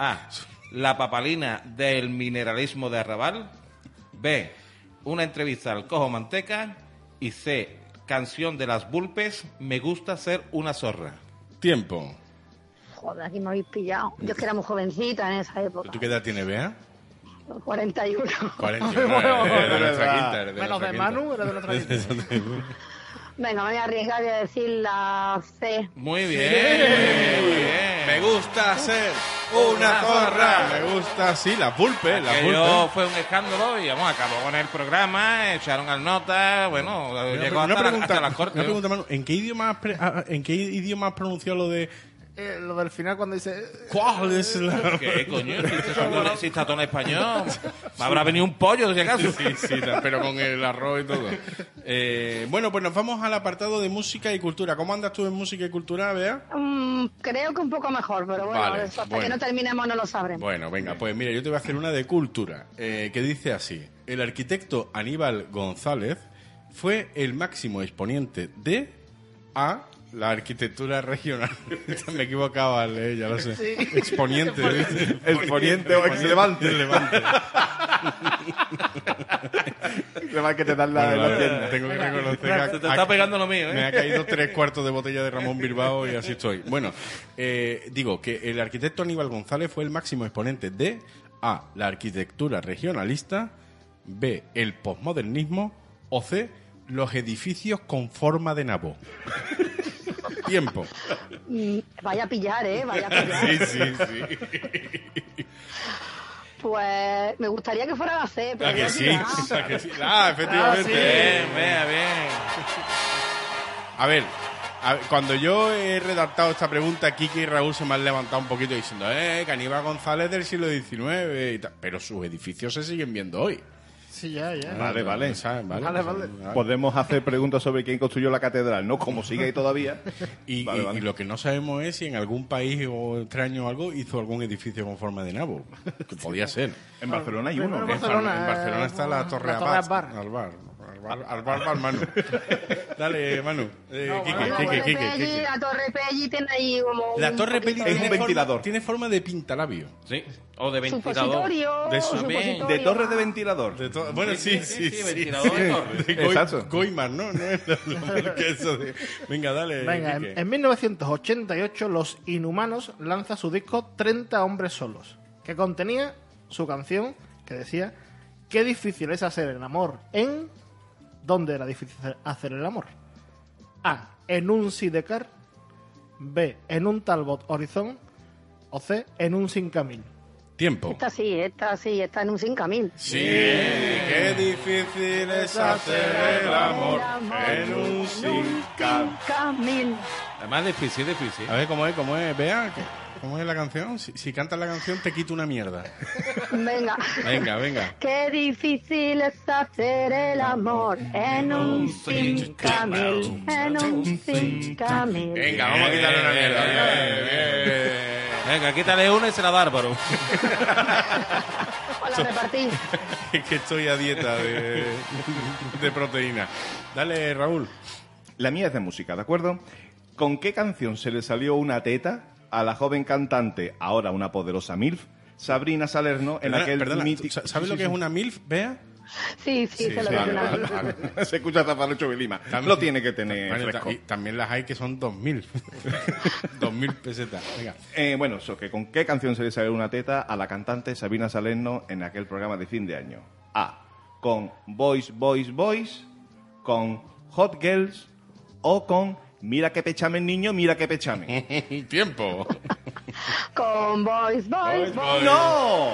[SPEAKER 4] A. La papalina del mineralismo de Arrabal. B. Una entrevista al cojo manteca. Y C. Canción de las vulpes, me gusta ser una zorra.
[SPEAKER 1] Tiempo.
[SPEAKER 7] Joder, aquí me habéis pillado. Yo es que era muy jovencita en esa época.
[SPEAKER 1] ¿Tú qué edad tienes, Bea?
[SPEAKER 7] 41.
[SPEAKER 1] 40. de nuestra quinta. eres
[SPEAKER 3] Menos
[SPEAKER 1] nuestra
[SPEAKER 3] de
[SPEAKER 1] quinta.
[SPEAKER 3] Manu, era de nuestra quinta.
[SPEAKER 7] Venga, me voy a arriesgar y a decir la C.
[SPEAKER 4] Muy bien, muy bien.
[SPEAKER 1] Me gusta ser una zorra. Me gusta, sí, la pulpe, la ¿eh?
[SPEAKER 4] Aquello
[SPEAKER 1] pulpe.
[SPEAKER 4] fue un escándalo y vamos, acabó con el programa, echaron al nota, bueno, llegó hasta, la- hasta las cortes.
[SPEAKER 1] una pregunta, Manu. ¿En qué idioma has, pre- ah, ah, ¿en qué idioma has pronunciado lo de
[SPEAKER 3] Eh, lo del final cuando dice... eh,
[SPEAKER 1] cuál es la...?
[SPEAKER 4] ¿Qué coño? Si está todo en- Si está todo en español, me habrá venido un pollo, si acaso.
[SPEAKER 1] Sí, sí, la- pero con el arroz y todo. Eh, bueno, pues nos vamos al apartado de música y cultura. ¿Cómo andas tú en música y cultura, Bea?
[SPEAKER 7] Mm, creo que un poco mejor, pero bueno,
[SPEAKER 1] Vale,
[SPEAKER 7] eso hasta
[SPEAKER 1] bueno.
[SPEAKER 7] que no terminemos no lo sabremos.
[SPEAKER 1] Bueno, venga, pues mira, yo te voy a hacer una de cultura, eh, que dice así. El arquitecto Aníbal González fue el máximo exponente de A, la arquitectura regional. Me he equivocado al leer, ya lo sé. Exponiente. dice.
[SPEAKER 2] El poniente o ex levante. Levante que te dan la,
[SPEAKER 1] Bueno,
[SPEAKER 2] la tienda.
[SPEAKER 1] tengo que reconocer
[SPEAKER 4] Se te
[SPEAKER 1] que
[SPEAKER 4] está pegando lo mío, ¿eh?
[SPEAKER 1] Me ha caído tres cuartos de botella de Ramón Bilbao y así estoy. Bueno, eh, digo que el arquitecto Aníbal González fue el máximo exponente de A. La arquitectura regionalista, B. El posmodernismo o C. Los edificios con forma de nabo. Tiempo.
[SPEAKER 7] Mm, vaya a pillar, ¿eh? Vaya a pillar.
[SPEAKER 1] sí, sí.
[SPEAKER 7] Pues me gustaría que fuera la C, pero
[SPEAKER 1] ¿A Ah, que
[SPEAKER 7] ya
[SPEAKER 1] sí?
[SPEAKER 7] dirá.
[SPEAKER 1] ¿A que sí? Ah, efectivamente.
[SPEAKER 4] Bien, vea, bien.
[SPEAKER 1] A ver, a ver, cuando yo he redactado esta pregunta, Kiki y Raúl se me han levantado un poquito diciendo, eh, que Aníbal González del siglo XIX y tal. Pero sus edificios se siguen viendo hoy.
[SPEAKER 3] Sí, ya, ya.
[SPEAKER 2] Vale, vale.
[SPEAKER 1] ¿Sabes? Vale,
[SPEAKER 3] Vale,
[SPEAKER 1] pues,
[SPEAKER 3] vale.
[SPEAKER 2] Podemos hacer preguntas sobre quién construyó la catedral, ¿no? Como sigue ahí todavía.
[SPEAKER 1] Y,
[SPEAKER 2] Vale,
[SPEAKER 1] y-
[SPEAKER 2] vale.
[SPEAKER 1] y lo que no sabemos es si en algún país o extraño o algo hizo algún edificio con forma de nabo. Que podía ser.
[SPEAKER 2] En Barcelona hay
[SPEAKER 3] Primero
[SPEAKER 2] uno.
[SPEAKER 1] En
[SPEAKER 2] ¿eh?
[SPEAKER 1] Barcelona,
[SPEAKER 3] Barcelona,
[SPEAKER 1] en Barcelona está la Torre
[SPEAKER 3] la Torre
[SPEAKER 1] Abad.
[SPEAKER 3] Abad.
[SPEAKER 1] Alvar, Alvar. bar- al bar- al Manu. Dale, Manu. Eh, Quique,
[SPEAKER 7] La
[SPEAKER 1] Quique,
[SPEAKER 7] Torre
[SPEAKER 1] Quique,
[SPEAKER 7] Pelli-
[SPEAKER 1] Quique.
[SPEAKER 7] La Torre Pelli tiene ahí como.
[SPEAKER 1] La
[SPEAKER 7] un
[SPEAKER 1] torre
[SPEAKER 7] poquito de-
[SPEAKER 2] Es
[SPEAKER 1] Pelli tiene
[SPEAKER 2] un
[SPEAKER 1] forma-
[SPEAKER 2] ventilador.
[SPEAKER 1] tiene forma de pintalabio.
[SPEAKER 4] Sí, o de ventilador.
[SPEAKER 7] Supositorio.
[SPEAKER 1] De eso.
[SPEAKER 7] supositorio.
[SPEAKER 2] De torre de ventilador.
[SPEAKER 1] De to- bueno, sí, sí, sí.
[SPEAKER 4] ventilador de torre.
[SPEAKER 1] De Goi-
[SPEAKER 2] Exacto.
[SPEAKER 1] Goimar, ¿no? No es la- la marca esa de- Venga, dale.
[SPEAKER 3] Venga, em, en,
[SPEAKER 1] Quique.
[SPEAKER 3] en 1988 los Inhumanos lanza su disco 30 hombres solos, que contenía su canción que decía Qué difícil es hacer el amor en... ¿Dónde era difícil hacer- hacer el amor? A. En un sidecar. B. En un Talbot Horizon. O C. En un Sincamil.
[SPEAKER 1] Tiempo.
[SPEAKER 7] Esta sí, esta sí, está en un 5000.
[SPEAKER 1] Sí, qué difícil es hacer el amor en un sin.
[SPEAKER 7] Camil.
[SPEAKER 4] Además, difícil, difícil.
[SPEAKER 1] A ver, ¿cómo es? ¿Cómo es? Vea, ¿cómo es la canción? Si, si cantas la canción, te quito una mierda.
[SPEAKER 7] Venga.
[SPEAKER 1] Venga, venga.
[SPEAKER 7] Qué difícil es hacer el amor en un
[SPEAKER 4] sincamil,
[SPEAKER 7] sincamil, en un sincamil.
[SPEAKER 1] Venga, vamos a quitarle una mierda.
[SPEAKER 4] Venga, quítale una y se la da Álvaro.
[SPEAKER 7] Hola, repartí.
[SPEAKER 1] Es que estoy a dieta de, de proteína. Dale, Raúl.
[SPEAKER 2] La mía es de música, ¿de acuerdo? ¿Con qué canción se le salió una teta a la joven cantante, ahora una poderosa MILF, Sabrina Salerno, en
[SPEAKER 1] Perdona,
[SPEAKER 2] aquel
[SPEAKER 1] perdona,
[SPEAKER 2] mítico...
[SPEAKER 1] ¿tú sa- ¿Sabes lo que es una MILF, Vea?
[SPEAKER 7] Sí, sí, se lo
[SPEAKER 1] sí,
[SPEAKER 7] digo
[SPEAKER 1] vale,
[SPEAKER 7] una
[SPEAKER 1] vale,
[SPEAKER 7] vez.
[SPEAKER 1] vale.
[SPEAKER 2] Se escucha Zafarrocho de Lima. Lo tiene que tener
[SPEAKER 1] Vale,
[SPEAKER 2] fresco.
[SPEAKER 1] y también las hay que son 2.000. 2.000 pesetas. Venga.
[SPEAKER 2] Eh, bueno, eso, que ¿con qué canción se le salió una teta a la cantante Sabina Salerno en aquel programa de fin de año? A. Con Boys, Boys, Boys, con Hot Girls o con Mira que pechamen, niño, mira que pechamen.
[SPEAKER 1] Tiempo.
[SPEAKER 7] Con boys, boys, boys.
[SPEAKER 2] ¡No!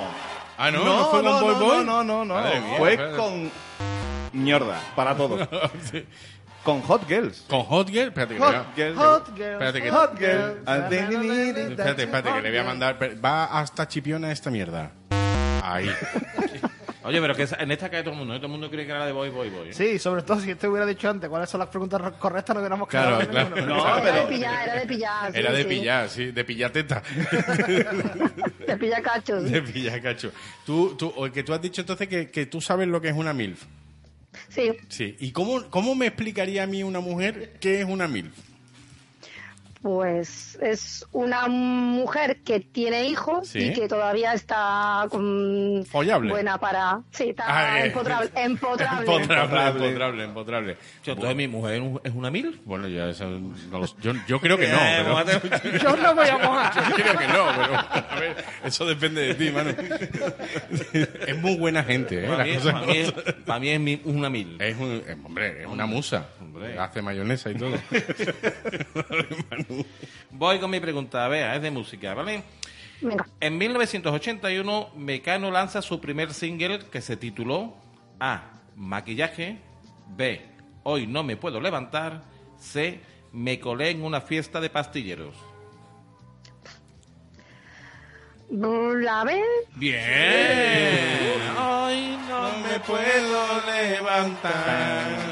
[SPEAKER 1] Ah, no, no, fue con
[SPEAKER 2] no,
[SPEAKER 1] Boy
[SPEAKER 2] no,
[SPEAKER 1] Boy.
[SPEAKER 2] No, no, no,
[SPEAKER 1] Madre
[SPEAKER 2] no.
[SPEAKER 1] mía,
[SPEAKER 2] fue
[SPEAKER 1] espérate.
[SPEAKER 2] con. Mierda, para todos. Con Hot Girls.
[SPEAKER 1] Con Hot Girl, espérate que, le,
[SPEAKER 2] Hot
[SPEAKER 1] voy
[SPEAKER 2] Girl.
[SPEAKER 3] Hot girl,
[SPEAKER 1] Espérate que-
[SPEAKER 2] Hot Girl.
[SPEAKER 1] a, espérate, espérate, que le voy a mandar. per- Va hasta Chipiona esta mierda. Ahí.
[SPEAKER 4] Oye, pero que esa- en esta cae todo el mundo. ¿eh? Todo el mundo cree que era la de voy, voy, voy. ¿eh?
[SPEAKER 3] Sí, sobre todo si te hubiera dicho antes cuáles son las preguntas correctas, no hubiéramos
[SPEAKER 1] Claro,
[SPEAKER 3] quedado en
[SPEAKER 1] claro.
[SPEAKER 3] ninguno.
[SPEAKER 1] No,
[SPEAKER 7] Era de pillar, era de pillar. sí,
[SPEAKER 1] Era de
[SPEAKER 7] sí.
[SPEAKER 1] pillar, sí, de pillar teta.
[SPEAKER 7] De pillar cachos.
[SPEAKER 1] de pillar cacho. Tú, tú, o que tú has dicho entonces que, que tú sabes lo que es una MILF.
[SPEAKER 7] Sí.
[SPEAKER 1] Sí. ¿Y cómo, cómo me explicaría a mí una mujer qué es una MILF?
[SPEAKER 7] Pues es una mujer que tiene hijos
[SPEAKER 1] Sí.
[SPEAKER 7] y que todavía está con-
[SPEAKER 1] Follable.
[SPEAKER 7] buena para. Sí, está
[SPEAKER 1] Ah, eh.
[SPEAKER 7] empotrable. empotrable.
[SPEAKER 1] Empotrable, empotrable, empotrable.
[SPEAKER 4] Yo, entonces, mi mujer es una mil.
[SPEAKER 1] Bueno, ya eso no lo sé. yo, yo creo que no,
[SPEAKER 4] Eh,
[SPEAKER 1] pero-
[SPEAKER 4] mojate-
[SPEAKER 3] Yo no voy a mojar.
[SPEAKER 1] Yo creo que no, pero a ver, eso depende de ti, mano. Es muy buena gente, ¿eh?
[SPEAKER 4] Para
[SPEAKER 1] Las
[SPEAKER 4] mí,
[SPEAKER 1] cosas
[SPEAKER 4] para mí es-
[SPEAKER 1] como son.
[SPEAKER 4] para mí es mi- una mil.
[SPEAKER 1] es un, es- hombre, es una musa.
[SPEAKER 4] Hombre.
[SPEAKER 1] Hace mayonesa y todo.
[SPEAKER 4] Voy con mi pregunta. Vea, es de música, ¿vale?
[SPEAKER 7] Venga.
[SPEAKER 4] En 1981, Mecano lanza su primer single que se tituló A. Maquillaje. B. Hoy no me puedo levantar. C. Me colé en una fiesta de pastilleros.
[SPEAKER 7] La ve.
[SPEAKER 4] Bien. Hoy no, me
[SPEAKER 1] Eh. puedo levantar.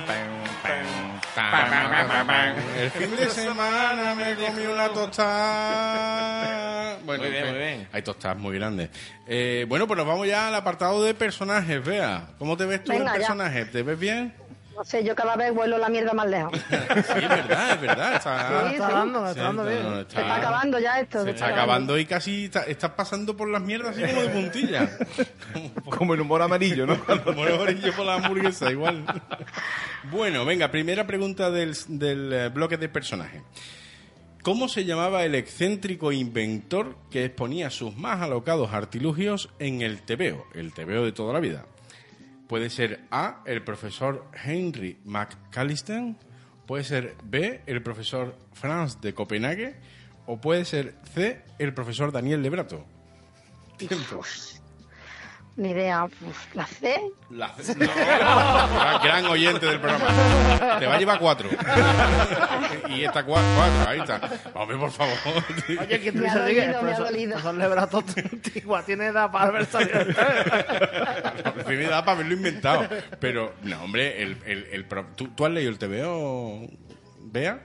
[SPEAKER 1] El fin de semana me comí una tostada. Bueno,
[SPEAKER 4] Muy bien,
[SPEAKER 1] en fin,
[SPEAKER 4] muy bien.
[SPEAKER 1] Hay tostadas muy grandes. Eh, bueno, pues nos vamos ya al apartado de personajes, Vea. ¿Cómo te ves tú
[SPEAKER 7] Venga,
[SPEAKER 1] en
[SPEAKER 7] ya.
[SPEAKER 1] personaje? ¿Te ves bien?
[SPEAKER 7] No sé, yo cada vez vuelo la mierda más lejos.
[SPEAKER 1] Sí, es verdad, es verdad. Está,
[SPEAKER 3] Me está dando, me está dando
[SPEAKER 1] Sí, no,
[SPEAKER 3] bien.
[SPEAKER 1] está-
[SPEAKER 7] Se está acabando ya esto.
[SPEAKER 1] Se está acabando y casi está- estás pasando por las mierdas así como de puntilla.
[SPEAKER 2] Como el humor amarillo, ¿no?
[SPEAKER 1] Cuando muere orillo por la hamburguesa, igual. Bueno, venga, primera pregunta del, del, eh, bloque de personaje. ¿Cómo se llamaba el excéntrico inventor que exponía sus más alocados artilugios en el tebeo, el tebeo de toda la vida? Puede ser A, el profesor Henry McCallister, puede ser B, el profesor Franz de Copenhague, o puede ser C, el profesor Daniel Lebrato. Tiempo.
[SPEAKER 7] Ni idea. Uf, la C.
[SPEAKER 1] La- Ah, gran oyente del programa. Te va a llevar cuatro. y esta cua- cuatro, ahí está. Hombre, por favor.
[SPEAKER 3] Oye, que tú
[SPEAKER 7] Me ha
[SPEAKER 3] dices,
[SPEAKER 7] dolido,
[SPEAKER 3] diga, el
[SPEAKER 7] me ha
[SPEAKER 3] profesor-
[SPEAKER 7] dolido.
[SPEAKER 3] profesor Lebrato, antigua, tiene edad para ver
[SPEAKER 1] Al fin me da para haberlo inventado. Pero, no, hombre, el, el, el pro- ¿tú, tú has leído el TVO, Bea?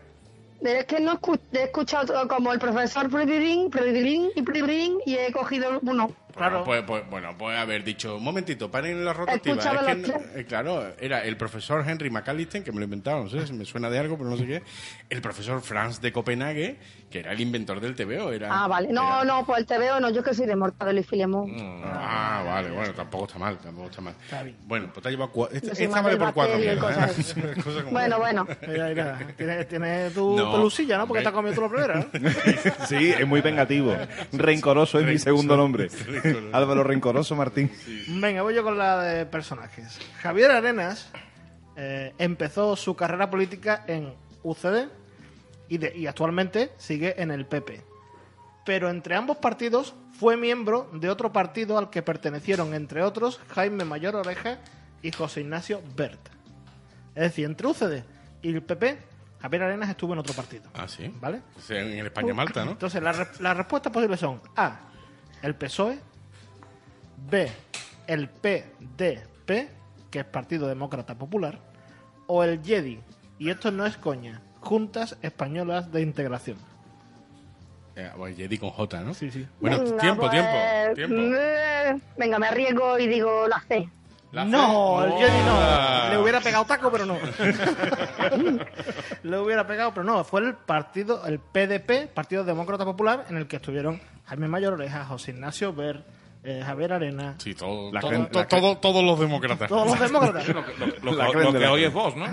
[SPEAKER 7] Es que no escu- he escuchado todo como el profesor Predirín, Predirín y Predirín y he cogido uno.
[SPEAKER 3] Claro.
[SPEAKER 1] Pues, pues, bueno, pues haber dicho, un momentito, paren la rotativa.
[SPEAKER 7] Escuchaba
[SPEAKER 1] Es que
[SPEAKER 7] los
[SPEAKER 1] no-
[SPEAKER 7] tres.
[SPEAKER 1] eh, claro, era el profesor Henry McAllister, que me lo inventaron, no sé, si me suena de algo, pero no sé qué. El profesor Franz de Copenhague, que era el inventor del TVO. Era,
[SPEAKER 7] Ah, vale. No,
[SPEAKER 1] era-
[SPEAKER 7] no, pues el TVO no, yo que soy de Mortadelo y Filemón.
[SPEAKER 1] Ah, vale, bueno, tampoco está mal, tampoco está mal.
[SPEAKER 3] bien.
[SPEAKER 1] Bueno, pues te ha llevado cua-
[SPEAKER 7] Yo
[SPEAKER 1] Esta,
[SPEAKER 7] soy
[SPEAKER 1] esta
[SPEAKER 7] más
[SPEAKER 1] vale
[SPEAKER 7] del
[SPEAKER 1] por cuatro
[SPEAKER 7] papel y
[SPEAKER 1] mierda, ¿eh?
[SPEAKER 7] cosas así.
[SPEAKER 1] Cosas como-
[SPEAKER 7] Bueno, bueno.
[SPEAKER 3] Mira, mira, tienes, tienes tu
[SPEAKER 1] No,
[SPEAKER 3] pelusilla, ¿no? Porque
[SPEAKER 1] hombre.
[SPEAKER 3] te has comido tú la primera, ¿no?
[SPEAKER 2] Sí, es muy vengativo. Rencoroso es mi segundo nombre.
[SPEAKER 1] Rencoroso.
[SPEAKER 2] Álvaro Rencoroso Martín.
[SPEAKER 3] Venga, voy yo con la de personajes. Javier Arenas eh, empezó su carrera política en UCD y, de- y actualmente sigue en el PP. Pero entre ambos partidos fue miembro de otro partido al que pertenecieron, entre otros, Jaime Mayor Oreja y José Ignacio Bert. Es decir, entre UCD y el PP, Javier Arenas estuvo en otro partido.
[SPEAKER 1] Ah, sí.
[SPEAKER 3] ¿Vale?
[SPEAKER 1] O sea, En el España-Malta, ¿no?
[SPEAKER 3] Entonces, las re- las respuestas posibles son A, el PSOE, E, B, el PDP, que es Partido Demócrata Popular, o el YEDI, y esto no es coña, Juntas Españolas de Integración.
[SPEAKER 1] Eh, bueno, Jedi con J, ¿no?
[SPEAKER 3] Sí, sí.
[SPEAKER 1] Bueno,
[SPEAKER 7] Venga,
[SPEAKER 1] tiempo,
[SPEAKER 7] pues,
[SPEAKER 1] tiempo, tiempo.
[SPEAKER 7] eh, Venga, me arriesgo y digo la C.
[SPEAKER 1] La
[SPEAKER 3] No,
[SPEAKER 1] C.
[SPEAKER 3] el Jedi
[SPEAKER 1] Ah.
[SPEAKER 3] no. Le hubiera pegado taco, pero no. Le hubiera pegado, pero no. Fue el partido, el PDP, Partido Demócrata Popular, en el que estuvieron Jaime Mayor Oreja, José Ignacio Ver, eh, Javier Arena,
[SPEAKER 1] Sí, todo,
[SPEAKER 2] La
[SPEAKER 1] todo-
[SPEAKER 2] gente-
[SPEAKER 1] to-
[SPEAKER 2] la
[SPEAKER 1] todo- todos los demócratas.
[SPEAKER 3] todos los demócratas.
[SPEAKER 4] Lo,
[SPEAKER 2] La
[SPEAKER 4] que-
[SPEAKER 2] creen
[SPEAKER 4] lo
[SPEAKER 2] de
[SPEAKER 4] que
[SPEAKER 2] la
[SPEAKER 4] hoy
[SPEAKER 2] creen.
[SPEAKER 4] es vos, ¿no?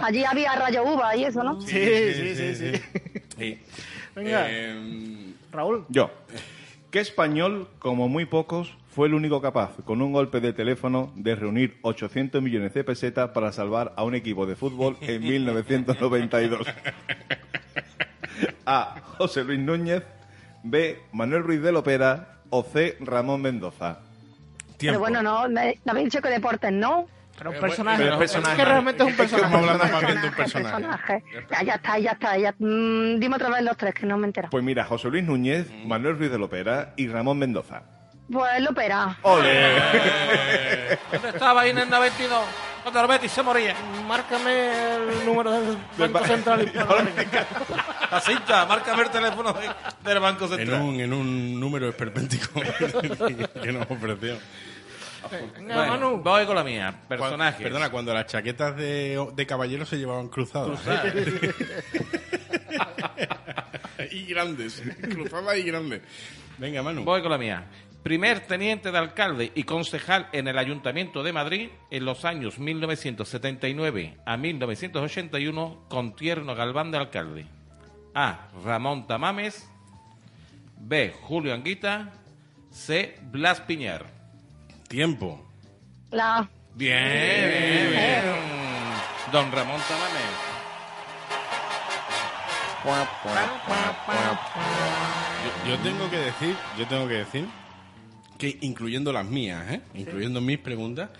[SPEAKER 7] Allí había rayo uva y eso, ¿no?
[SPEAKER 3] Sí, sí, sí, sí. Em,
[SPEAKER 1] Sí.
[SPEAKER 3] Venga,
[SPEAKER 1] Eh,
[SPEAKER 3] Raúl.
[SPEAKER 2] Yo. ¿Qué español, como muy pocos, fue el único capaz, con un golpe de teléfono, de reunir 800 millones de pesetas para salvar a un equipo de fútbol en 1992? A. José Luis Núñez. B. Manuel Ruiz de Lopera. O C. Ramón Mendoza.
[SPEAKER 7] Pero
[SPEAKER 1] tiempo.
[SPEAKER 7] bueno, no, me, no habéis dicho que deportes, ¿no?
[SPEAKER 3] Pero un
[SPEAKER 1] Eh,
[SPEAKER 3] personaje.
[SPEAKER 1] bueno, pero
[SPEAKER 3] es
[SPEAKER 1] personaje.
[SPEAKER 3] que realmente es un
[SPEAKER 1] Es que estamos
[SPEAKER 3] personaje.
[SPEAKER 1] hablando más bien de un personaje.
[SPEAKER 7] Ya, ya está, ya está. Ya, mm, dime otra vez los tres, que no me entero.
[SPEAKER 2] Pues mira, José Luis Núñez, Manuel Ruiz de Lopera y Ramón Mendoza.
[SPEAKER 7] Pues lo opera.
[SPEAKER 4] ¿Dónde estaba ahí en el 92? Cuando el Betis se moría.
[SPEAKER 3] Márcame el número del Banco Central y
[SPEAKER 4] La cinta, márcame el teléfono de- del Banco
[SPEAKER 1] en,
[SPEAKER 4] Central.
[SPEAKER 1] un, en un número esperpéntico que nos ofreció.
[SPEAKER 3] Venga,
[SPEAKER 4] Bueno,
[SPEAKER 3] Manu.
[SPEAKER 4] voy con la mía.
[SPEAKER 1] Cuan-
[SPEAKER 4] Personaje.
[SPEAKER 1] Perdona, cuando las chaquetas de, de caballero se llevaban cruzadas. y grandes. Cruzadas y grandes. Venga, Manu.
[SPEAKER 4] Voy con la mía. Primer teniente de alcalde y concejal en el Ayuntamiento de Madrid en los años 1979 a 1981 con Tierno Galván de alcalde. A. Ramón Tamames. B. Julio Anguita. C. Blas Piñar.
[SPEAKER 1] Tiempo.
[SPEAKER 7] La,
[SPEAKER 4] Bien, bien, bien. Don Ramón Tamames.
[SPEAKER 1] Yo tengo que decir, yo tengo que decir que incluyendo las mías, ¿eh? incluyendo mis preguntas,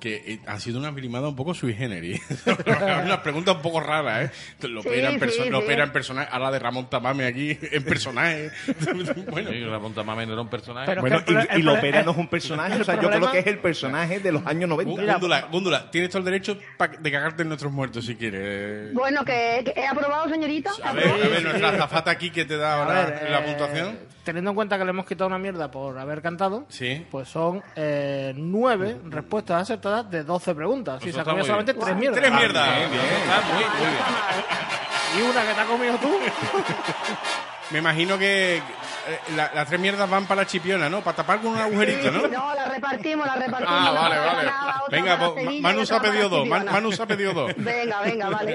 [SPEAKER 1] que eh, han sido unas brimadas un poco sui generis. unas preguntas un poco raras, ¿eh? Lo
[SPEAKER 7] Sí,
[SPEAKER 1] opera en, perso
[SPEAKER 7] sí,
[SPEAKER 1] lo
[SPEAKER 7] sí.
[SPEAKER 1] opera en personaje, ahora de Ramón Tamame aquí, en personaje. bueno,
[SPEAKER 4] Sí, Ramón Tamames no era un personaje.
[SPEAKER 3] Pero-
[SPEAKER 2] Bueno,
[SPEAKER 3] que el pro-
[SPEAKER 2] y, y
[SPEAKER 3] el
[SPEAKER 2] Lopera
[SPEAKER 3] pro-
[SPEAKER 2] no es un personaje,
[SPEAKER 3] el
[SPEAKER 2] o sea, yo
[SPEAKER 3] problema-
[SPEAKER 2] creo que es el personaje de los años 90.
[SPEAKER 1] Gú- Gúndula, Gúndula, tienes todo el derecho pa- de cagarte en nuestros muertos si quieres.
[SPEAKER 7] bueno, que, que he aprobado, señorita.
[SPEAKER 1] A ver, a ver, nuestra azafata aquí que te da
[SPEAKER 3] A
[SPEAKER 1] ahora
[SPEAKER 3] ver,
[SPEAKER 1] la
[SPEAKER 3] eh,
[SPEAKER 1] puntuación.
[SPEAKER 3] Teniendo en cuenta que le hemos quitado una mierda por haber cantado,
[SPEAKER 1] Sí.
[SPEAKER 3] pues son eh, nueve respuestas acertadas de 12 preguntas. Si
[SPEAKER 4] Eso
[SPEAKER 3] se ha
[SPEAKER 4] está
[SPEAKER 3] comido
[SPEAKER 4] muy
[SPEAKER 3] solamente
[SPEAKER 4] bien.
[SPEAKER 3] tres mierdas. Ah,
[SPEAKER 1] Tres mierdas. ¿eh?
[SPEAKER 4] Bien, bien. Está muy, muy bien.
[SPEAKER 3] Y una que te has comido tú.
[SPEAKER 1] Me imagino que eh, la- las tres mierdas van para la chipiona, ¿no? Para tapar con un agujerito, ¿no?
[SPEAKER 7] No, la repartimos, la repartimos.
[SPEAKER 1] Ah,
[SPEAKER 7] Una
[SPEAKER 1] vale,
[SPEAKER 7] para
[SPEAKER 1] vale.
[SPEAKER 7] Granada, otra
[SPEAKER 1] Venga,
[SPEAKER 7] para
[SPEAKER 1] po- Ma-
[SPEAKER 7] Sevilla y
[SPEAKER 1] Manu se
[SPEAKER 7] otra
[SPEAKER 1] ha
[SPEAKER 7] para
[SPEAKER 1] pedido dos. Man-
[SPEAKER 7] Chipiona.
[SPEAKER 1] Manu se ha pedido dos.
[SPEAKER 7] Venga, venga, vale.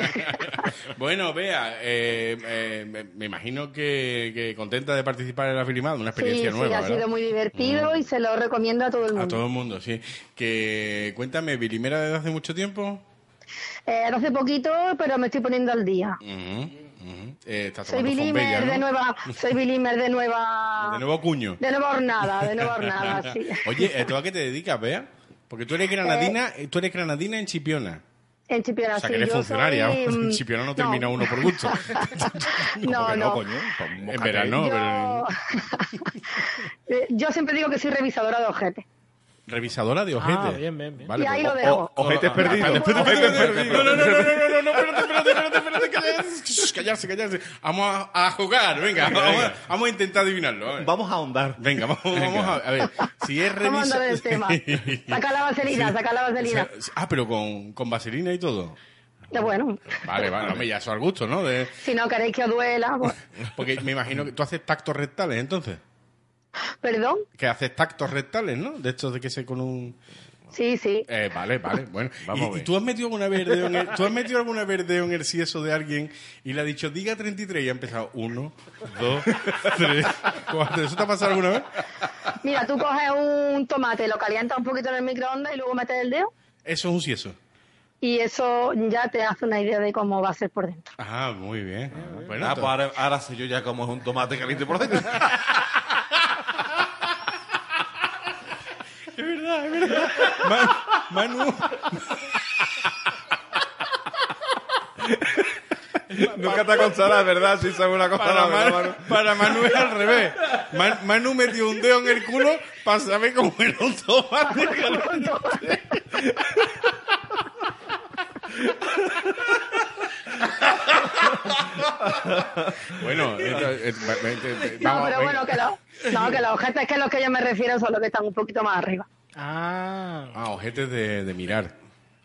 [SPEAKER 1] Bueno, vea, eh, me imagino que, que contenta de participar en la filmada, una
[SPEAKER 7] Sí,
[SPEAKER 1] experiencia
[SPEAKER 7] sí,
[SPEAKER 1] nueva,
[SPEAKER 7] ha
[SPEAKER 1] ¿verdad? Mm.
[SPEAKER 7] sido muy divertido y se lo recomiendo a todo el mundo.
[SPEAKER 1] A todo el mundo, sí. Que cuéntame, Vilimera desde hace mucho tiempo.
[SPEAKER 7] Eh, hace poquito, pero me estoy poniendo al día.
[SPEAKER 1] Ujú, ujú. Eh, estás
[SPEAKER 7] Soy
[SPEAKER 1] tomando
[SPEAKER 7] bilimer
[SPEAKER 1] Fonbella, ¿no?
[SPEAKER 7] de nueva, soy bilimer de nueva,
[SPEAKER 1] De nuevo cuño.
[SPEAKER 7] de nueva hornada, de nueva hornada, sí.
[SPEAKER 1] Oye, eh, ¿tú a qué te dedicas, Bea? Porque tú eres granadina, eh, tú eres granadina en Chipiona.
[SPEAKER 7] En Chipiona,
[SPEAKER 1] O sea,
[SPEAKER 7] sí,
[SPEAKER 1] que eres
[SPEAKER 7] yo
[SPEAKER 1] funcionaria.
[SPEAKER 7] soy,
[SPEAKER 1] vamos,
[SPEAKER 7] mm,
[SPEAKER 1] en Chipiona no termina uno por gusto.
[SPEAKER 7] No,
[SPEAKER 2] Que
[SPEAKER 7] no.
[SPEAKER 2] coño. pues,
[SPEAKER 1] en
[SPEAKER 2] mójate.
[SPEAKER 1] verano, pero...
[SPEAKER 7] Eh,
[SPEAKER 1] Ah,
[SPEAKER 7] yo... yo siempre digo que soy revisadora de objetos.
[SPEAKER 1] Revisadora de ojetes.
[SPEAKER 3] Ah, bien, bien, bien.
[SPEAKER 1] Vale,
[SPEAKER 7] Y ahí
[SPEAKER 1] pues-
[SPEAKER 7] lo dejo.
[SPEAKER 1] o- o-
[SPEAKER 2] Ojetes
[SPEAKER 1] o-
[SPEAKER 2] perdidos.
[SPEAKER 1] espérate, espérate,
[SPEAKER 2] Ojetes
[SPEAKER 1] espérate,
[SPEAKER 2] perdidos.
[SPEAKER 1] No, no, no, no, no, no, no, espérate, espérate, espérate, espérate, callarse, callarse, callarse. Vamos a, a jugar, venga, Vamos, a, vamos a intentar adivinarlo. a ver.
[SPEAKER 2] Vamos a ahondar.
[SPEAKER 1] Venga, vamos, vamos a, a ver. Si es
[SPEAKER 7] Vamos a
[SPEAKER 1] revisa...
[SPEAKER 7] andar del tema. Saca la vaselina, saca la vaselina.
[SPEAKER 1] O sea, Ah, pero con, con vaselina y todo.
[SPEAKER 7] Pero bueno,
[SPEAKER 1] Vale, vale, hombre, ya eso al gusto, ¿no? De-
[SPEAKER 7] si no queréis que os duela, pues,
[SPEAKER 1] porque me imagino que tú haces tactos rectales, entonces.
[SPEAKER 7] perdón.
[SPEAKER 1] Que haces tactos rectales, ¿no? De estos de que se con un...
[SPEAKER 7] Sí, sí.
[SPEAKER 1] Eh, vale, vale, bueno.
[SPEAKER 4] Vamos a
[SPEAKER 1] ¿Y- ¿Y,
[SPEAKER 4] ver.
[SPEAKER 1] tú has metido alguna vez dedo en el, tú has metido alguna vez dedo en el sieso de alguien y le has dicho, diga 33 y ha empezado 1, 2, 3, 4. ¿Eso te ha pasado alguna vez?
[SPEAKER 7] Mira, tú coges un tomate, lo calientas un poquito en el microondas y luego metes el dedo
[SPEAKER 1] Eso es un sieso.
[SPEAKER 7] y eso ya te hace una idea de cómo va a ser por dentro.
[SPEAKER 1] Ah, muy bien. Bueno, entonces-
[SPEAKER 4] Ah, pues ahora, ahora sé yo ya cómo es un tomate caliente por dentro.
[SPEAKER 1] Man- Manu.
[SPEAKER 2] Nunca te aconsarás, ¿verdad? Si sabes una cosa.
[SPEAKER 1] Para,
[SPEAKER 2] no, ¿verdad,
[SPEAKER 1] Manu-
[SPEAKER 2] Manu?
[SPEAKER 1] para Manu es al revés. Man- Manu metió un dedo en el culo para saber cómo era un tomate. bueno, entonces, eh, va- va- va-
[SPEAKER 7] No,
[SPEAKER 1] vamos,
[SPEAKER 7] pero
[SPEAKER 1] venga.
[SPEAKER 7] bueno, que, lo- no, que los objetos que a los que yo me refiero son los que están un poquito más arriba.
[SPEAKER 3] Ah.
[SPEAKER 1] Ah, ojetes de, de mirar.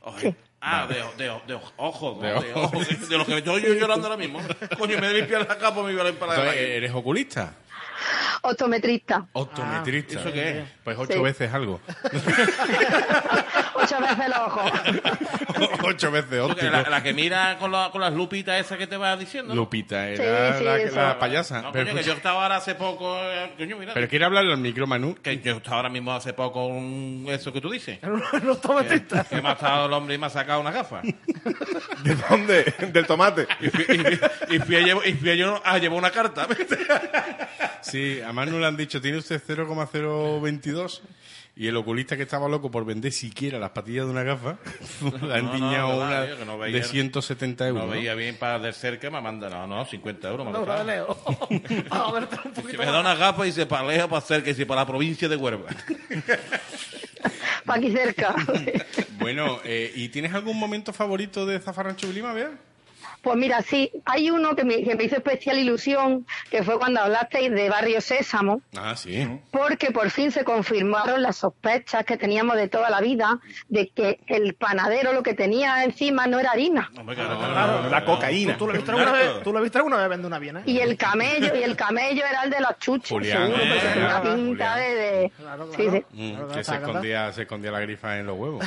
[SPEAKER 4] Oje. Ah, de, de, de ojos, ¿no?
[SPEAKER 1] De
[SPEAKER 4] de,
[SPEAKER 1] ojos.
[SPEAKER 4] ojos, que- de los que estoy yo llorando ahora mismo. Coño, me he limpiado la capa, me iba a limpiar la
[SPEAKER 1] Entonces, ¿e-,
[SPEAKER 4] cara.
[SPEAKER 1] ¿Eres oculista?
[SPEAKER 7] Optometrista.
[SPEAKER 1] Optometrista.
[SPEAKER 4] Ah, ¿eso qué es?
[SPEAKER 1] Pues ocho
[SPEAKER 7] Sí.
[SPEAKER 1] veces algo.
[SPEAKER 7] Ocho veces los ojos.
[SPEAKER 1] ocho veces
[SPEAKER 4] Tú que
[SPEAKER 1] óptico.
[SPEAKER 4] La, la que mira con, la- con las lupitas esas que te vas diciendo. ¿no?
[SPEAKER 1] Lupita era
[SPEAKER 7] Sí, sí,
[SPEAKER 1] la,
[SPEAKER 7] eso.
[SPEAKER 1] la payasa.
[SPEAKER 4] No,
[SPEAKER 1] pero,
[SPEAKER 4] coño, que
[SPEAKER 1] escucha-
[SPEAKER 4] yo estaba ahora hace poco. eh, Coño, mira.
[SPEAKER 1] pero quiere hablarle al micro, Manu.
[SPEAKER 4] que yo estaba ahora mismo hace poco un, eso que tú dices.
[SPEAKER 3] No tomes tinta.
[SPEAKER 4] Que me ha estado el hombre y me ha sacado una gafa.
[SPEAKER 2] ¿De dónde? Del tomate.
[SPEAKER 4] Y fui, y fui- y fui a, llevo- y fui a llevo- a llevar una carta.
[SPEAKER 1] Sí, a Manu le han dicho, tiene usted 0,022 y el oculista que estaba loco por vender siquiera las patillas de una gafa, le han
[SPEAKER 4] No, no,
[SPEAKER 1] diñado
[SPEAKER 4] verdad,
[SPEAKER 1] una
[SPEAKER 4] tío, que no veía.
[SPEAKER 1] de 170 euros.
[SPEAKER 4] No
[SPEAKER 1] ¿no?
[SPEAKER 4] veía bien para de cerca, me manda, no, no, 50 euros. Me, ha
[SPEAKER 3] No,
[SPEAKER 4] costado.
[SPEAKER 3] dale. Vamos a verte un
[SPEAKER 4] Si
[SPEAKER 3] poquito
[SPEAKER 4] me da
[SPEAKER 3] más.
[SPEAKER 4] una gafa y se paleja para cerca y si para la provincia de Huelva.
[SPEAKER 7] Pa' aquí cerca.
[SPEAKER 1] Bueno, eh, ¿y tienes algún momento favorito de Zafarrancho Vilima, Bea?
[SPEAKER 7] Pues mira, sí, hay uno que me, que me hizo especial ilusión, que fue cuando hablasteis de Barrio Sésamo,
[SPEAKER 1] Ah, sí.
[SPEAKER 7] porque por fin se confirmaron las sospechas que teníamos de toda la vida de que el panadero lo que tenía encima no era harina.
[SPEAKER 4] Hombre, claro,
[SPEAKER 2] La cocaína.
[SPEAKER 3] Tú lo viste alguna vez, tú lo viste alguna vez vende una bien, ¿eh?
[SPEAKER 7] Y el camello, y el camello era el de los chuches,
[SPEAKER 1] Julián,
[SPEAKER 7] seguro,
[SPEAKER 1] eh,
[SPEAKER 7] porque tenía una
[SPEAKER 1] Julián.
[SPEAKER 7] pinta de... de-
[SPEAKER 3] Claro, claro.
[SPEAKER 7] Sí, sí.
[SPEAKER 1] Mm,
[SPEAKER 3] Claro,
[SPEAKER 1] que se
[SPEAKER 3] está, está.
[SPEAKER 1] escondía, se escondía la grifa en los huevos.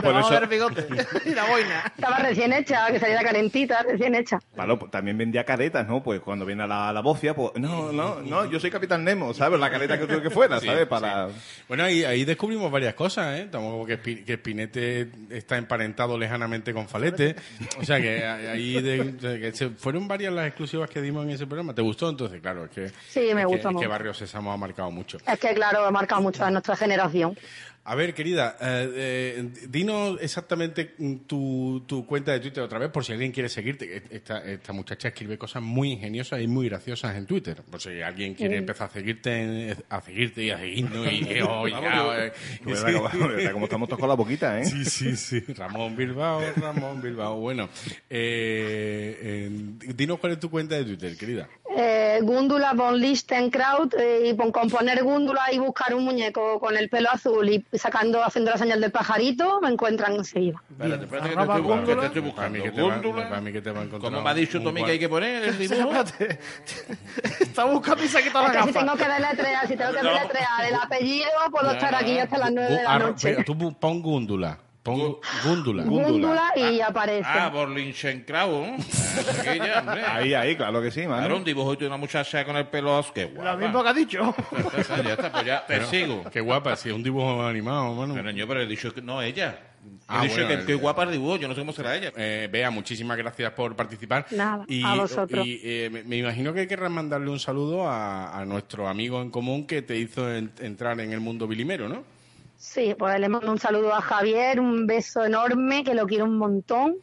[SPEAKER 3] Por eso... el bigote y la boina.
[SPEAKER 7] Estaba recién hecha, que salía calentita, recién hecha.
[SPEAKER 2] Palo, pues, también vendía caretas, ¿no? Pues cuando viene a la, la bofia, pues no, no, no, yo soy Capitán Nemo, ¿sabes? La careta que tuve que fuera,
[SPEAKER 1] Sí,
[SPEAKER 2] ¿sabes? Para...
[SPEAKER 1] Bueno, ahí, ahí descubrimos varias cosas, ¿eh? Estamos como que, Espi- que Spinete está emparentado lejanamente con Falete. O sea, que ahí de- que se- fueron varias las exclusivas que dimos en ese programa. ¿Te gustó entonces? Claro, es que,
[SPEAKER 7] Sí, me
[SPEAKER 1] es que-
[SPEAKER 7] gustó
[SPEAKER 1] es que
[SPEAKER 7] mucho. Eh.
[SPEAKER 1] Barrio Sésamo ha marcado mucho.
[SPEAKER 7] Es que, claro, ha marcado mucho a nuestra generación.
[SPEAKER 1] A ver, querida, eh, eh, dinos exactamente mm, tu, tu cuenta de Twitter otra vez, por si alguien quiere seguirte. E- Esta, esta muchacha escribe cosas muy ingeniosas y muy graciosas en Twitter. Por si alguien quiere empezar a seguirte, en- a seguirte y a seguirnos y que, oh, ya, eh,
[SPEAKER 2] Pues,
[SPEAKER 1] sí.
[SPEAKER 2] ¿verdad? Como, ¿verdad? Como estamos todos con la boquita, ¿eh?
[SPEAKER 1] Sí, sí, sí. Ramón Bilbao, Ramón Bilbao. Bueno, eh, eh, dinos cuál es tu cuenta de Twitter, querida.
[SPEAKER 7] Eh, Gúndula von Listenkraut eh, y con componer Gúndula y buscar un muñeco con el pelo azul y sacando, haciendo la señal del pajarito, me encuentran enseguida.
[SPEAKER 4] Espérate, espérate, que te
[SPEAKER 3] Arroba
[SPEAKER 4] estoy buscando,
[SPEAKER 3] góndola.
[SPEAKER 4] que te estoy
[SPEAKER 1] Para mí
[SPEAKER 4] buscando.
[SPEAKER 1] que te va-
[SPEAKER 4] Góndola.
[SPEAKER 1] para mí que te va a encontrar
[SPEAKER 4] Como me ha dicho
[SPEAKER 1] un
[SPEAKER 4] Tommy
[SPEAKER 1] guan-
[SPEAKER 4] que hay que poner el dibujo.
[SPEAKER 3] Espérate. Está buscando y se ha quitado
[SPEAKER 7] Es
[SPEAKER 3] la
[SPEAKER 7] que si tengo
[SPEAKER 3] gafa.
[SPEAKER 7] que deletrear, si tengo que deletrear el apellido, puedo estar aquí hasta las nueve de la
[SPEAKER 1] Ah,
[SPEAKER 7] noche.
[SPEAKER 1] espera, Tú pu- pon Gúndula. Pon Gúndula.
[SPEAKER 7] Gúndula y aparece.
[SPEAKER 4] Ah, por Linchencravo. Ahí.
[SPEAKER 2] Ahí, ahí, claro que sí, mano.
[SPEAKER 4] Claro, un dibujito de una muchacha con el pelo os- qué guapa.
[SPEAKER 3] Lo mismo que ha dicho.
[SPEAKER 4] ya está, pues ya te sigo.
[SPEAKER 1] Qué guapa, sí, es un dibujo animado, mano.
[SPEAKER 4] Pero yo, pero he dicho que no ella.
[SPEAKER 1] Ah,
[SPEAKER 4] he dicho
[SPEAKER 1] bueno,
[SPEAKER 4] que
[SPEAKER 1] el-
[SPEAKER 4] qué guapa el dibujo, yo no sé cómo será ella.
[SPEAKER 1] Eh, Bea, muchísimas gracias por participar.
[SPEAKER 7] Nada, a vosotros.
[SPEAKER 1] y, eh, me, me imagino que querrás mandarle un saludo a, a nuestro amigo en común que te hizo en- entrar en el mundo bilimero, ¿no?
[SPEAKER 7] Sí, pues le mando un saludo a Javier, un beso enorme, que lo quiero un montón.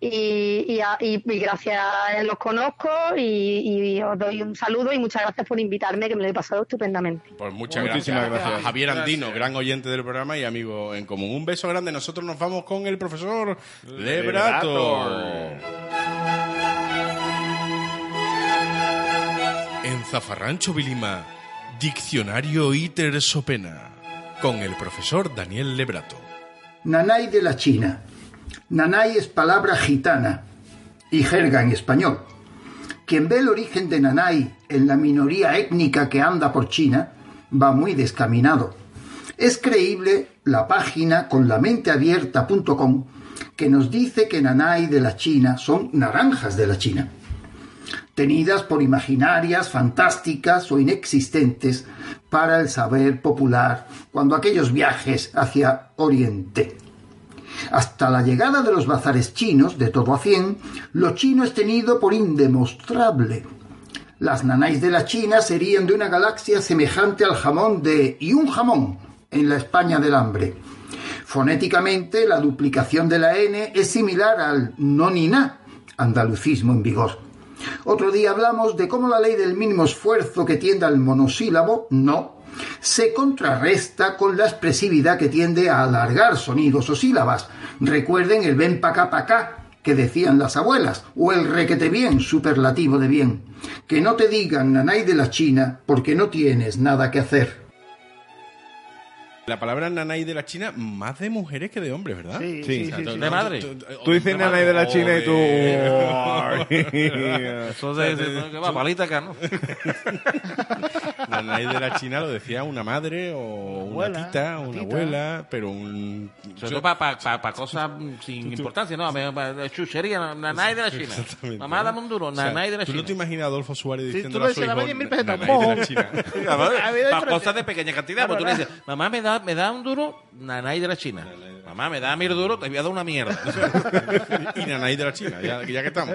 [SPEAKER 7] y, y, a- y- y gracias, los conozco y, y os doy un saludo y muchas gracias por invitarme, que me lo he pasado estupendamente.
[SPEAKER 1] Pues muchas
[SPEAKER 2] Muchísimas
[SPEAKER 1] gracias.
[SPEAKER 2] gracias.
[SPEAKER 1] Javier Andino, gran oyente del programa y amigo en común. Un beso grande. Nosotros nos vamos con el profesor Lebrato. En Zafarrancho Vilima, Diccionario Iter Sopena, con el profesor Daniel Lebrato.
[SPEAKER 8] Nanay de la China. Nanay es palabra gitana y jerga en español. Quien ve el origen de Nanay en la minoría étnica que anda por China va muy descaminado. Es creíble la página con la mente abierta.com que nos dice que Nanay de la China son naranjas de la China tenidas por imaginarias, fantásticas o inexistentes para el saber popular cuando aquellos viajes hacia Oriente. Hasta la llegada de los bazares chinos, de todo a cien, lo chino es tenido por indemostrable. Las nanáis de la China serían de una galaxia semejante al jamón de y un jamón en la España del hambre. Fonéticamente, la duplicación de la N es similar al no ni na, andalucismo en vigor. Otro día hablamos de cómo la ley del mínimo esfuerzo que tiende al monosílabo, no, se contrarresta con la expresividad que tiende a alargar sonidos o sílabas. Recuerden el ven pa' acá pa' acá que decían las abuelas, o el requete bien, superlativo de bien. Que no te digan nanay de la China porque no tienes nada que hacer.
[SPEAKER 1] La palabra nanay de la China, más de mujeres que de hombres, ¿verdad?
[SPEAKER 3] Sí, sí, sí,
[SPEAKER 2] Sí.
[SPEAKER 1] O sea,
[SPEAKER 3] sí.
[SPEAKER 1] tú-
[SPEAKER 4] De madre.
[SPEAKER 1] tú- tú-
[SPEAKER 2] Tú dices
[SPEAKER 1] de
[SPEAKER 2] nana
[SPEAKER 1] madre.
[SPEAKER 2] de la China y
[SPEAKER 1] Joder.
[SPEAKER 2] tú.
[SPEAKER 4] Eso de, de- que va, palita acá, ¿no?
[SPEAKER 1] Nanay de la China lo decía una madre o una,
[SPEAKER 3] abuela,
[SPEAKER 1] tita,
[SPEAKER 3] una
[SPEAKER 1] una
[SPEAKER 3] tita.
[SPEAKER 1] abuela, pero un...
[SPEAKER 4] Sobre
[SPEAKER 1] yo-
[SPEAKER 4] todo para cosas sin importancia, ¿no? A ver, pa- de chuchería, nanay de la China.
[SPEAKER 1] Exactamente.
[SPEAKER 4] Mamá, dame un duro,
[SPEAKER 1] O sea,
[SPEAKER 4] nanay de la
[SPEAKER 1] ¿Tú no te
[SPEAKER 4] China.
[SPEAKER 1] imaginas a Adolfo Suárez
[SPEAKER 3] Sí,
[SPEAKER 1] diciendo
[SPEAKER 3] tú lo dices, la media mil pesetas,
[SPEAKER 1] de la
[SPEAKER 3] mojón".
[SPEAKER 1] China?
[SPEAKER 3] A ver,
[SPEAKER 4] Para
[SPEAKER 3] pero-
[SPEAKER 4] cosas de pequeña cantidad,
[SPEAKER 3] Claro,
[SPEAKER 4] porque tú le dices,
[SPEAKER 3] claro.
[SPEAKER 4] mamá, me da, me da un duro, nanay de la China. Mamá, me da mil duros, te voy a dar una mierda.
[SPEAKER 1] y Nanay de la China, ya, ya que estamos.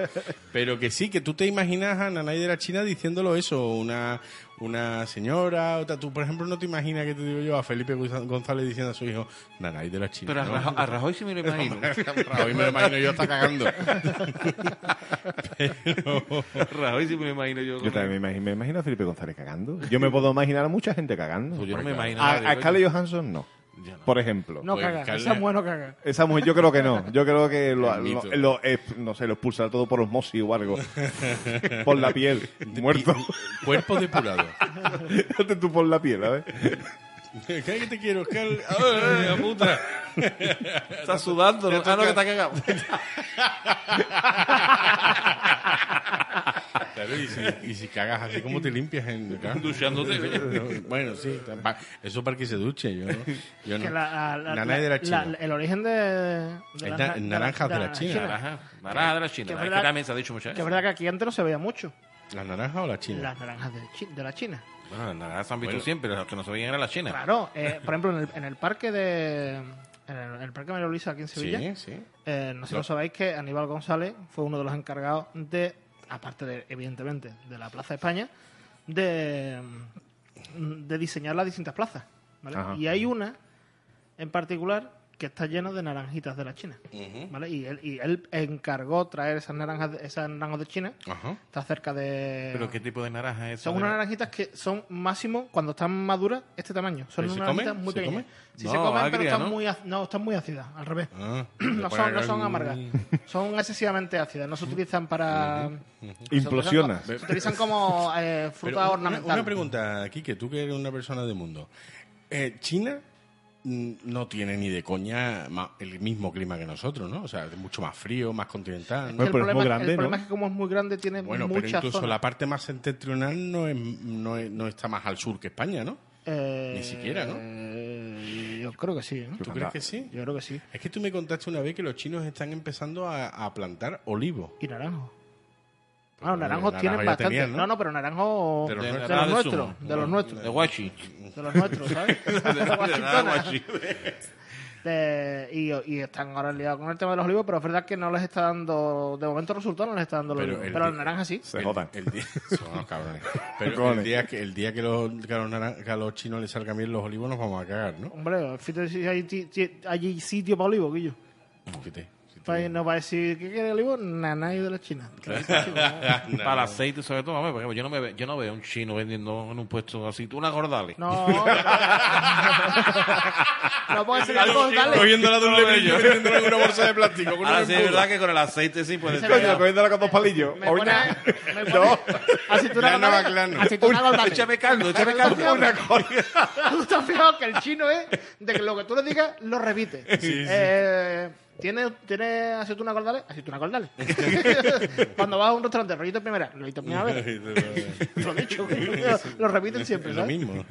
[SPEAKER 1] Pero que sí, que tú te imaginas a Nanay de la China diciéndolo eso, una, una señora, o tal. tú por ejemplo no te imaginas que te digo yo a Felipe Gonz- González diciendo a su hijo Nanay de la China.
[SPEAKER 4] Pero a
[SPEAKER 1] ¿no?
[SPEAKER 4] Rajoy, a Rajoy sí me lo imagino.
[SPEAKER 1] Rajoy me lo imagino yo está cagando. Pero-
[SPEAKER 4] A Rajoy sí me lo imagino yo.
[SPEAKER 2] Yo también me imagino, me imagino a Felipe González cagando. Yo me puedo imaginar a mucha gente cagando.
[SPEAKER 4] Pues yo no me imagino a nadie,
[SPEAKER 2] A, a
[SPEAKER 4] coño.
[SPEAKER 2] Scarlett Johansson no. Por ejemplo.
[SPEAKER 3] No
[SPEAKER 1] Pues,
[SPEAKER 3] caga,
[SPEAKER 1] Carla-
[SPEAKER 3] esa mujer no caga.
[SPEAKER 2] Esa mujer, yo creo que no. Yo creo que lo, lo-
[SPEAKER 1] Bendito.
[SPEAKER 2] lo- eh, no sé, lo expulsará todo por osmosis o algo. Por la piel. Muerto.
[SPEAKER 1] Cuerpo depurado.
[SPEAKER 2] Hazte tú por la piel, ¿sabes?
[SPEAKER 1] ¿Qué es que te quiero, Carl? ¡Ay, la puta!
[SPEAKER 4] Está sudando, ¿no? Ah, no, que está cagado.
[SPEAKER 1] Claro, y si, y si cagas así, ¿cómo te limpias? En, claro?
[SPEAKER 4] Duchándote.
[SPEAKER 1] Bueno, sí. pa- Eso para que se duche. Yo, no- yo no.
[SPEAKER 3] Que la- la- la-
[SPEAKER 1] Nanay de la China.
[SPEAKER 3] el origen de, de
[SPEAKER 1] Es
[SPEAKER 3] las
[SPEAKER 1] na-
[SPEAKER 3] na-
[SPEAKER 1] naranjas de la China.
[SPEAKER 4] Naranja, naranja de la China.
[SPEAKER 3] Que
[SPEAKER 4] Es
[SPEAKER 3] verdad-
[SPEAKER 4] que también se ha dicho muchas
[SPEAKER 3] Que es
[SPEAKER 4] veces.
[SPEAKER 3] verdad que aquí antes no se veía mucho.
[SPEAKER 1] ¿La naranja o la china?
[SPEAKER 3] Las naranjas de, chi- de la China.
[SPEAKER 4] Bueno, las naranjas se han visto
[SPEAKER 1] Bueno.
[SPEAKER 4] siempre, las que no se veían eran las chinas.
[SPEAKER 3] Claro, eh, por ejemplo, en el, en el parque de. En el, en el parque María Luisa aquí en Sevilla.
[SPEAKER 1] Sí, sí.
[SPEAKER 3] Eh, no sé si lo sabéis que Aníbal González fue uno de los encargados de, aparte de, evidentemente, de la Plaza España, de, de diseñar las distintas plazas. ¿vale?
[SPEAKER 2] Ajá.
[SPEAKER 3] Y hay una en particular que está llena de naranjitas de la China.
[SPEAKER 1] ¿Eh?
[SPEAKER 3] ¿vale? y, él, y él encargó traer esas naranjas, de- esas naranjas de China.
[SPEAKER 1] Ajá.
[SPEAKER 3] Está cerca de...
[SPEAKER 4] ¿Pero qué tipo de naranja es esa?
[SPEAKER 3] Eh, Son unas naranjitas que son máximo, cuando están maduras, este tamaño. Son unas
[SPEAKER 1] ¿Pero se
[SPEAKER 3] naranjitas
[SPEAKER 1] comen?
[SPEAKER 3] muy
[SPEAKER 1] ¿Se
[SPEAKER 3] pequeñas.
[SPEAKER 1] comen?
[SPEAKER 3] Sí, se
[SPEAKER 4] No,
[SPEAKER 3] comen, pero
[SPEAKER 4] agria,
[SPEAKER 3] están
[SPEAKER 4] ¿no?
[SPEAKER 3] muy, ac- no, están muy ácidas, al revés.
[SPEAKER 1] Ah.
[SPEAKER 3] No son, no son amargas, son excesivamente ácidas, no se utilizan para...
[SPEAKER 2] Implosionas.
[SPEAKER 3] Se utilizan como eh, fruta
[SPEAKER 1] Pero una,
[SPEAKER 3] ornamental.
[SPEAKER 1] una pregunta, Kike, tú que eres una persona de mundo. Eh, China mm, no tiene ni de coña ma- el mismo clima que nosotros, ¿no? O sea, es mucho más frío, más continental.
[SPEAKER 3] Es
[SPEAKER 1] ¿no?
[SPEAKER 3] que el
[SPEAKER 2] Bueno, pero es
[SPEAKER 3] problema,
[SPEAKER 2] muy grande,
[SPEAKER 3] el problema
[SPEAKER 2] ¿no?
[SPEAKER 3] es que como es muy grande tiene
[SPEAKER 1] Bueno, pero
[SPEAKER 3] muchas
[SPEAKER 1] incluso la
[SPEAKER 3] zonas.
[SPEAKER 1] parte más septentrional no, es- no, es- no está más al sur que España, ¿no?
[SPEAKER 3] Eh,
[SPEAKER 1] ni siquiera, ¿no?
[SPEAKER 3] eh, yo creo que sí. ¿eh?
[SPEAKER 1] ¿Tú crees que sí?
[SPEAKER 3] Yo creo que sí.
[SPEAKER 1] Es que tú me contaste una vez que los chinos están empezando a, a plantar olivos.
[SPEAKER 3] Y naranjos. Ah, los
[SPEAKER 1] bueno,
[SPEAKER 3] naranjos
[SPEAKER 1] naranjo
[SPEAKER 3] tienen
[SPEAKER 1] ya
[SPEAKER 3] bastante.
[SPEAKER 1] tenían, ¿no?
[SPEAKER 3] ¿no? no, pero naranjos
[SPEAKER 1] De
[SPEAKER 3] de,
[SPEAKER 1] los
[SPEAKER 3] los
[SPEAKER 4] nuestros.
[SPEAKER 3] nuestros.
[SPEAKER 4] Zumo.
[SPEAKER 3] De los nuestros.
[SPEAKER 4] De guachi.
[SPEAKER 3] De los nuestros, ¿sabes? De la Washingtona. De- y, y están ahora liados con el tema de los olivos, pero es verdad que no les está dando, de momento resultado no les está dando los
[SPEAKER 1] Pero
[SPEAKER 3] olivos.
[SPEAKER 1] el
[SPEAKER 3] Pero
[SPEAKER 1] di-
[SPEAKER 3] los naranjas sí.
[SPEAKER 2] Se
[SPEAKER 1] El-
[SPEAKER 2] jodan.
[SPEAKER 1] El, día, son unos cabrones. Pero el
[SPEAKER 2] Cabrones.
[SPEAKER 1] día que, el día que, los, que, a los naran- que a los chinos les salgan bien los olivos nos vamos a cagar, ¿no?
[SPEAKER 3] Hombre, fíjate si hay, ti- ti- hay sitio para olivos, Guillo.
[SPEAKER 1] Fíjate, si
[SPEAKER 3] país nos va a decir, ¿qué quiere el olivo? Nanay de la China.
[SPEAKER 4] Para el aceite, sobre todo, hombre, por ejemplo, yo no, me ve- yo no veo un chino vendiendo en un puesto así, tú una gordales.
[SPEAKER 3] No. no puede ser algo, dale.
[SPEAKER 1] Cogiéndola de un levillo, metiéndola en una bolsa de plástico. con
[SPEAKER 4] Ahora
[SPEAKER 1] un
[SPEAKER 4] Ah, sí, es
[SPEAKER 1] embudo.
[SPEAKER 4] verdad que con el aceite sí puede
[SPEAKER 3] Ese
[SPEAKER 4] ser.
[SPEAKER 2] Coño, comiéndola con dos palillos.
[SPEAKER 3] Me pone,
[SPEAKER 2] Oña.
[SPEAKER 3] me pone
[SPEAKER 2] No.
[SPEAKER 3] aceituna
[SPEAKER 1] Clano va
[SPEAKER 3] gordales,
[SPEAKER 1] clano.
[SPEAKER 3] aceituna gordales.
[SPEAKER 4] Échame caldo, échame
[SPEAKER 3] Una
[SPEAKER 4] caldo.
[SPEAKER 3] cosa. Tú estás fijado que el chino es de que lo que tú le digas lo repite. Eh, ¿Tiene, ¿Tiene aceituna cordales? Aceituna cordales. Cuando vas a un restaurante, rollito primera, rollito primera vez. Lo he dicho, coño, lo repiten siempre,
[SPEAKER 1] lo
[SPEAKER 3] ¿sabes?
[SPEAKER 1] mismo.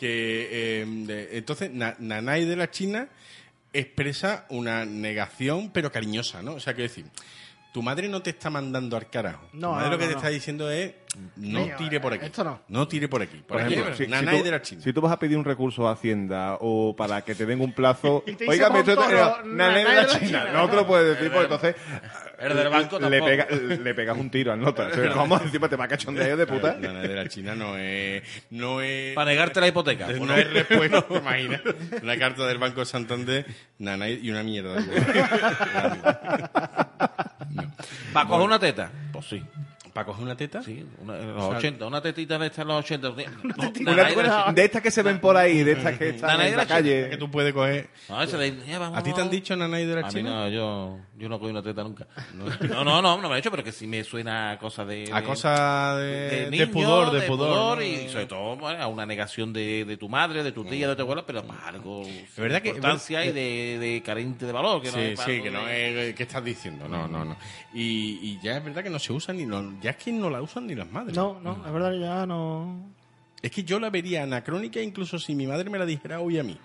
[SPEAKER 1] que eh, de- entonces Na- Nanay de la China expresa una negación pero cariñosa, ¿no? O sea, que decir, tu madre no te está mandando al carajo.
[SPEAKER 3] No,
[SPEAKER 1] tu madre
[SPEAKER 3] no,
[SPEAKER 1] lo que
[SPEAKER 3] no,
[SPEAKER 1] te
[SPEAKER 3] no.
[SPEAKER 1] está diciendo es no
[SPEAKER 3] Niño,
[SPEAKER 1] tire por aquí.
[SPEAKER 3] esto no.
[SPEAKER 1] tire por aquí. Por,
[SPEAKER 2] Por
[SPEAKER 1] ejemplo,
[SPEAKER 2] ejemplo, si, si
[SPEAKER 1] Nanay
[SPEAKER 2] tú,
[SPEAKER 1] de la China.
[SPEAKER 2] si tú vas a pedir un recurso a Hacienda o para que te den un plazo,
[SPEAKER 3] Y te dice
[SPEAKER 2] oiga,
[SPEAKER 3] con
[SPEAKER 2] esto
[SPEAKER 3] toro,
[SPEAKER 2] era nanay de la China, no te lo puedes decir, porque entonces
[SPEAKER 4] El del banco
[SPEAKER 2] le,
[SPEAKER 4] tampoco.
[SPEAKER 2] pega- le pegas un tiro al nota. O sea, ¿Cómo? Encima te va a cachondear de puta.
[SPEAKER 1] Nanay de la China no es... No es
[SPEAKER 4] Para negarte la hipoteca.
[SPEAKER 1] no
[SPEAKER 4] Bueno,
[SPEAKER 1] es respuesta, te imaginas. Una carta del Banco Santander, Nanay y una mierda.
[SPEAKER 4] ¿Para coger una teta? Pues sí.
[SPEAKER 1] ¿Para coger una teta?
[SPEAKER 4] Sí, una, en los 80, una tetita de estas en los 80.
[SPEAKER 2] Una-
[SPEAKER 4] Nanay de la
[SPEAKER 2] una-
[SPEAKER 4] China.
[SPEAKER 2] de estas que se ven por ahí, de estas que están
[SPEAKER 4] Nanay
[SPEAKER 2] en
[SPEAKER 4] de
[SPEAKER 2] la
[SPEAKER 4] la China.
[SPEAKER 1] Que
[SPEAKER 2] calle.
[SPEAKER 1] tú puedes coger...
[SPEAKER 4] No, esa de- ya, vamos,
[SPEAKER 1] ¿A ti te han
[SPEAKER 4] vamos.
[SPEAKER 1] dicho Nanay de la
[SPEAKER 4] A mí
[SPEAKER 1] China?
[SPEAKER 4] no, yo, yo no cogí una teta nunca. No, no, no, no me lo he hecho, pero que sí me suena a cosa de...
[SPEAKER 1] A
[SPEAKER 4] de-
[SPEAKER 1] cosa de,
[SPEAKER 4] de,
[SPEAKER 1] de
[SPEAKER 4] niño,
[SPEAKER 1] pudor, de pudor. ¿no?
[SPEAKER 4] y sobre todo bueno, a una negación de, de tu madre, de tu tía, de tu abuela, pero más algo de
[SPEAKER 1] verdad que- eh,
[SPEAKER 4] importancia y de, de carente de valor. Que no
[SPEAKER 1] sí,
[SPEAKER 4] es
[SPEAKER 1] sí,
[SPEAKER 4] algo
[SPEAKER 1] que no
[SPEAKER 4] de-
[SPEAKER 1] es... eh, ¿Qué estás diciendo? No, no, no. Y, y ya es verdad que no se usa ni... los- ya es que no la usan ni las madres.
[SPEAKER 3] No, no, es verdad, ya no.
[SPEAKER 1] Es que yo la vería anacrónica incluso si mi madre me la dijera hoy a mí.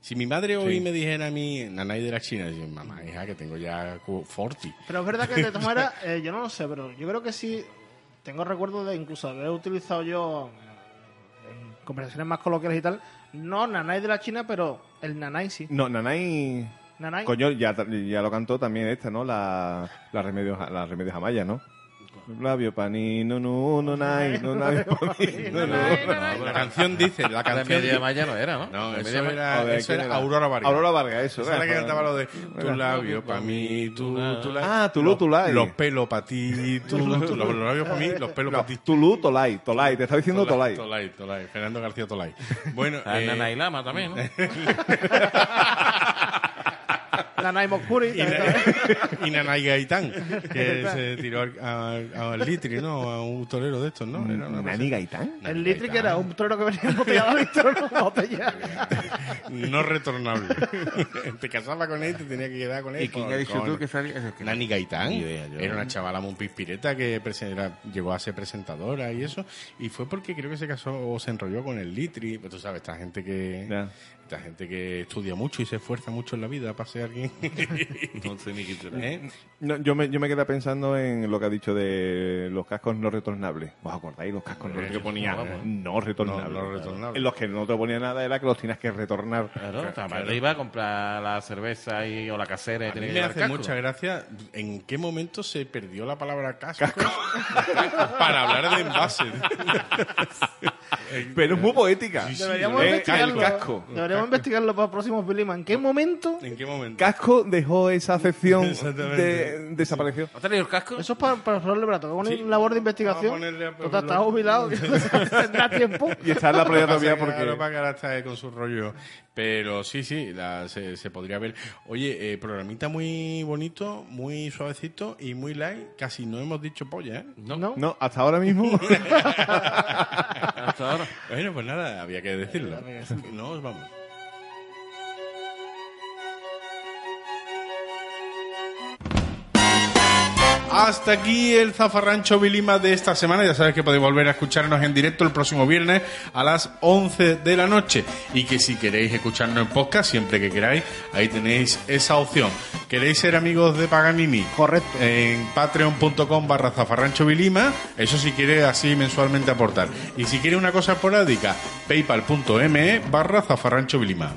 [SPEAKER 1] Si mi madre hoy me dijera a mí, Nanay de la China, yo, mamá, hija, que tengo ya cu- 40.
[SPEAKER 3] Pero es verdad que de todas maneras, eh, yo no lo sé, pero yo creo que sí. Tengo recuerdos de incluso haber utilizado yo eh, en conversaciones más coloquiales y tal. No nanay de la China, pero el nanay sí.
[SPEAKER 2] No, Nanay.
[SPEAKER 3] Nanay.
[SPEAKER 2] Coño, ya, ya lo cantó también esta, ¿no? La, la Remedios la Remedios Amaya, ¿no? Labio panino, no, no, nay, no, labio panino, no.
[SPEAKER 1] La canción dice, la
[SPEAKER 4] La
[SPEAKER 1] canción...
[SPEAKER 4] media
[SPEAKER 1] dice-
[SPEAKER 4] maya no era, ¿no?
[SPEAKER 1] No,
[SPEAKER 4] La
[SPEAKER 1] eso
[SPEAKER 4] media maya-
[SPEAKER 1] era,
[SPEAKER 2] Joder,
[SPEAKER 1] eso
[SPEAKER 2] ¿quién
[SPEAKER 1] era
[SPEAKER 2] era?
[SPEAKER 1] Aurora Vargas.
[SPEAKER 2] Aurora Vargas, eso.
[SPEAKER 1] Esa es la que
[SPEAKER 2] era.
[SPEAKER 1] cantaba lo de tu labio para mí, tu, tu labio.
[SPEAKER 2] Ah, tu lu, tu lai.
[SPEAKER 1] Los pelos para ti, tu, tu- los labios para mí, los pelos
[SPEAKER 2] No,
[SPEAKER 1] para ti.
[SPEAKER 2] Tulú, Tolai, Tolai, te está diciendo Tolai.
[SPEAKER 1] Tolai, Tolai, Fernando García Tolai. Bueno,
[SPEAKER 4] Ah,
[SPEAKER 1] eh,
[SPEAKER 4] Nanay Lama también, ¿no?
[SPEAKER 3] Nanay Moscuri.
[SPEAKER 1] y, Na- y Nanay Gaitán, que se tiró al, a- al litri, ¿no? A un torero de estos, ¿no? Era una cosa-
[SPEAKER 2] ¿Nani Gaitán?
[SPEAKER 3] El litri que era un torero que venía embotellado de torero botella.
[SPEAKER 1] No retornable. te casaba con él, te tenía que quedar con él.
[SPEAKER 4] ¿Y quién
[SPEAKER 1] con-
[SPEAKER 4] ha dicho
[SPEAKER 1] con-
[SPEAKER 4] tú que salía? Eso es que-
[SPEAKER 1] Nani Gaitán
[SPEAKER 4] Ni idea, yo.
[SPEAKER 1] era una chavala muy pispireta que presen- era- llegó a ser presentadora y eso. Y fue porque creo que se casó o se enrolló con el Litri. Pues tú sabes, esta gente que
[SPEAKER 2] Ya.
[SPEAKER 1] esta gente que estudia mucho y se esfuerza mucho en la vida para ser alguien.
[SPEAKER 4] Entonces, mi quinto era-
[SPEAKER 1] ¿Eh?
[SPEAKER 2] No, yo, me, yo me quedé pensando en lo que ha dicho de los cascos no retornables. ¿Os acordáis los cascos no
[SPEAKER 1] Hombre,
[SPEAKER 2] retornables?
[SPEAKER 1] que Eh, ponía,
[SPEAKER 2] no retornables.
[SPEAKER 1] no retornables.
[SPEAKER 2] En los que no te ponía nada era que los tenías que retornar.
[SPEAKER 4] Claro, estaba madre iba a comprar la cerveza y, o la casera y
[SPEAKER 1] A mí
[SPEAKER 4] tenía que
[SPEAKER 1] me
[SPEAKER 4] llevar
[SPEAKER 1] hace
[SPEAKER 4] casco.
[SPEAKER 1] mucha gracia en qué momento se perdió la palabra casco, para hablar de envase.
[SPEAKER 2] Pero es muy poética.
[SPEAKER 1] Sí, sí,
[SPEAKER 3] Deberíamos
[SPEAKER 2] Eh,
[SPEAKER 3] investigarlo.
[SPEAKER 2] El casco.
[SPEAKER 3] Deberíamos investigarlo para próximos Billyman. ¿En qué momento?
[SPEAKER 1] ¿En qué momento?
[SPEAKER 2] Casco dejó esa acepción
[SPEAKER 1] Exactamente.
[SPEAKER 2] de, desapareció.
[SPEAKER 4] ¿Has traído el casco?
[SPEAKER 3] Eso es para, para Flor Lebrato, una
[SPEAKER 1] Sí.
[SPEAKER 3] labor de
[SPEAKER 1] Vamos a ponerle a
[SPEAKER 3] investigación.
[SPEAKER 1] Pablo.
[SPEAKER 3] Total, está jubilado. Tendrá tiempo.
[SPEAKER 2] Y está en la playa
[SPEAKER 1] Lo que pasa
[SPEAKER 2] todavía
[SPEAKER 1] es que ahora
[SPEAKER 2] porque...
[SPEAKER 1] Paca ahora está eh, con su rollo. Pero sí, sí, la- se, se podría ver. Oye, eh, programita muy bonito, muy suavecito y muy light. Casi no hemos dicho polla, ¿eh?
[SPEAKER 4] No,
[SPEAKER 2] No, hasta ahora mismo...
[SPEAKER 4] hasta ahora.
[SPEAKER 1] Bueno, pues nada, había que decirlo. Nos vamos. Hasta aquí el zafarrancho Vilima de esta semana. Ya sabes que podéis volver a escucharnos en directo el próximo viernes a las 11 de la noche. Y que si queréis escucharnos en podcast, siempre que queráis, ahí tenéis esa opción. ¿Queréis ser amigos de Paganini?
[SPEAKER 3] Correcto.
[SPEAKER 1] En patreon.com barra zafarrancho Vilima. Eso si quiere así mensualmente aportar. Y si quiere una cosa esporádica, paypal.me barra zafarrancho Vilima.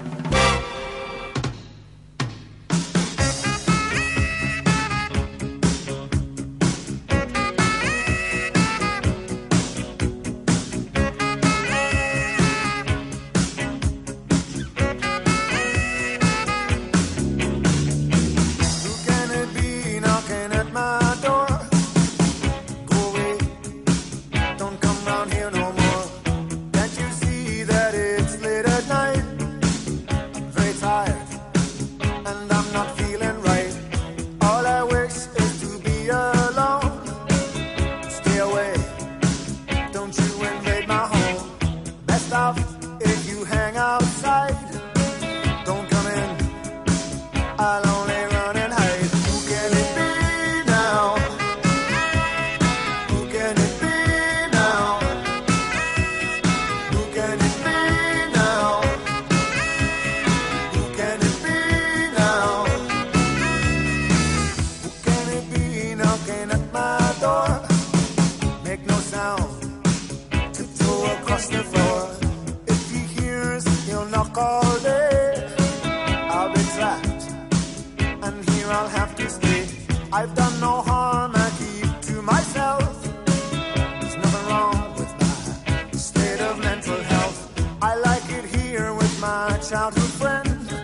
[SPEAKER 9] Tú que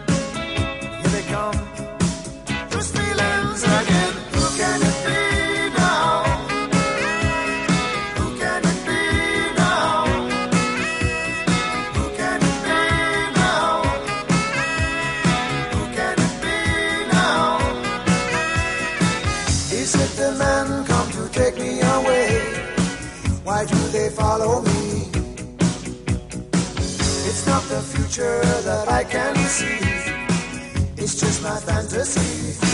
[SPEAKER 9] take home those feelings again. Who can it be now? Who can it be now? Who can it be now? Who can it be now? Is it the man come to take me away? Why do they follow me? It's not the future that I can see. It's just my fantasy.